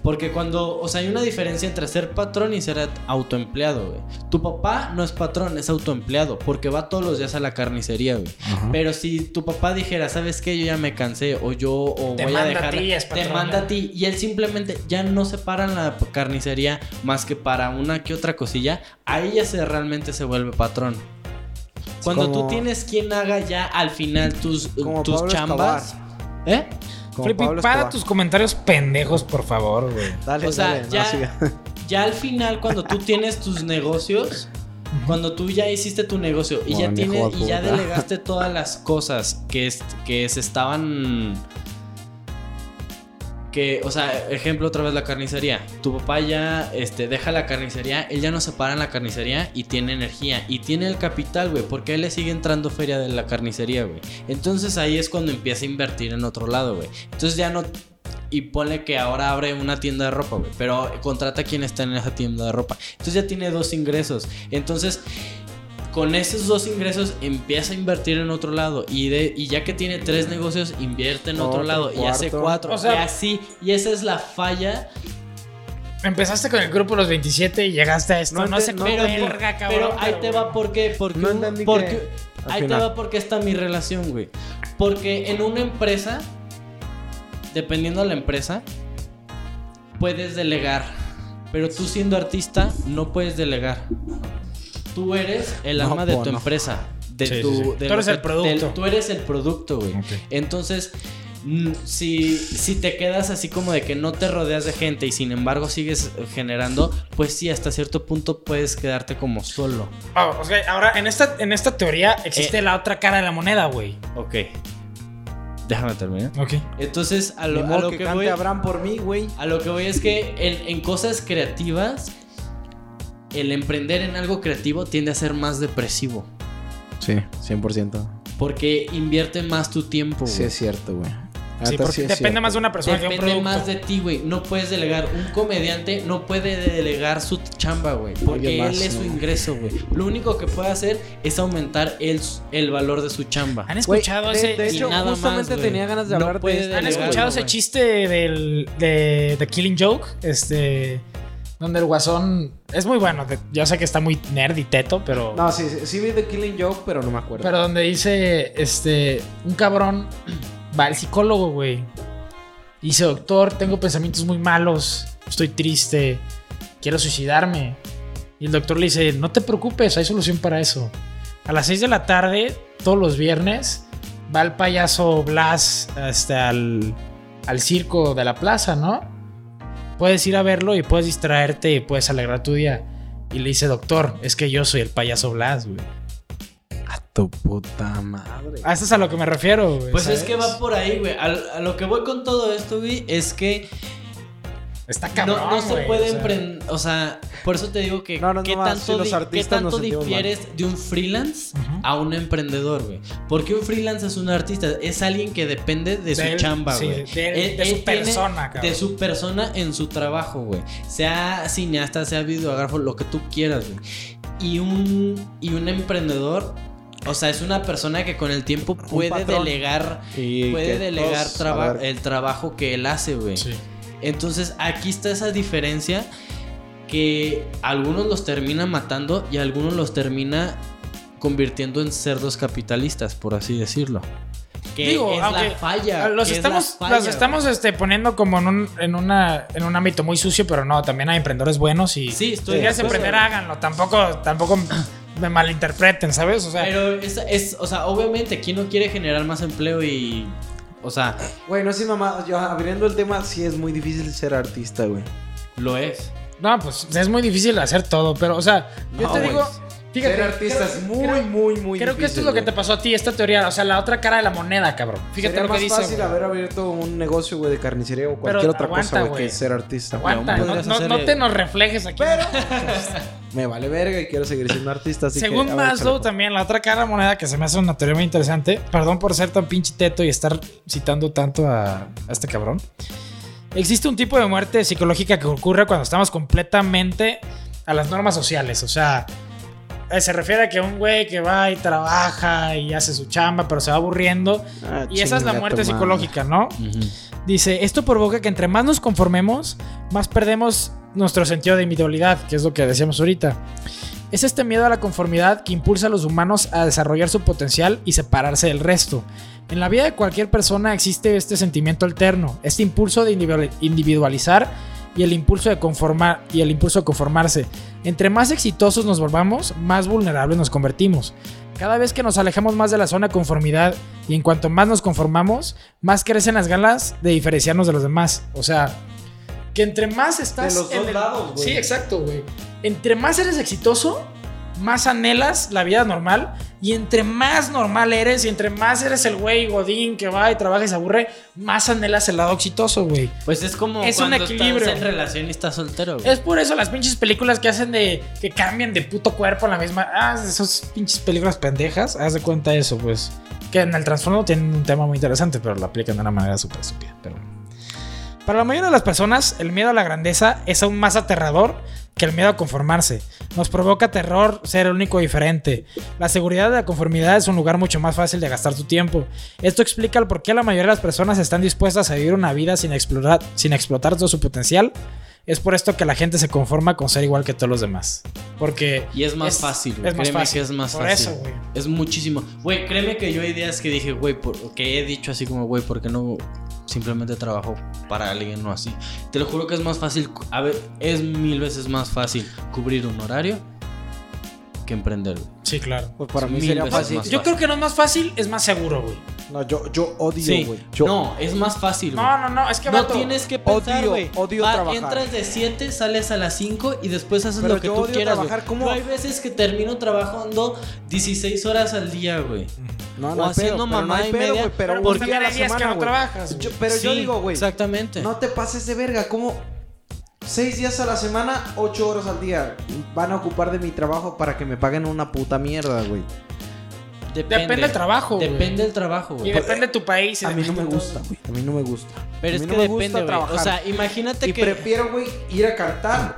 Speaker 3: Porque cuando. O sea, hay una diferencia entre ser patrón y ser autoempleado, güey. Tu papá no es patrón, es autoempleado. Porque va todos los días a la carnicería, güey. Pero si tu papá dijera, ¿sabes qué? Yo ya me cansé, o yo, o
Speaker 2: Te
Speaker 3: voy a
Speaker 2: manda a
Speaker 3: dejar.
Speaker 2: ti, es
Speaker 3: te
Speaker 2: patrón,
Speaker 3: manda
Speaker 2: ¿no?
Speaker 3: a ti. Y él simplemente ya no se para en la carnicería más que para una que otra cosilla. Ahí ya se realmente se vuelve patrón. Cuando tú
Speaker 1: como-
Speaker 3: tienes quien haga ya al final tus,
Speaker 1: Como
Speaker 3: tus
Speaker 1: Pablo
Speaker 3: chambas. ¿Eh?
Speaker 1: Como
Speaker 2: Flippy,
Speaker 1: Pablo
Speaker 2: para
Speaker 1: Escobar.
Speaker 2: tus comentarios pendejos, por favor, güey.
Speaker 1: Dale,
Speaker 3: O sea,
Speaker 1: dale, no,
Speaker 3: ya-
Speaker 1: siga.
Speaker 3: Ya al final, cuando tú tienes tus negocios, cuando tú ya hiciste tu negocio y ya
Speaker 1: Bueno,
Speaker 3: tienes,
Speaker 1: hijo de
Speaker 3: y ya
Speaker 1: puta.
Speaker 3: delegaste todas las cosas que, es- que se estaban. Que, o sea, ejemplo otra vez la carnicería. Tu papá ya este, deja la carnicería, él ya no se para en la carnicería y tiene energía. Y tiene el capital, güey, porque a él le sigue entrando feria de la carnicería, güey. Entonces ahí es cuando empieza a invertir en otro lado, güey. Entonces ya no. Y ponle que ahora abre una tienda de ropa, güey. Pero contrata a quien está en esa tienda de ropa. Entonces ya tiene dos ingresos. Entonces, con esos dos ingresos empieza a invertir en otro lado. Y, de, y ya que tiene tres negocios, invierte en otro,
Speaker 1: Otro,
Speaker 3: lado. Y hace
Speaker 1: cuarto.
Speaker 3: cuatro.
Speaker 2: O sea-
Speaker 3: y así. Y esa es la falla.
Speaker 2: Empezaste con el grupo los 27 y llegaste a esto.
Speaker 1: No
Speaker 2: No,
Speaker 1: ente-
Speaker 2: sé
Speaker 1: no
Speaker 2: cómo
Speaker 1: Pero
Speaker 2: verga,
Speaker 3: por-
Speaker 2: cabrón,
Speaker 3: pero ahí te va
Speaker 2: güey.
Speaker 3: porque. porque
Speaker 1: No
Speaker 3: un-
Speaker 1: entendí que-
Speaker 3: porque-
Speaker 1: al
Speaker 3: Ahí te
Speaker 1: final.
Speaker 3: va porque está mi relación, güey. Porque en una empresa, dependiendo de la empresa, puedes delegar. Pero tú siendo artista no puedes delegar. Tú eres el
Speaker 1: No,
Speaker 3: alma de
Speaker 1: po,
Speaker 3: tu
Speaker 1: no.
Speaker 3: empresa. De
Speaker 2: Sí, sí,
Speaker 3: tu,
Speaker 2: sí.
Speaker 3: de
Speaker 2: Tú
Speaker 3: lo
Speaker 2: eres
Speaker 3: que-
Speaker 2: el producto.
Speaker 3: del- tú eres el producto, güey.
Speaker 2: Ok.
Speaker 3: Entonces, mm, si, si te quedas así como de que no te rodeas de gente y sin embargo sigues generando, pues sí, hasta cierto punto puedes quedarte como solo.
Speaker 2: Ah, ok, ahora, en esta, en esta teoría
Speaker 3: Eh.
Speaker 2: existe la otra cara de la moneda, güey.
Speaker 3: Ok. Déjame terminar.
Speaker 2: Ok.
Speaker 1: Ah,
Speaker 3: Entonces, a lo,
Speaker 1: Ni
Speaker 3: a
Speaker 1: modo
Speaker 3: lo
Speaker 1: que,
Speaker 3: que,
Speaker 1: cante
Speaker 3: voy,
Speaker 1: Abraham por mí, güey.
Speaker 3: a lo que voy es que en, en cosas creativas, el emprender en algo creativo tiende a ser más depresivo.
Speaker 1: Sí, 100%.
Speaker 3: Porque invierte más tu tiempo.
Speaker 1: Sí,
Speaker 3: güey.
Speaker 1: es cierto, güey.
Speaker 2: Sí,
Speaker 1: Neta,
Speaker 2: porque
Speaker 1: sí es
Speaker 2: depende
Speaker 1: cierto.
Speaker 2: más de una persona que un
Speaker 3: Depende
Speaker 2: producto.
Speaker 3: más de ti, güey. No puedes delegar. Un comediante no puede delegar su chamba, güey. Porque
Speaker 1: Alguien más,
Speaker 3: él es su
Speaker 1: ¿no?
Speaker 3: ingreso, güey. Lo único que puede hacer es aumentar el, el valor de su chamba.
Speaker 2: ¿Han
Speaker 1: Güey,
Speaker 2: escuchado
Speaker 1: de-
Speaker 2: ese,
Speaker 1: de
Speaker 3: y
Speaker 1: hecho,
Speaker 3: nada más,
Speaker 1: justamente
Speaker 3: güey.
Speaker 1: tenía ganas de
Speaker 3: No
Speaker 1: hablar de este
Speaker 3: puede
Speaker 1: esto.
Speaker 2: ¿Han
Speaker 3: delegar,
Speaker 2: escuchado ese
Speaker 3: güey.
Speaker 2: chiste del, de, de Killing Joke? Este. Donde el guasón. Es muy bueno. de- yo sé que está muy nerd y teto, pero.
Speaker 1: No, sí, sí, sí vi The Killing Joke, pero no me acuerdo.
Speaker 2: Pero donde dice, este, un cabrón va al psicólogo, güey. Y Dice, doctor, tengo pensamientos muy malos, estoy triste, quiero suicidarme. Y el doctor le dice, no te preocupes, hay solución para eso. A las 6 de la tarde, todos los viernes, va el payaso Blas hasta al, al circo de la plaza, ¿no? Puedes ir a verlo y puedes distraerte y puedes alegrar tu día. Y le dice, doctor, es que yo soy el payaso Blas, güey.
Speaker 1: A tu puta madre.
Speaker 2: A Ah, eso es a lo que me refiero, güey.
Speaker 3: Pues
Speaker 2: ¿sabes?
Speaker 3: es que va por ahí, güey. Al- A, lo que voy con todo esto, güey, es que
Speaker 2: Está
Speaker 3: no-
Speaker 2: cabrón.
Speaker 3: no, se
Speaker 2: güey, o
Speaker 3: puede
Speaker 2: sea,
Speaker 3: emprender. O sea, por eso te digo que
Speaker 1: No, no,
Speaker 3: qué
Speaker 1: no,
Speaker 3: tanto,
Speaker 1: sí, los
Speaker 3: di- qué
Speaker 1: artistas
Speaker 3: tanto
Speaker 1: nos sentimos mal.
Speaker 3: difieres de un freelance
Speaker 2: Ujú.
Speaker 3: a un emprendedor, güey. Porque un freelance es un artista, es alguien que depende de su
Speaker 2: de él,
Speaker 3: chamba,
Speaker 2: sí,
Speaker 3: güey.
Speaker 2: de, él-
Speaker 3: Él-
Speaker 2: de su
Speaker 3: él tiene-
Speaker 2: persona, cabrón.
Speaker 3: De su persona en su trabajo, güey. Sea cineasta, sea videógrafo, lo que tú quieras, güey. Y un, y un emprendedor, o sea, es una persona que con el tiempo puede
Speaker 1: patrón.
Speaker 3: delegar
Speaker 1: Y
Speaker 3: puede
Speaker 1: que
Speaker 3: delegar
Speaker 1: todos-
Speaker 3: traba-
Speaker 2: eh.
Speaker 1: a ver,
Speaker 3: el trabajo que él hace, güey.
Speaker 2: Sí.
Speaker 3: Entonces aquí está esa diferencia que algunos los termina matando y algunos los termina convirtiendo en cerdos capitalistas, por así decirlo. Que
Speaker 2: Digo,
Speaker 3: es
Speaker 2: aunque
Speaker 3: la falla.
Speaker 2: Los
Speaker 3: que es
Speaker 2: estamos,
Speaker 3: la falla,
Speaker 2: los estamos este, poniendo como en un, en, una, en un ámbito muy sucio, pero no, también hay emprendedores buenos y
Speaker 3: Sí, estoy
Speaker 2: si
Speaker 3: de
Speaker 2: quieres
Speaker 3: acuerdo.
Speaker 2: emprender, háganlo. Tampoco, tampoco me malinterpreten, ¿sabes? O sea,
Speaker 3: Pero es, es, o sea, obviamente, ¿quién no quiere generar más empleo y. O sea,
Speaker 1: Güey, no sé, mamá, yo abriendo el tema, sí es muy difícil ser artista, güey.
Speaker 3: lo es.
Speaker 2: no, pues es muy difícil hacer todo, pero, o sea, yo
Speaker 3: No,
Speaker 2: te
Speaker 3: güey.
Speaker 2: digo, fíjate.
Speaker 1: ser artista
Speaker 2: creo-
Speaker 1: es muy,
Speaker 2: creo-
Speaker 1: muy, muy
Speaker 2: Creo que
Speaker 1: difícil,
Speaker 2: esto es lo que
Speaker 1: güey.
Speaker 2: te pasó a ti, esta teoría, o sea, la otra cara de la moneda, cabrón. Fíjate
Speaker 1: Sería
Speaker 2: lo que
Speaker 1: más
Speaker 2: dice.
Speaker 1: fácil
Speaker 2: güey.
Speaker 1: haber abierto un negocio, güey, de carnicería o cualquier otra
Speaker 2: aguanta,
Speaker 1: cosa, güey,
Speaker 2: güey.
Speaker 1: que ser artista. güey.
Speaker 2: Aguanta,
Speaker 3: Pero
Speaker 2: no,
Speaker 3: podrías
Speaker 2: no-
Speaker 3: hacer,
Speaker 2: no
Speaker 3: eh,
Speaker 2: te nos reflejes aquí.
Speaker 1: Me vale verga y quiero seguir siendo artista, así
Speaker 2: Según
Speaker 1: que...
Speaker 2: Maslow,
Speaker 1: también.
Speaker 2: también la otra cara de la moneda que se me hace una teoría muy interesante. Perdón por ser tan pinche teto y estar citando tanto a, a este cabrón. Existe un tipo de muerte psicológica que ocurre cuando estamos completamente a las normas sociales. O sea, eh, se refiere a que un güey que va y trabaja y hace su chamba, pero se va aburriendo.
Speaker 1: ah,
Speaker 2: Y esa es la muerte psicológica, ¿no? Dice, esto provoca que entre más nos conformemos, más perdemos nuestro sentido de individualidad, que es lo que decíamos ahorita. Es este miedo a la conformidad que impulsa a los humanos a desarrollar su potencial y separarse del resto. En la vida de cualquier persona existe este sentimiento alterno, este impulso de individual- individualizar y el impulso de conformar y el impulso de conformarse. Entre más exitosos nos volvamos, más vulnerables nos convertimos. Cada vez que nos alejamos más de la zona de conformidad y en cuanto más nos conformamos, más crecen las ganas de diferenciarnos de los demás. O sea, que entre más estás.
Speaker 1: los
Speaker 2: en
Speaker 1: dos
Speaker 2: el-
Speaker 1: lados, güey.
Speaker 2: Sí, exacto, güey. Entre más eres exitoso, más anhelas la vida normal. Y entre más normal eres y entre más eres el güey godín que va y trabaja y se aburre, más anhelas el lado exitoso, güey.
Speaker 3: Pues es como
Speaker 2: Es un
Speaker 3: cuando
Speaker 2: equilibrio.
Speaker 3: estás en relación y estás soltero. güey.
Speaker 2: Es por eso las pinches películas que hacen de que cambian de puto cuerpo a la misma. Ah, esas pinches películas pendejas. Haz de cuenta eso, pues. Que en el trasfondo tienen un tema muy interesante, pero lo aplican de una manera súper estúpida. Pero bueno. Para la mayoría de las personas, el miedo a la grandeza es aún más aterrador que el miedo a conformarse. Nos provoca terror ser el único diferente. La seguridad de la conformidad es un lugar mucho más fácil de gastar tu tiempo. Esto explica el por qué la mayoría de las personas están dispuestas a vivir una vida sin explorar, sin explotar todo su potencial. Es por esto que la gente se conforma con ser igual que todos los demás. Porque
Speaker 3: Y es más
Speaker 2: es-
Speaker 3: fácil, güey.
Speaker 2: es más
Speaker 3: Créeme
Speaker 2: fácil.
Speaker 3: que es más
Speaker 2: Por
Speaker 3: fácil.
Speaker 2: eso, güey.
Speaker 3: Es muchísimo. Güey, créeme que yo hay días que dije, güey, por- que he dicho así como, güey, ¿por qué no simplemente trabajo para alguien o así? Te lo juro que es más fácil, cu- a ver, es mil veces más fácil cubrir un horario que emprender. güey.
Speaker 2: sí, claro.
Speaker 1: Pues para
Speaker 3: Es
Speaker 1: mí
Speaker 3: mil
Speaker 1: sería
Speaker 3: veces
Speaker 1: fácil.
Speaker 3: más.
Speaker 2: Yo creo que no es más fácil, es más seguro, güey.
Speaker 1: No, yo, yo odio,
Speaker 3: Sí,
Speaker 1: güey. Yo-
Speaker 3: no, es más fácil. güey.
Speaker 2: No, no, no, es que
Speaker 3: No
Speaker 2: vato,
Speaker 3: tienes que
Speaker 1: Odio,
Speaker 3: pensar, güey.
Speaker 1: odio
Speaker 3: Va,
Speaker 1: trabajar.
Speaker 3: Entras de 7, sales a las 5 y después haces
Speaker 1: Pero
Speaker 3: lo que
Speaker 1: yo
Speaker 3: tú
Speaker 1: odio
Speaker 3: quieras,
Speaker 1: trabajar,
Speaker 3: güey.
Speaker 1: ¿cómo?
Speaker 3: Yo hay veces que termino trabajando 16 horas al día, güey.
Speaker 1: No,
Speaker 3: O
Speaker 1: no, hay
Speaker 3: haciendo
Speaker 1: pedo, pero no
Speaker 3: mamá
Speaker 1: hay
Speaker 3: y
Speaker 1: pedo,
Speaker 3: media,
Speaker 1: güey, pero
Speaker 2: Pero
Speaker 1: un
Speaker 2: porque
Speaker 1: día a la
Speaker 2: hay días que
Speaker 1: semana,
Speaker 2: no
Speaker 1: güey.
Speaker 2: trabajas, güey.
Speaker 1: Yo- Pero yo
Speaker 3: Sí,
Speaker 1: digo, güey,
Speaker 3: Exactamente.
Speaker 1: no te pases de verga, ¿cómo? Seis días a la semana, ocho horas al día van a ocupar de mi trabajo para que me paguen una puta mierda, güey.
Speaker 2: Depende del trabajo, güey.
Speaker 3: Depende del trabajo,
Speaker 2: Y
Speaker 3: güey.
Speaker 2: depende de tu país. y
Speaker 1: A mí no
Speaker 2: depende
Speaker 1: me
Speaker 2: de todo.
Speaker 1: gusta, güey. A mí no me gusta.
Speaker 3: Pero
Speaker 1: A
Speaker 3: es
Speaker 1: mí
Speaker 3: que
Speaker 1: no me gusta
Speaker 3: depende, güey. O
Speaker 1: trabajar.
Speaker 3: sea, imagínate
Speaker 1: Y
Speaker 3: que.
Speaker 1: prefiero, güey, ir a cantar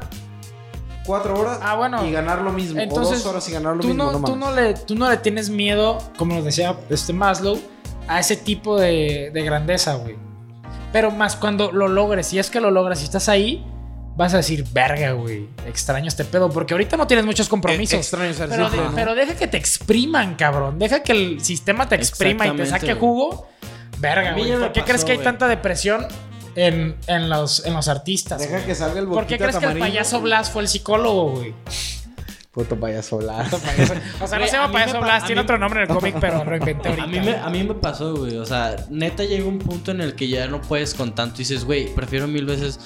Speaker 1: cuatro horas
Speaker 2: Ah, bueno.
Speaker 1: y ganar lo mismo. o
Speaker 2: Entonces,
Speaker 1: dos horas y ganar lo
Speaker 2: Tú
Speaker 1: mismo.
Speaker 2: no,
Speaker 1: no
Speaker 2: tú,
Speaker 1: mames.
Speaker 2: no le, tú no le tienes miedo, como nos decía este Maslow, a ese tipo de, de grandeza, güey. Pero más cuando lo logres, si es que lo logras, si estás ahí, vas a decir, verga, güey, extraño este pedo, porque ahorita no tienes muchos compromisos.
Speaker 1: Extraño ser
Speaker 2: Pero,
Speaker 1: simple,
Speaker 2: de-
Speaker 1: ¿no?
Speaker 2: pero deja que te expriman, cabrón. Deja que el sistema te exprima y te
Speaker 3: Exactamente,
Speaker 2: saque
Speaker 3: güey.
Speaker 2: jugo.
Speaker 3: A
Speaker 2: Verga,
Speaker 3: mí
Speaker 2: güey.
Speaker 3: ya me
Speaker 2: ¿Por qué
Speaker 3: pasó,
Speaker 2: crees que hay
Speaker 3: güey.
Speaker 2: tanta depresión en, en los, en los artistas?
Speaker 1: Deja
Speaker 2: güey?
Speaker 1: que salga el
Speaker 2: ¿Por qué
Speaker 1: boquita
Speaker 2: crees que el
Speaker 1: tamarindo.
Speaker 2: payaso Blas fue el psicólogo, güey?
Speaker 1: Puto payaso Blas.
Speaker 2: O sea, no
Speaker 3: Güey,
Speaker 2: se
Speaker 3: a
Speaker 2: llama
Speaker 3: mí
Speaker 2: payaso
Speaker 3: me pa-
Speaker 2: Blas,
Speaker 3: a
Speaker 2: tiene
Speaker 3: mí-
Speaker 2: otro nombre en el cómic, pero lo inventé ahorita.
Speaker 3: A mí, me, a mí me pasó, güey. O sea, neta llega un punto en el que ya no puedes con tanto. Y dices, güey, prefiero mil veces.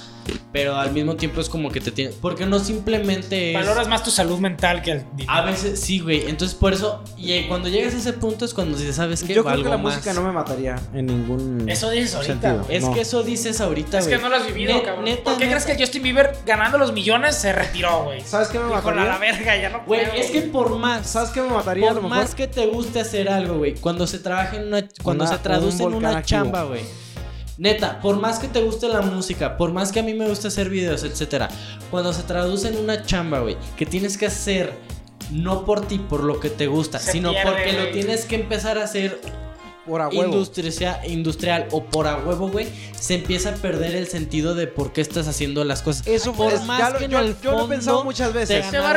Speaker 3: Pero al mismo tiempo es como que te tienes. Porque no simplemente es.
Speaker 2: Valoras más tu salud mental que el dinero.
Speaker 3: A veces, sí, güey. Entonces, por eso. Y eh, cuando llegas a ese punto es cuando dices, ¿sabes qué?
Speaker 1: Yo creo
Speaker 3: Valgo
Speaker 1: que la
Speaker 3: más.
Speaker 1: música no me mataría en ningún
Speaker 2: Eso dices ahorita,
Speaker 1: sentido.
Speaker 2: güey.
Speaker 3: Es
Speaker 1: No.
Speaker 3: que eso dices ahorita,
Speaker 2: Es
Speaker 3: güey.
Speaker 2: que no lo has vivido,
Speaker 3: Ne-
Speaker 2: cabrón.
Speaker 3: neta,
Speaker 2: ¿Por qué
Speaker 3: neta.
Speaker 2: crees que Justin Bieber, ganando los millones, se retiró, güey?
Speaker 1: ¿Sabes qué me
Speaker 2: Dijo, a la
Speaker 1: mataría?
Speaker 2: verga, ya no
Speaker 3: Güey,
Speaker 2: puedo,
Speaker 3: es que por más.
Speaker 1: ¿Sabes qué me mataría a
Speaker 3: Por
Speaker 1: lo mejor?
Speaker 3: más que te guste hacer algo, güey, cuando se trabaja en una, cuando
Speaker 1: Una-
Speaker 3: se traduce
Speaker 1: un
Speaker 3: en una
Speaker 1: volcán activo.
Speaker 3: chamba, güey. Neta, por más que te guste la música, por más que a mí me guste hacer videos, etcétera, cuando se traduce en una chamba, güey, que tienes que hacer no por ti, por lo que te gusta,
Speaker 2: Se
Speaker 3: sino
Speaker 2: pierde,
Speaker 3: porque lo
Speaker 2: güey.
Speaker 3: tienes que empezar a hacer
Speaker 1: por a huevo.
Speaker 3: industricia- industrial o por a huevo, güey, se empieza a perder el sentido de por qué estás haciendo las cosas.
Speaker 1: Eso
Speaker 3: por
Speaker 1: es- ya lo- yo- yo lo he pensado muchas
Speaker 3: te
Speaker 1: veces.
Speaker 2: Se va
Speaker 3: ganaron-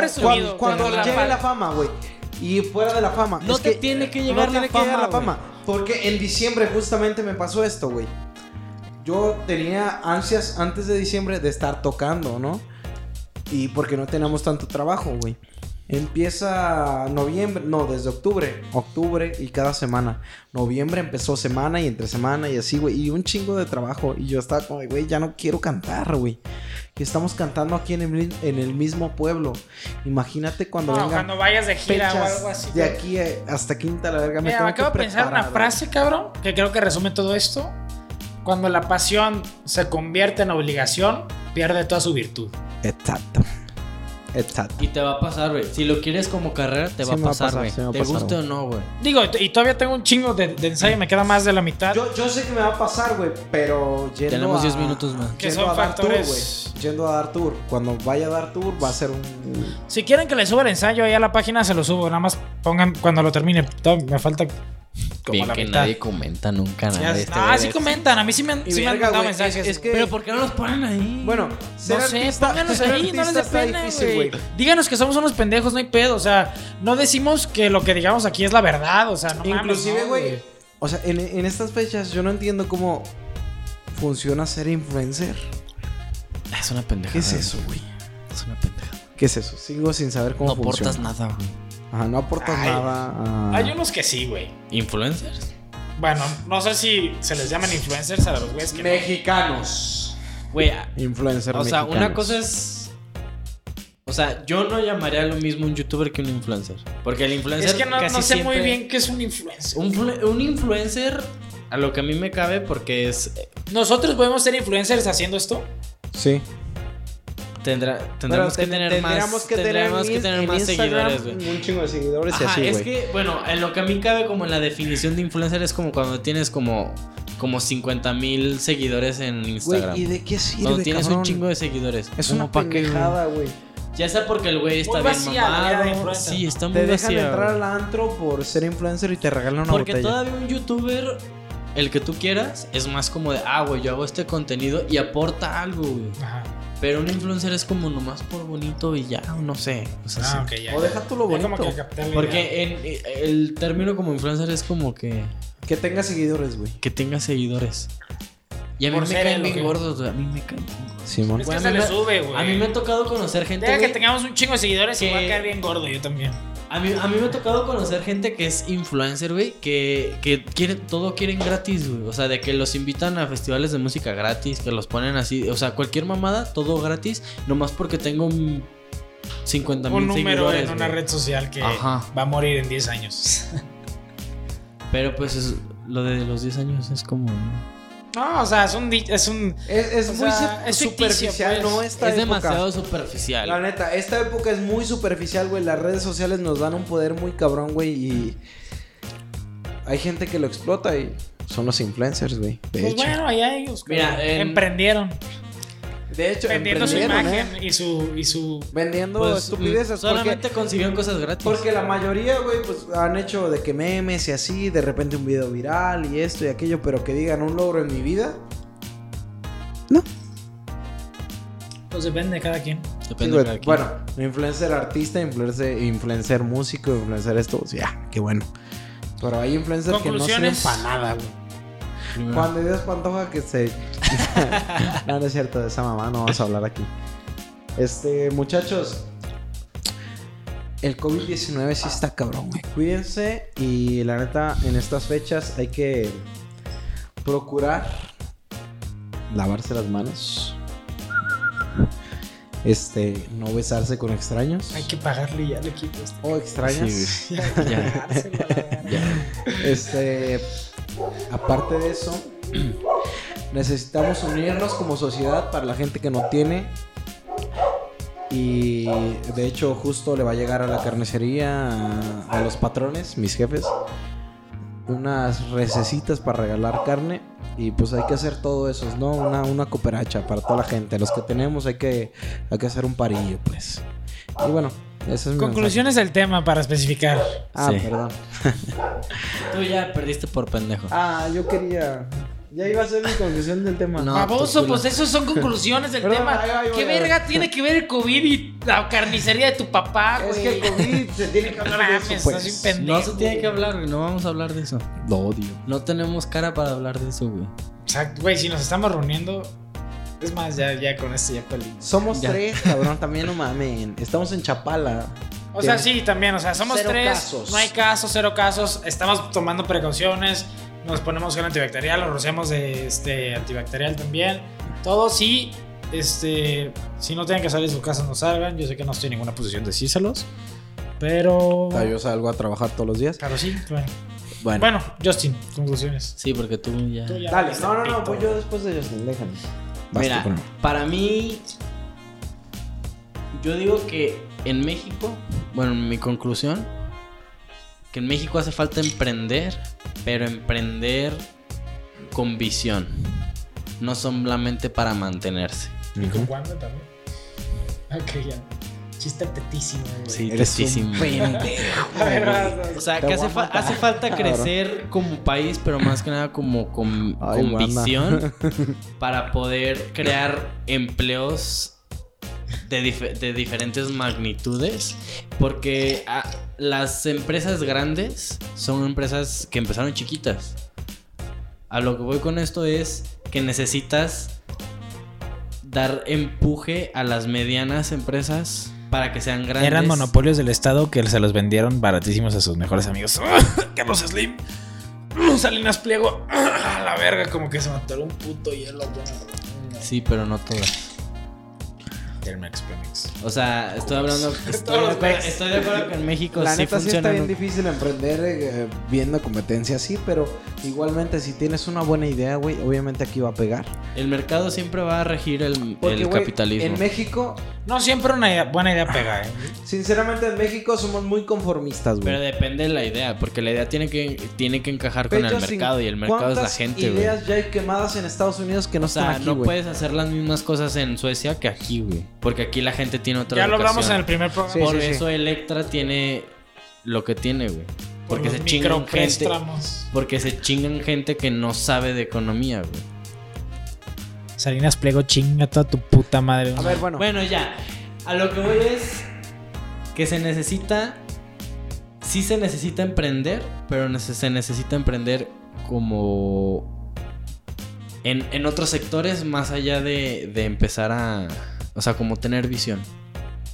Speaker 1: Cuando,
Speaker 2: resumiendo. Subido,
Speaker 1: cuando
Speaker 2: pero la
Speaker 1: llegue
Speaker 2: fama.
Speaker 1: la fama, güey. Y fuera de la fama.
Speaker 3: No
Speaker 1: Es
Speaker 3: te
Speaker 1: que
Speaker 3: tiene que
Speaker 1: no
Speaker 3: llegar
Speaker 1: tiene
Speaker 3: la
Speaker 1: que llegar
Speaker 3: fama,
Speaker 1: la fama. Porque en diciembre justamente me pasó esto, güey. Yo tenía ansias antes de diciembre de estar tocando, ¿no? Y porque no teníamos tanto trabajo, güey. Empieza noviembre, no, desde octubre, octubre y cada semana. Noviembre empezó semana y entre semana y así, güey, y un chingo de trabajo. Y yo estaba como, de, güey, ya no quiero cantar, güey. Que estamos cantando aquí en el, mi- en el mismo pueblo. Imagínate cuando
Speaker 2: No,
Speaker 1: vengan
Speaker 2: cuando vayas de gira o
Speaker 1: fechas
Speaker 2: algo así.
Speaker 1: de
Speaker 2: güey.
Speaker 1: aquí eh, hasta quinta la verga. Me
Speaker 2: Mira,
Speaker 1: tengo
Speaker 2: me
Speaker 1: que
Speaker 2: acabo de pensar una
Speaker 1: preparar,
Speaker 2: frase, cabrón, que creo que resume todo esto. Cuando la pasión se convierte en obligación, pierde toda su virtud.
Speaker 1: güey. Exacto. Exacto.
Speaker 3: Y te va a pasar, güey. Si lo quieres como carrera, te
Speaker 1: Sí
Speaker 3: va a
Speaker 1: me va a
Speaker 3: pasar,
Speaker 1: pasar,
Speaker 3: güey.
Speaker 1: sí me va a
Speaker 3: te
Speaker 1: pasar,
Speaker 3: guste o
Speaker 1: güey.
Speaker 3: no, güey.
Speaker 2: Digo, y, y todavía tengo un chingo de, de ensayo, me queda más de la mitad.
Speaker 1: Yo, yo sé que me va a pasar, güey, pero yendo
Speaker 3: Tenemos
Speaker 1: a-
Speaker 3: 10 minutos más.
Speaker 2: Que
Speaker 1: yendo
Speaker 2: son
Speaker 1: a dar
Speaker 2: factores.
Speaker 1: tour, güey. Yendo a dar tour. Cuando vaya a dar tour va a ser un...
Speaker 2: Si quieren que les suba el ensayo ahí a la página, se lo subo. Nada más pongan cuando lo termine. Todavía Me falta como
Speaker 3: Bien
Speaker 2: la
Speaker 3: que
Speaker 2: mitad.
Speaker 3: nadie comenta nunca
Speaker 2: Ya-
Speaker 3: nada de este,
Speaker 2: ah,
Speaker 3: güey.
Speaker 2: sí comentan. A mí sí me, han-
Speaker 1: Y
Speaker 2: sí me han
Speaker 1: verga,
Speaker 2: mandado
Speaker 1: güey,
Speaker 2: mensajes.
Speaker 1: es- es que-
Speaker 3: Pero ¿por qué no los ponen ahí?
Speaker 1: Bueno, ser
Speaker 2: no sé,
Speaker 1: artista,
Speaker 2: pónganos
Speaker 1: ser
Speaker 2: ahí, no les
Speaker 1: artista
Speaker 2: dé
Speaker 1: está
Speaker 2: pena,
Speaker 1: difícil,
Speaker 2: güey. Díganos que somos unos pendejos, no hay pedo. O sea, no decimos que lo que digamos aquí es la verdad. O sea, no mames,
Speaker 1: Inclusive,
Speaker 2: no,
Speaker 1: güey. O sea, en, en estas fechas yo no entiendo cómo funciona ser influencer.
Speaker 3: Es una pendeja.
Speaker 1: ¿Qué es eso, güey?
Speaker 3: Es una pendeja.
Speaker 1: ¿Qué es eso? Sigo sin saber
Speaker 3: No
Speaker 1: cómo funciona.
Speaker 3: aportas nada, güey.
Speaker 1: Ajá, no aportas
Speaker 2: Ay.
Speaker 1: nada. ah.
Speaker 2: Hay unos que sí, güey.
Speaker 3: ¿Influencers?
Speaker 2: Bueno, no sé si se les llaman influencers a los güeyes que no.
Speaker 1: Mexicanos.
Speaker 3: Güey,
Speaker 1: Influencer
Speaker 3: o sea, una
Speaker 1: mexicanos.
Speaker 3: cosa es. O sea, yo no llamaría lo mismo un youtuber que un influencer. Porque el influencer.
Speaker 2: Es que no,
Speaker 3: casi
Speaker 2: no sé muy
Speaker 3: siempre-
Speaker 2: bien qué es un influencer.
Speaker 3: Un, flu- un influencer, a lo que a mí me cabe, porque es. eh,
Speaker 2: ¿Nosotros podemos ser influencers haciendo esto?
Speaker 1: Sí.
Speaker 3: Tendrá, tendremos que
Speaker 1: ten-
Speaker 3: tener
Speaker 1: tendríamos
Speaker 3: más.
Speaker 1: que tener
Speaker 3: tendremos
Speaker 1: en
Speaker 3: que tener
Speaker 1: Ins-
Speaker 3: más
Speaker 1: en
Speaker 3: seguidores,
Speaker 1: Instagram
Speaker 3: güey.
Speaker 1: Un chingo de seguidores y
Speaker 3: Ajá,
Speaker 1: así,
Speaker 3: es
Speaker 1: güey.
Speaker 3: que, bueno, en lo que a mí cabe como en la definición de influencer es como cuando tienes como, como 50 mil seguidores en
Speaker 1: Güey,
Speaker 3: Instagram.
Speaker 1: ¿y de qué sirve,
Speaker 3: cuando tienes
Speaker 1: cabrón?
Speaker 3: un chingo de seguidores.
Speaker 1: Es
Speaker 3: Como
Speaker 1: una
Speaker 3: pa' qué, güey.
Speaker 1: pendejada, güey.
Speaker 3: Ya sea porque el güey
Speaker 2: Muy
Speaker 3: está bien
Speaker 2: vacía la vida de
Speaker 3: mamado.
Speaker 2: influencer,
Speaker 3: Sí,
Speaker 2: ¿no?
Speaker 3: está muy
Speaker 1: Te dejan
Speaker 3: vacía,
Speaker 1: entrar
Speaker 3: güey.
Speaker 1: al antro por ser influencer y te regalan una
Speaker 3: Porque
Speaker 1: botella.
Speaker 3: todavía un youtuber, el que tú quieras, es más como de, ah, güey, yo hago este contenido y aporta algo, güey.
Speaker 2: Ajá.
Speaker 3: Pero un influencer es como nomás por bonito y ya, no sé. O sea, sí.
Speaker 2: Ah, ok, ya.
Speaker 1: O
Speaker 2: ya.
Speaker 1: deja tú lo
Speaker 2: Ya como
Speaker 1: bonito.
Speaker 2: que capté la idea.
Speaker 3: Porque en- el término como influencer es como que,
Speaker 1: Que tenga seguidores, güey.
Speaker 3: que tenga seguidores. Y a mí
Speaker 2: Por
Speaker 3: me
Speaker 2: ser
Speaker 3: caen
Speaker 2: él,
Speaker 3: bien
Speaker 2: ¿o qué?
Speaker 3: gordos, güey. A mí me caen bien gordos.
Speaker 1: Simón.
Speaker 2: Es
Speaker 3: Güey,
Speaker 2: que
Speaker 3: a
Speaker 2: se
Speaker 3: mí
Speaker 2: le
Speaker 3: me-
Speaker 2: sube, güey.
Speaker 3: A mí me ha tocado conocer gente.
Speaker 2: Deja que
Speaker 3: güey,
Speaker 2: tengamos un chingo de seguidores y
Speaker 3: que-
Speaker 2: va a caer bien gordo yo también.
Speaker 3: A mí, a mí me ha tocado conocer gente que es influencer, güey, que, que quiere, todo quieren gratis, güey. O sea, de que los invitan a festivales de música gratis, que los ponen así. O sea, cualquier mamada, todo gratis, nomás porque tengo un 50 mil
Speaker 2: Un número
Speaker 3: seguidores.
Speaker 2: en una
Speaker 3: güey.
Speaker 2: red social que
Speaker 3: Ajá.
Speaker 2: va a morir en 10 años.
Speaker 3: Pero pues es- lo de los 10 años es como...
Speaker 2: No, o sea, es un... di- Es un
Speaker 1: Es, es
Speaker 2: O
Speaker 1: muy
Speaker 2: sea,
Speaker 1: sup-
Speaker 2: es ficticio,
Speaker 1: superficial,
Speaker 2: pues.
Speaker 1: ¿no? Esta
Speaker 3: es
Speaker 1: época.
Speaker 3: demasiado superficial.
Speaker 1: La neta, esta época es muy superficial, güey. Las redes sociales nos dan un poder muy cabrón, güey. Y hay gente que lo explota y son los influencers, güey. De
Speaker 2: pues
Speaker 1: hecho,
Speaker 2: bueno, allá ellos.
Speaker 3: Mira,
Speaker 2: cabrón.
Speaker 3: en-
Speaker 2: emprendieron.
Speaker 1: de hecho
Speaker 2: Vendiendo su
Speaker 1: emprendieron, ¿eh?
Speaker 2: imagen y su... Y su
Speaker 1: Vendiendo
Speaker 3: Pues,
Speaker 1: estupideces. Porque,
Speaker 3: solamente consiguieron cosas gratis.
Speaker 1: porque la mayoría, güey, pues han hecho de que memes y así, de repente un video viral y esto y aquello, pero que digan un logro en mi vida.
Speaker 2: pues depende de cada quien.
Speaker 1: Sí,
Speaker 3: Depende
Speaker 1: güey,
Speaker 3: de cada quien.
Speaker 1: bueno, influencer artista, influencer, influencer músico, influencer esto, o sea, qué bueno. Pero hay influencers que no sirven
Speaker 2: Conclusiones.
Speaker 1: para nada, güey.
Speaker 3: Primero.
Speaker 1: Cuando Dios Pantoja que se. no, no es cierto, de esa mamá no vamos a hablar aquí. Este, muchachos. El COVID-19 sí está cabrón, güey. Cuídense y la neta, en estas fechas hay que procurar lavarse las manos. Este, no besarse con extraños.
Speaker 2: Hay que pagarle ya al equipo. este.
Speaker 1: O extrañas.
Speaker 3: Sí,
Speaker 2: Ya,
Speaker 3: güey. Ya.
Speaker 2: dárselo a la verga.
Speaker 1: Este, aparte de eso, necesitamos unirnos como sociedad para la gente que no tiene. Y de hecho, justo le va a llegar a la carnicería, a, a los patrones, mis jefes, unas recesitas para regalar carne. Y pues hay que hacer todo eso, ¿no? Una, una cooperacha para toda la gente. Los que tenemos hay que, hay que hacer un parillo, pues. Y bueno, Ese es mi
Speaker 2: Conclusiones del tema para especificar.
Speaker 1: mensaje. Ah,
Speaker 3: Sí.
Speaker 1: perdón.
Speaker 3: Tú ya perdiste por pendejo.
Speaker 1: Ah, yo quería. Ya iba a ser mi conclusión del tema.
Speaker 3: No.
Speaker 2: Baboso,
Speaker 3: Ah, tú,
Speaker 2: pues esos son conclusiones del
Speaker 1: Perdón,
Speaker 2: tema.
Speaker 1: ahí va, ahí va,
Speaker 2: ¿Qué
Speaker 1: ahí va.
Speaker 2: verga tiene que ver el COVID y la carnicería de tu papá,
Speaker 1: Es
Speaker 2: güey?
Speaker 1: que el COVID se tiene que hablar de
Speaker 2: Mames,
Speaker 1: eso,
Speaker 2: estás
Speaker 1: pues.
Speaker 2: bien pendejo.
Speaker 3: No se tiene que hablar, güey. No vamos a hablar de eso. Lo odio. No tenemos cara para hablar de eso, güey.
Speaker 2: Exacto, güey, si nos estamos reuniendo. Es más, ya, ya con esto ya perdimos.
Speaker 1: Somos
Speaker 3: Ya.
Speaker 1: tres, cabrón, también no mamen. Estamos en Chapala.
Speaker 2: O sea,
Speaker 1: Bien.
Speaker 2: sí, también, o sea, somos
Speaker 1: Cero
Speaker 2: tres.
Speaker 1: casos.
Speaker 2: No hay casos, cero casos. Estamos tomando precauciones. Nos ponemos gel antibacterial, lo rociamos de este antibacterial también. Todo sí. Este, si no tienen que salir de su casa, no salgan. Yo sé que no estoy en ninguna posición de decírselos. Pero.
Speaker 1: O sea, yo salgo a trabajar todos los días.
Speaker 2: Claro, sí. Bueno.
Speaker 3: Bueno.
Speaker 2: bueno, Justin, conclusiones.
Speaker 3: Sí, porque tú ya.
Speaker 2: Tú ya
Speaker 1: Dale,
Speaker 2: viste
Speaker 1: no, no,
Speaker 2: pito.
Speaker 1: no, pues yo después de ellos, déjame. Vas
Speaker 3: Mira,
Speaker 1: tú primero.
Speaker 3: para mí, yo digo que en México, bueno, mi conclusión, que en México hace falta emprender, pero emprender con visión, no solamente para mantenerse.
Speaker 2: ¿Y con
Speaker 1: Ujú.
Speaker 2: Wanda también? Ok, ya. Chiste petísimo, güey.
Speaker 3: Sí,
Speaker 1: Eres
Speaker 3: testísimo.
Speaker 1: un pendejo,
Speaker 2: A ver,
Speaker 1: güey.
Speaker 2: vas, vas.
Speaker 3: O sea,
Speaker 1: Te
Speaker 3: que
Speaker 1: voy
Speaker 3: hace,
Speaker 1: a
Speaker 3: fa-
Speaker 1: matar.
Speaker 3: hace falta crecer como país, pero más que nada como con,
Speaker 1: Ay,
Speaker 3: con
Speaker 1: banda.
Speaker 3: visión para poder crear empleos de, dif- de diferentes magnitudes. Porque ah, las empresas grandes son empresas que empezaron chiquitas. A lo que voy con esto es que necesitas dar empuje a las medianas empresas para que sean grandes.
Speaker 2: Eran monopolios del Estado que se los vendieron baratísimos a sus mejores amigos. Carlos Slim. Salinas Pliego. A la verga, como que se mató un puto hielo. güey.
Speaker 3: Sí, pero no todas.
Speaker 2: Telmex, Pemex.
Speaker 3: O sea, estoy hablando. Estoy, de
Speaker 2: los
Speaker 3: acuerdo,
Speaker 2: mex.
Speaker 3: estoy de acuerdo que en México
Speaker 1: La
Speaker 3: Pues sí
Speaker 1: neta sí
Speaker 3: funciona.
Speaker 1: está bien difícil emprender eh, eh, viendo competencia así, pero igualmente si tienes una buena idea, güey, obviamente aquí va a pegar.
Speaker 3: el mercado siempre va a regir el, el
Speaker 1: güey,
Speaker 3: capitalismo.
Speaker 1: en México,
Speaker 2: No siempre una idea- buena idea pega, ¿eh?
Speaker 1: sinceramente en México somos muy conformistas,
Speaker 3: Pero
Speaker 1: güey.
Speaker 3: depende de la idea, porque la idea tiene que, tiene que encajar con
Speaker 1: Pecho,
Speaker 3: el
Speaker 1: sin-
Speaker 3: mercado y el mercado es la
Speaker 1: ¿cuántas
Speaker 3: gente, güey.
Speaker 1: ideas ya hay quemadas en Estados Unidos que no
Speaker 3: O sea,
Speaker 1: están aquí,
Speaker 3: no
Speaker 1: güey?
Speaker 3: puedes hacer las mismas cosas en Suecia que aquí, güey. Porque aquí la gente tiene otra
Speaker 2: Ya lo hablamos en
Speaker 3: educación.
Speaker 2: el primer programa.
Speaker 1: Sí,
Speaker 3: Por
Speaker 1: sí, sí.
Speaker 3: eso Electra tiene lo que tiene, güey.
Speaker 2: Por
Speaker 3: Porque
Speaker 2: los
Speaker 3: se chingan gente.
Speaker 2: micropréstamos.
Speaker 3: Porque se chingan gente que no sabe de economía, güey.
Speaker 2: Salinas Pliego, chinga toda tu puta madre.
Speaker 1: A ver, bueno.
Speaker 3: Bueno, ya. A lo que voy es que se necesita. Sí se necesita emprender, pero nece- se necesita emprender como. En, en otros sectores, más allá de, de empezar a. O sea, como tener visión.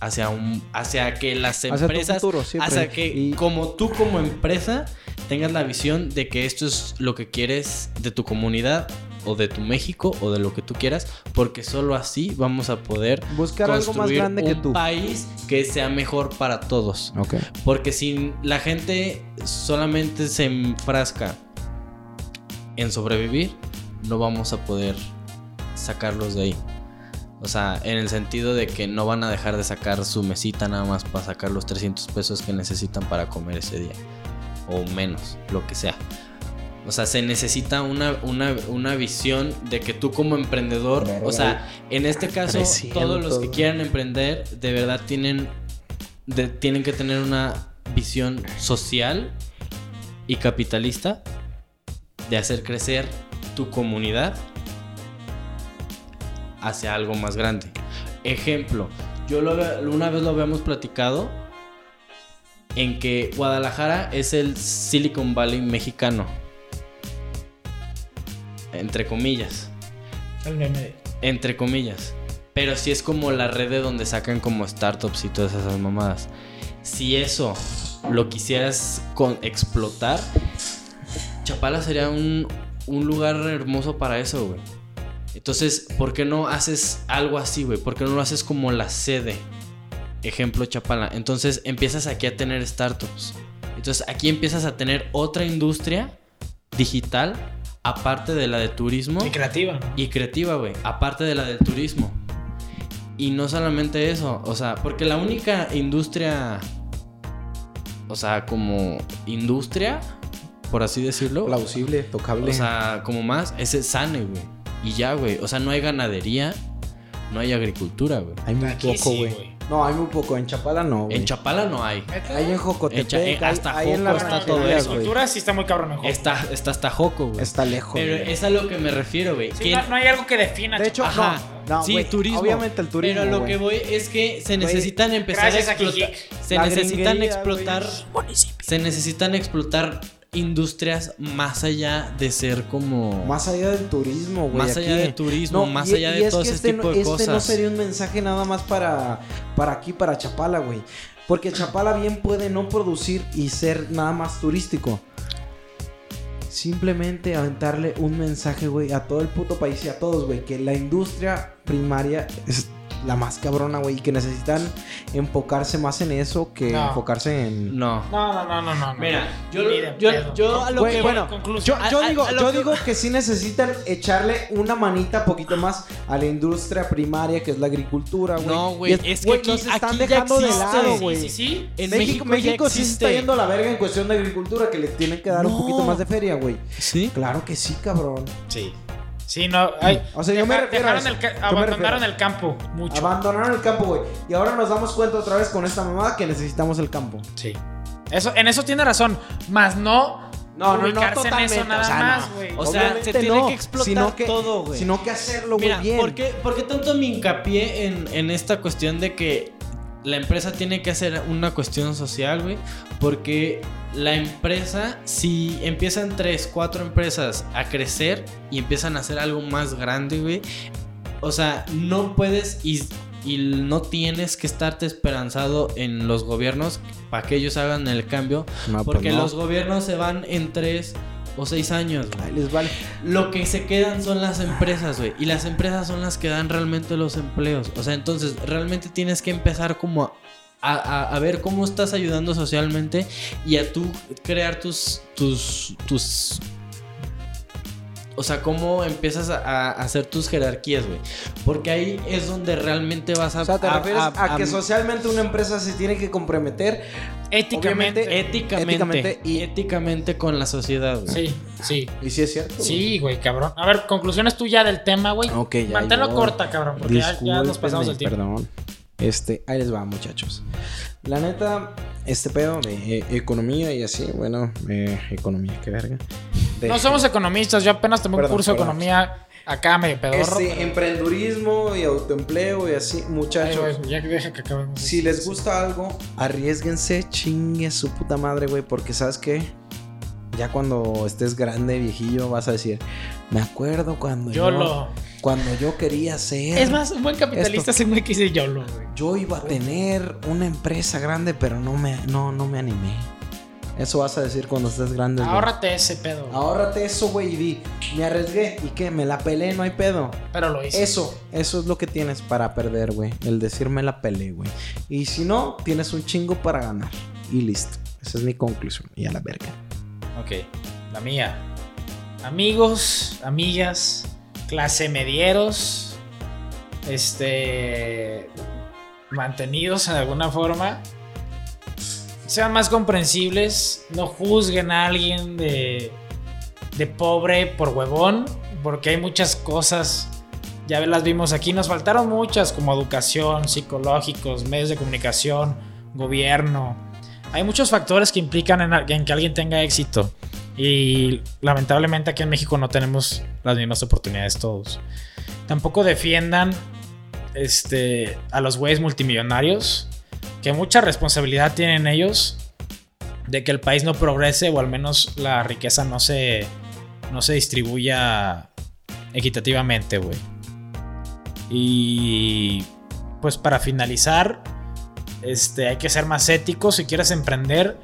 Speaker 3: Hacia un. Hacia que las
Speaker 1: hacia tu
Speaker 3: empresas.
Speaker 1: futuro, siempre.
Speaker 3: Hacia que
Speaker 1: Y-
Speaker 3: como tú como empresa tengas la visión de que esto es lo que quieres de tu comunidad o de tu México o de lo que tú quieras, porque solo así vamos a poder
Speaker 1: Buscar algo más
Speaker 3: construir
Speaker 1: grande que
Speaker 3: un
Speaker 1: tú.
Speaker 3: país que sea mejor para todos.
Speaker 1: Ok.
Speaker 3: Porque si la gente solamente se enfrasca en sobrevivir, no vamos a poder sacarlos de ahí. O sea, en el sentido de que no van a dejar de sacar su mesita nada más para sacar los 300 pesos que necesitan para comer ese día. O menos, lo que sea. O sea, se necesita una, una, una visión de que tú como emprendedor,
Speaker 1: Verga,
Speaker 3: o sea, en este caso,
Speaker 1: 300,
Speaker 3: todos los que
Speaker 1: güey.
Speaker 3: quieran emprender, de verdad tienen, de- tienen que tener una visión social y capitalista de hacer crecer tu comunidad hacia algo más grande. Ejemplo, yo lo, una vez lo habíamos platicado en que Guadalajara es el Silicon Valley mexicano. Entre comillas.
Speaker 2: El meme de-
Speaker 3: Entre comillas. Pero si es como la red de donde sacan como startups y todas esas mamadas. Si eso lo quisieras con explotar, Chapala sería un, un lugar hermoso para eso, güey. Entonces, ¿por qué no haces algo así, güey? ¿Por qué no lo haces como la sede? Ejemplo, Chapala. Entonces empiezas aquí a tener startups. Entonces aquí empiezas a tener otra industria digital aparte de la de turismo
Speaker 2: Y creativa, ¿no?
Speaker 3: y creativa, güey. Aparte de la del turismo. Y no solamente eso, o sea, porque la única industria, o sea, como industria, por así decirlo,
Speaker 1: Plausible, tocable.
Speaker 3: o sea, como más, es el sane, güey. Y ya, güey. O sea, no hay ganadería, no hay agricultura, güey.
Speaker 1: hay muy
Speaker 2: Aquí
Speaker 1: poco,
Speaker 2: sí,
Speaker 1: güey.
Speaker 2: güey.
Speaker 1: No, hay muy poco. En Chapala no. güey.
Speaker 3: En Chapala no hay.
Speaker 1: hay en
Speaker 3: En Cha- eh,
Speaker 1: Jocotepec. hay-
Speaker 3: hasta
Speaker 1: hay en
Speaker 3: Joco
Speaker 1: la
Speaker 3: está todo
Speaker 1: rancherías,
Speaker 3: eso.
Speaker 1: güey.
Speaker 2: Cultura sí está muy cabrón mejor.
Speaker 3: Está, está hasta Joco, güey.
Speaker 1: Está lejos.
Speaker 3: Pero
Speaker 1: güey.
Speaker 3: es a lo que me refiero, güey.
Speaker 2: Sí,
Speaker 3: ¿Quién-
Speaker 2: no, no hay algo que defina.
Speaker 1: De hecho,
Speaker 3: Ajá.
Speaker 1: no. no,
Speaker 3: sí,
Speaker 1: güey,
Speaker 3: turismo.
Speaker 1: Obviamente el turismo.
Speaker 3: Pero lo
Speaker 1: güey.
Speaker 3: que voy es que se
Speaker 1: Güey,
Speaker 3: necesitan empezar a
Speaker 2: gracias a
Speaker 3: explotar.
Speaker 2: Jijic.
Speaker 3: Se
Speaker 1: La
Speaker 3: necesitan
Speaker 1: gringería,
Speaker 3: explotar. Se necesitan explotar industrias más allá de ser como.
Speaker 1: Más allá del turismo, güey.
Speaker 3: Más allá
Speaker 1: aquí.
Speaker 3: del turismo, más allá de
Speaker 1: es
Speaker 3: todo
Speaker 1: que
Speaker 3: ese
Speaker 1: este no,
Speaker 3: tipo de
Speaker 1: este no
Speaker 3: cosas.
Speaker 1: sería un mensaje nada más para, para aquí, para Chapala, güey. Porque Chapala bien puede no producir y ser nada más turístico. Simplemente aventarle un mensaje, güey, a todo el puto país y a todos, güey, que la industria primaria es la más cabrona, güey, y que necesitan enfocarse más en eso que
Speaker 2: No.
Speaker 1: enfocarse en...
Speaker 3: No.
Speaker 2: No, no, no, no, no. no.
Speaker 3: Mira, yo,
Speaker 2: Ni de
Speaker 3: yo,
Speaker 2: pedo.
Speaker 3: yo a lo
Speaker 1: Güey,
Speaker 3: que.
Speaker 1: bueno,
Speaker 2: Concluso.
Speaker 1: Yo,
Speaker 3: A-
Speaker 1: yo
Speaker 3: a-
Speaker 1: digo,
Speaker 3: a lo
Speaker 1: yo
Speaker 3: que-
Speaker 1: digo que sí necesitan echarle una manita poquito más a la industria primaria que es la agricultura, güey.
Speaker 3: No, güey,
Speaker 1: Y
Speaker 3: es que
Speaker 1: güey,
Speaker 3: aquí-
Speaker 1: nos están
Speaker 3: aquí ya
Speaker 1: dejando de
Speaker 3: existe.
Speaker 1: lado,
Speaker 2: Sí,
Speaker 1: güey.
Speaker 2: Sí, sí,
Speaker 3: En
Speaker 1: México,
Speaker 3: México,
Speaker 1: México
Speaker 3: ya
Speaker 1: sí se está
Speaker 3: existe.
Speaker 1: yendo a la verga en cuestión de agricultura, que le tienen que dar un
Speaker 3: No.
Speaker 1: poquito más de feria, güey.
Speaker 3: Sí.
Speaker 1: Claro que sí, cabrón.
Speaker 2: sí. Sí. Sí, no. Ay,
Speaker 1: O sea, yo me
Speaker 2: deja-
Speaker 1: refiero a
Speaker 2: dejaron
Speaker 1: eso.
Speaker 2: el ca-
Speaker 1: Yo me refiero
Speaker 2: abandonaron
Speaker 1: a
Speaker 2: el campo mucho.
Speaker 1: Abandonaron el campo, güey. Y ahora nos damos cuenta otra vez con esta mamada que necesitamos el campo.
Speaker 2: sí. Eso, en eso tiene razón. Más no.
Speaker 1: No, no, no,
Speaker 2: ubicarse en
Speaker 1: totalmente,
Speaker 2: eso nada
Speaker 1: o sea,
Speaker 2: más,
Speaker 1: no.
Speaker 2: güey.
Speaker 3: O sea,
Speaker 1: Obviamente
Speaker 3: se tiene
Speaker 1: no,
Speaker 3: que explotar
Speaker 1: sino que-
Speaker 3: todo, güey.
Speaker 1: Sino que hacerlo, güey,
Speaker 3: Mira,
Speaker 1: bien.
Speaker 3: ¿por qué, por qué tanto me hincapié en, en esta cuestión de que la empresa tiene que hacer una cuestión social, güey? Porque la empresa, si empiezan tres, cuatro empresas a crecer y empiezan a hacer algo más grande, güey, o sea, no puedes y, y no tienes que estarte esperanzado en los gobiernos para que ellos hagan el cambio,
Speaker 1: No, pues
Speaker 3: porque
Speaker 1: no.
Speaker 3: los gobiernos se van en tres o seis años, güey.
Speaker 1: Ahí les vale.
Speaker 3: Lo que se quedan son las empresas, güey. Y las empresas son las que dan realmente los empleos. O sea, entonces realmente tienes que empezar como a, a- a ver cómo estás ayudando socialmente y a tú crear tus... tus, tus o sea, cómo empiezas a, a hacer tus jerarquías, güey. Porque ahí es donde realmente vas a...
Speaker 1: O sea, te
Speaker 3: a-
Speaker 1: refieres a,
Speaker 3: a-
Speaker 1: que
Speaker 3: a-
Speaker 1: socialmente una empresa se tiene que comprometer
Speaker 2: Éticamente.
Speaker 3: éticamente,
Speaker 1: éticamente
Speaker 3: éticamente,
Speaker 1: y-
Speaker 3: con la sociedad, güey.
Speaker 2: Sí, sí.
Speaker 1: Y sí es cierto.
Speaker 2: Sí, güey, cabrón. A ver, conclusiones tú ya del tema, güey.
Speaker 1: Ok, ya,
Speaker 2: Manténlo
Speaker 1: yo-
Speaker 2: corta, cabrón, porque ya, ya nos pasamos el tiempo.
Speaker 1: Perdón. Este, ahí les va, muchachos. La neta, este pedo de eh, economía y así, bueno, eh, economía, qué verga. De-
Speaker 2: No somos economistas, yo apenas tomé un
Speaker 1: Perdón,
Speaker 2: curso de
Speaker 1: perdón.
Speaker 2: economía acá medio pedorro.
Speaker 1: Este, emprendurismo y autoempleo y así,
Speaker 2: Ay,
Speaker 1: muchachos.
Speaker 2: güey, ya que deja que acabemos.
Speaker 1: Si les gusta algo, arriesguense, chingue su puta madre, güey, porque sabes qué? Ya cuando estés grande, viejillo, vas a decir, me acuerdo cuando yo,
Speaker 2: Yo lo.
Speaker 1: cuando yo quería ser.
Speaker 2: Es más, un buen capitalista es un güey que dice YOLO, güey.
Speaker 1: Yo iba a tener una empresa grande, pero no me, no, no me animé. Eso vas a decir cuando estés grande. güey.
Speaker 2: Ahórrate ese pedo.
Speaker 1: Ah.
Speaker 2: güey.
Speaker 1: Ahórrate eso, güey, y di, me arriesgué y que me la pelé, no hay pedo.
Speaker 2: Pero lo hice.
Speaker 1: Eso, eso es lo que tienes para perder, güey. El decirme la pelé, güey. Y si no, tienes un chingo para ganar. Y listo. Esa es mi conclusión. Y a la verga.
Speaker 2: Ok, la mía. Amigos, amigas, clase medieros, este. mantenidos en alguna forma. Sean más comprensibles, no juzguen a alguien de, de pobre por huevón, porque hay muchas cosas, ya las vimos aquí, nos faltaron muchas como educación, psicológicos, medios de comunicación, gobierno, hay muchos factores que implican en, a- en que alguien tenga éxito. Y lamentablemente aquí en México no tenemos las mismas oportunidades todos. Tampoco defiendan este, a los güeyes multimillonarios, que mucha responsabilidad tienen ellos de que el país no progrese o al menos la riqueza no se, no se distribuya equitativamente, güey. Y pues para finalizar, este, hay que ser más ético si quieres emprender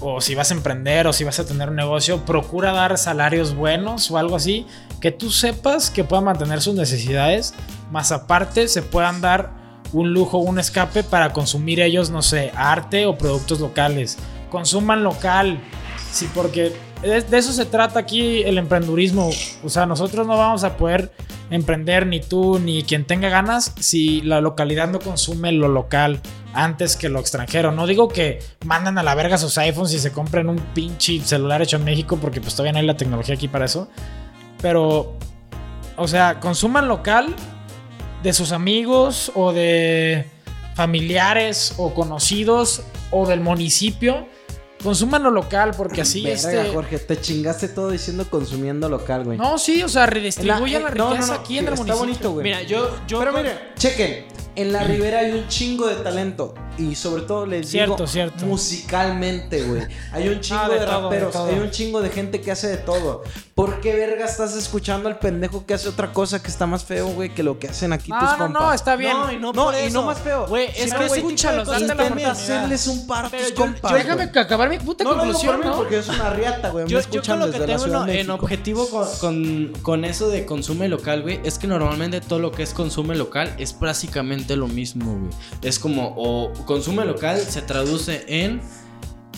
Speaker 2: o si vas a emprender o si vas a tener un negocio, procura dar salarios buenos o algo así que tú sepas que puedan mantener sus necesidades, más aparte se puedan dar un lujo, un escape para consumir ellos, no sé, arte o productos locales. Consuman local, sí, porque de, de eso se trata aquí el emprendurismo. O sea, nosotros no vamos a poder emprender ni tú ni quien tenga ganas si la localidad no consume lo local antes que lo extranjero. No digo que mandan a la verga sus iPhones y se compren un pinche celular hecho en México porque pues todavía no hay la tecnología aquí para eso. Pero, o sea, consuman local de sus amigos o de familiares o conocidos o del municipio, consuman lo local porque así
Speaker 1: Verga,
Speaker 2: este...
Speaker 1: Jorge, te chingaste todo diciendo consumiendo local, güey.
Speaker 2: No, sí, o sea, redistribuyan la,
Speaker 1: eh,
Speaker 2: riqueza
Speaker 1: no, no, no,
Speaker 2: aquí en el
Speaker 1: está
Speaker 2: municipio.
Speaker 1: bonito, güey.
Speaker 3: Mira, yo. yo
Speaker 1: Pero mire, chequen. En la Ribera hay un chingo de talento. Y sobre todo les
Speaker 2: Cierto,
Speaker 1: digo
Speaker 2: cierto.
Speaker 1: musicalmente, güey. Hay un chingo
Speaker 2: Ah, de
Speaker 1: de,
Speaker 2: todo, de
Speaker 1: raperos,
Speaker 2: todo.
Speaker 1: hay un chingo de gente que hace de todo. ¿Por qué verga estás escuchando al pendejo que hace otra cosa que está más feo, güey, que lo que hacen aquí
Speaker 2: No,
Speaker 1: tus
Speaker 2: no,
Speaker 1: compas?
Speaker 2: no, está bien.
Speaker 1: No, y no,
Speaker 3: No,
Speaker 1: por
Speaker 3: y
Speaker 1: eso.
Speaker 3: no más
Speaker 1: feo.
Speaker 3: Güey, es
Speaker 1: Sino
Speaker 3: que
Speaker 1: ese tipo de cosas
Speaker 2: escúchalos, date la
Speaker 1: intenten
Speaker 2: oportunidad.
Speaker 1: hacerles un par a
Speaker 3: Pero
Speaker 1: tus
Speaker 3: yo-
Speaker 1: compas.
Speaker 3: yo-
Speaker 1: güey.
Speaker 2: Déjame acabar mi puta
Speaker 1: no, no, digo por
Speaker 2: conclusión,
Speaker 1: mí,
Speaker 2: ¿no?
Speaker 1: porque es una riata, güey.
Speaker 3: Yo,
Speaker 1: Me
Speaker 3: yo
Speaker 1: escuchan
Speaker 3: con lo que
Speaker 1: desde la
Speaker 3: tengo
Speaker 1: Ciudad
Speaker 3: en,
Speaker 1: de
Speaker 3: en
Speaker 1: México.
Speaker 3: objetivo con, con- con eso de consume local, güey, es que normalmente todo lo que es consume local es prácticamente lo mismo, güey. Es como, o consume local se traduce en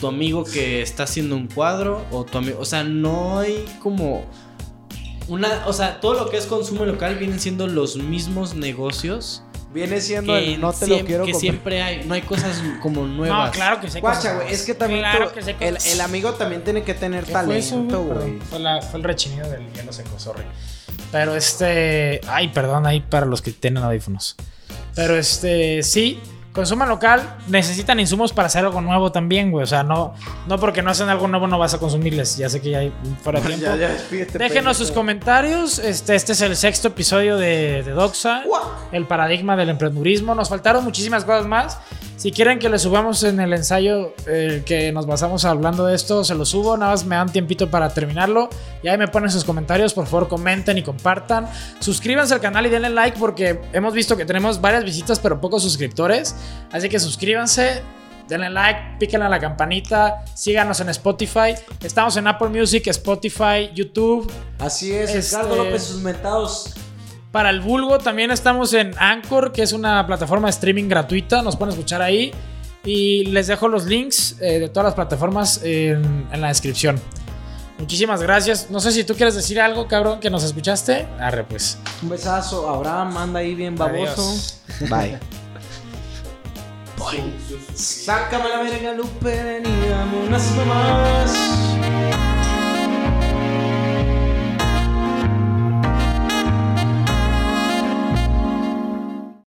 Speaker 3: tu amigo que está haciendo un cuadro, o tu amigo, o sea, no hay como... Una, o sea, todo lo que es consumo local vienen siendo los mismos negocios
Speaker 1: Viene
Speaker 3: que,
Speaker 1: siendo el no te
Speaker 3: siem-
Speaker 1: lo quiero
Speaker 3: que
Speaker 1: comprar.
Speaker 3: siempre hay. No hay cosas como nuevas.
Speaker 2: No, claro que sé.
Speaker 1: Guacha, güey, es que también
Speaker 2: Claro
Speaker 1: tú-
Speaker 2: que sé
Speaker 1: el,
Speaker 2: cosas.
Speaker 1: el amigo también tiene que tener
Speaker 2: ¿Qué fue eso,
Speaker 1: talento,
Speaker 2: güey?
Speaker 1: güey.
Speaker 2: Perdón, Fue, la- fue el rechinido del hielo seco, sorry. Pero este. Ay, perdón, ahí para los que tienen audífonos. Pero este, sí. Consuman local, necesitan insumos para hacer algo nuevo también, güey. O sea, no, no porque no hacen algo nuevo no vas a consumirles. Ya sé que ya hay fuera de tiempo. Déjenos sus comentarios. Este, este es el sexto episodio de, de Doxa. El paradigma del emprendurismo. Nos faltaron muchísimas cosas más. Si quieren que lo subamos en el ensayo eh, que nos basamos hablando de esto, se lo subo. Nada más me dan tiempito para terminarlo. Y ahí me ponen sus comentarios. Por favor, comenten y compartan. Suscríbanse al canal y denle like porque hemos visto que tenemos varias visitas pero pocos suscriptores. Así que suscríbanse. Denle like, píquenle a la campanita, síganos en Spotify. Estamos en Apple Music, Spotify, YouTube.
Speaker 1: Así es,
Speaker 2: Este-
Speaker 1: Ricardo López, sus mentados.
Speaker 2: Para el vulgo también estamos en Anchor, que es una plataforma de streaming gratuita. Nos pueden escuchar ahí. Y les dejo los links eh, de todas las plataformas en, en la descripción. Muchísimas gracias. No sé si tú quieres decir algo, cabrón, que nos escuchaste. Arre, pues.
Speaker 1: Un besazo. Abraham, anda ahí bien baboso.
Speaker 2: Adiós.
Speaker 1: Bye. Sácame la verga, Lupe, y dame unas nomás.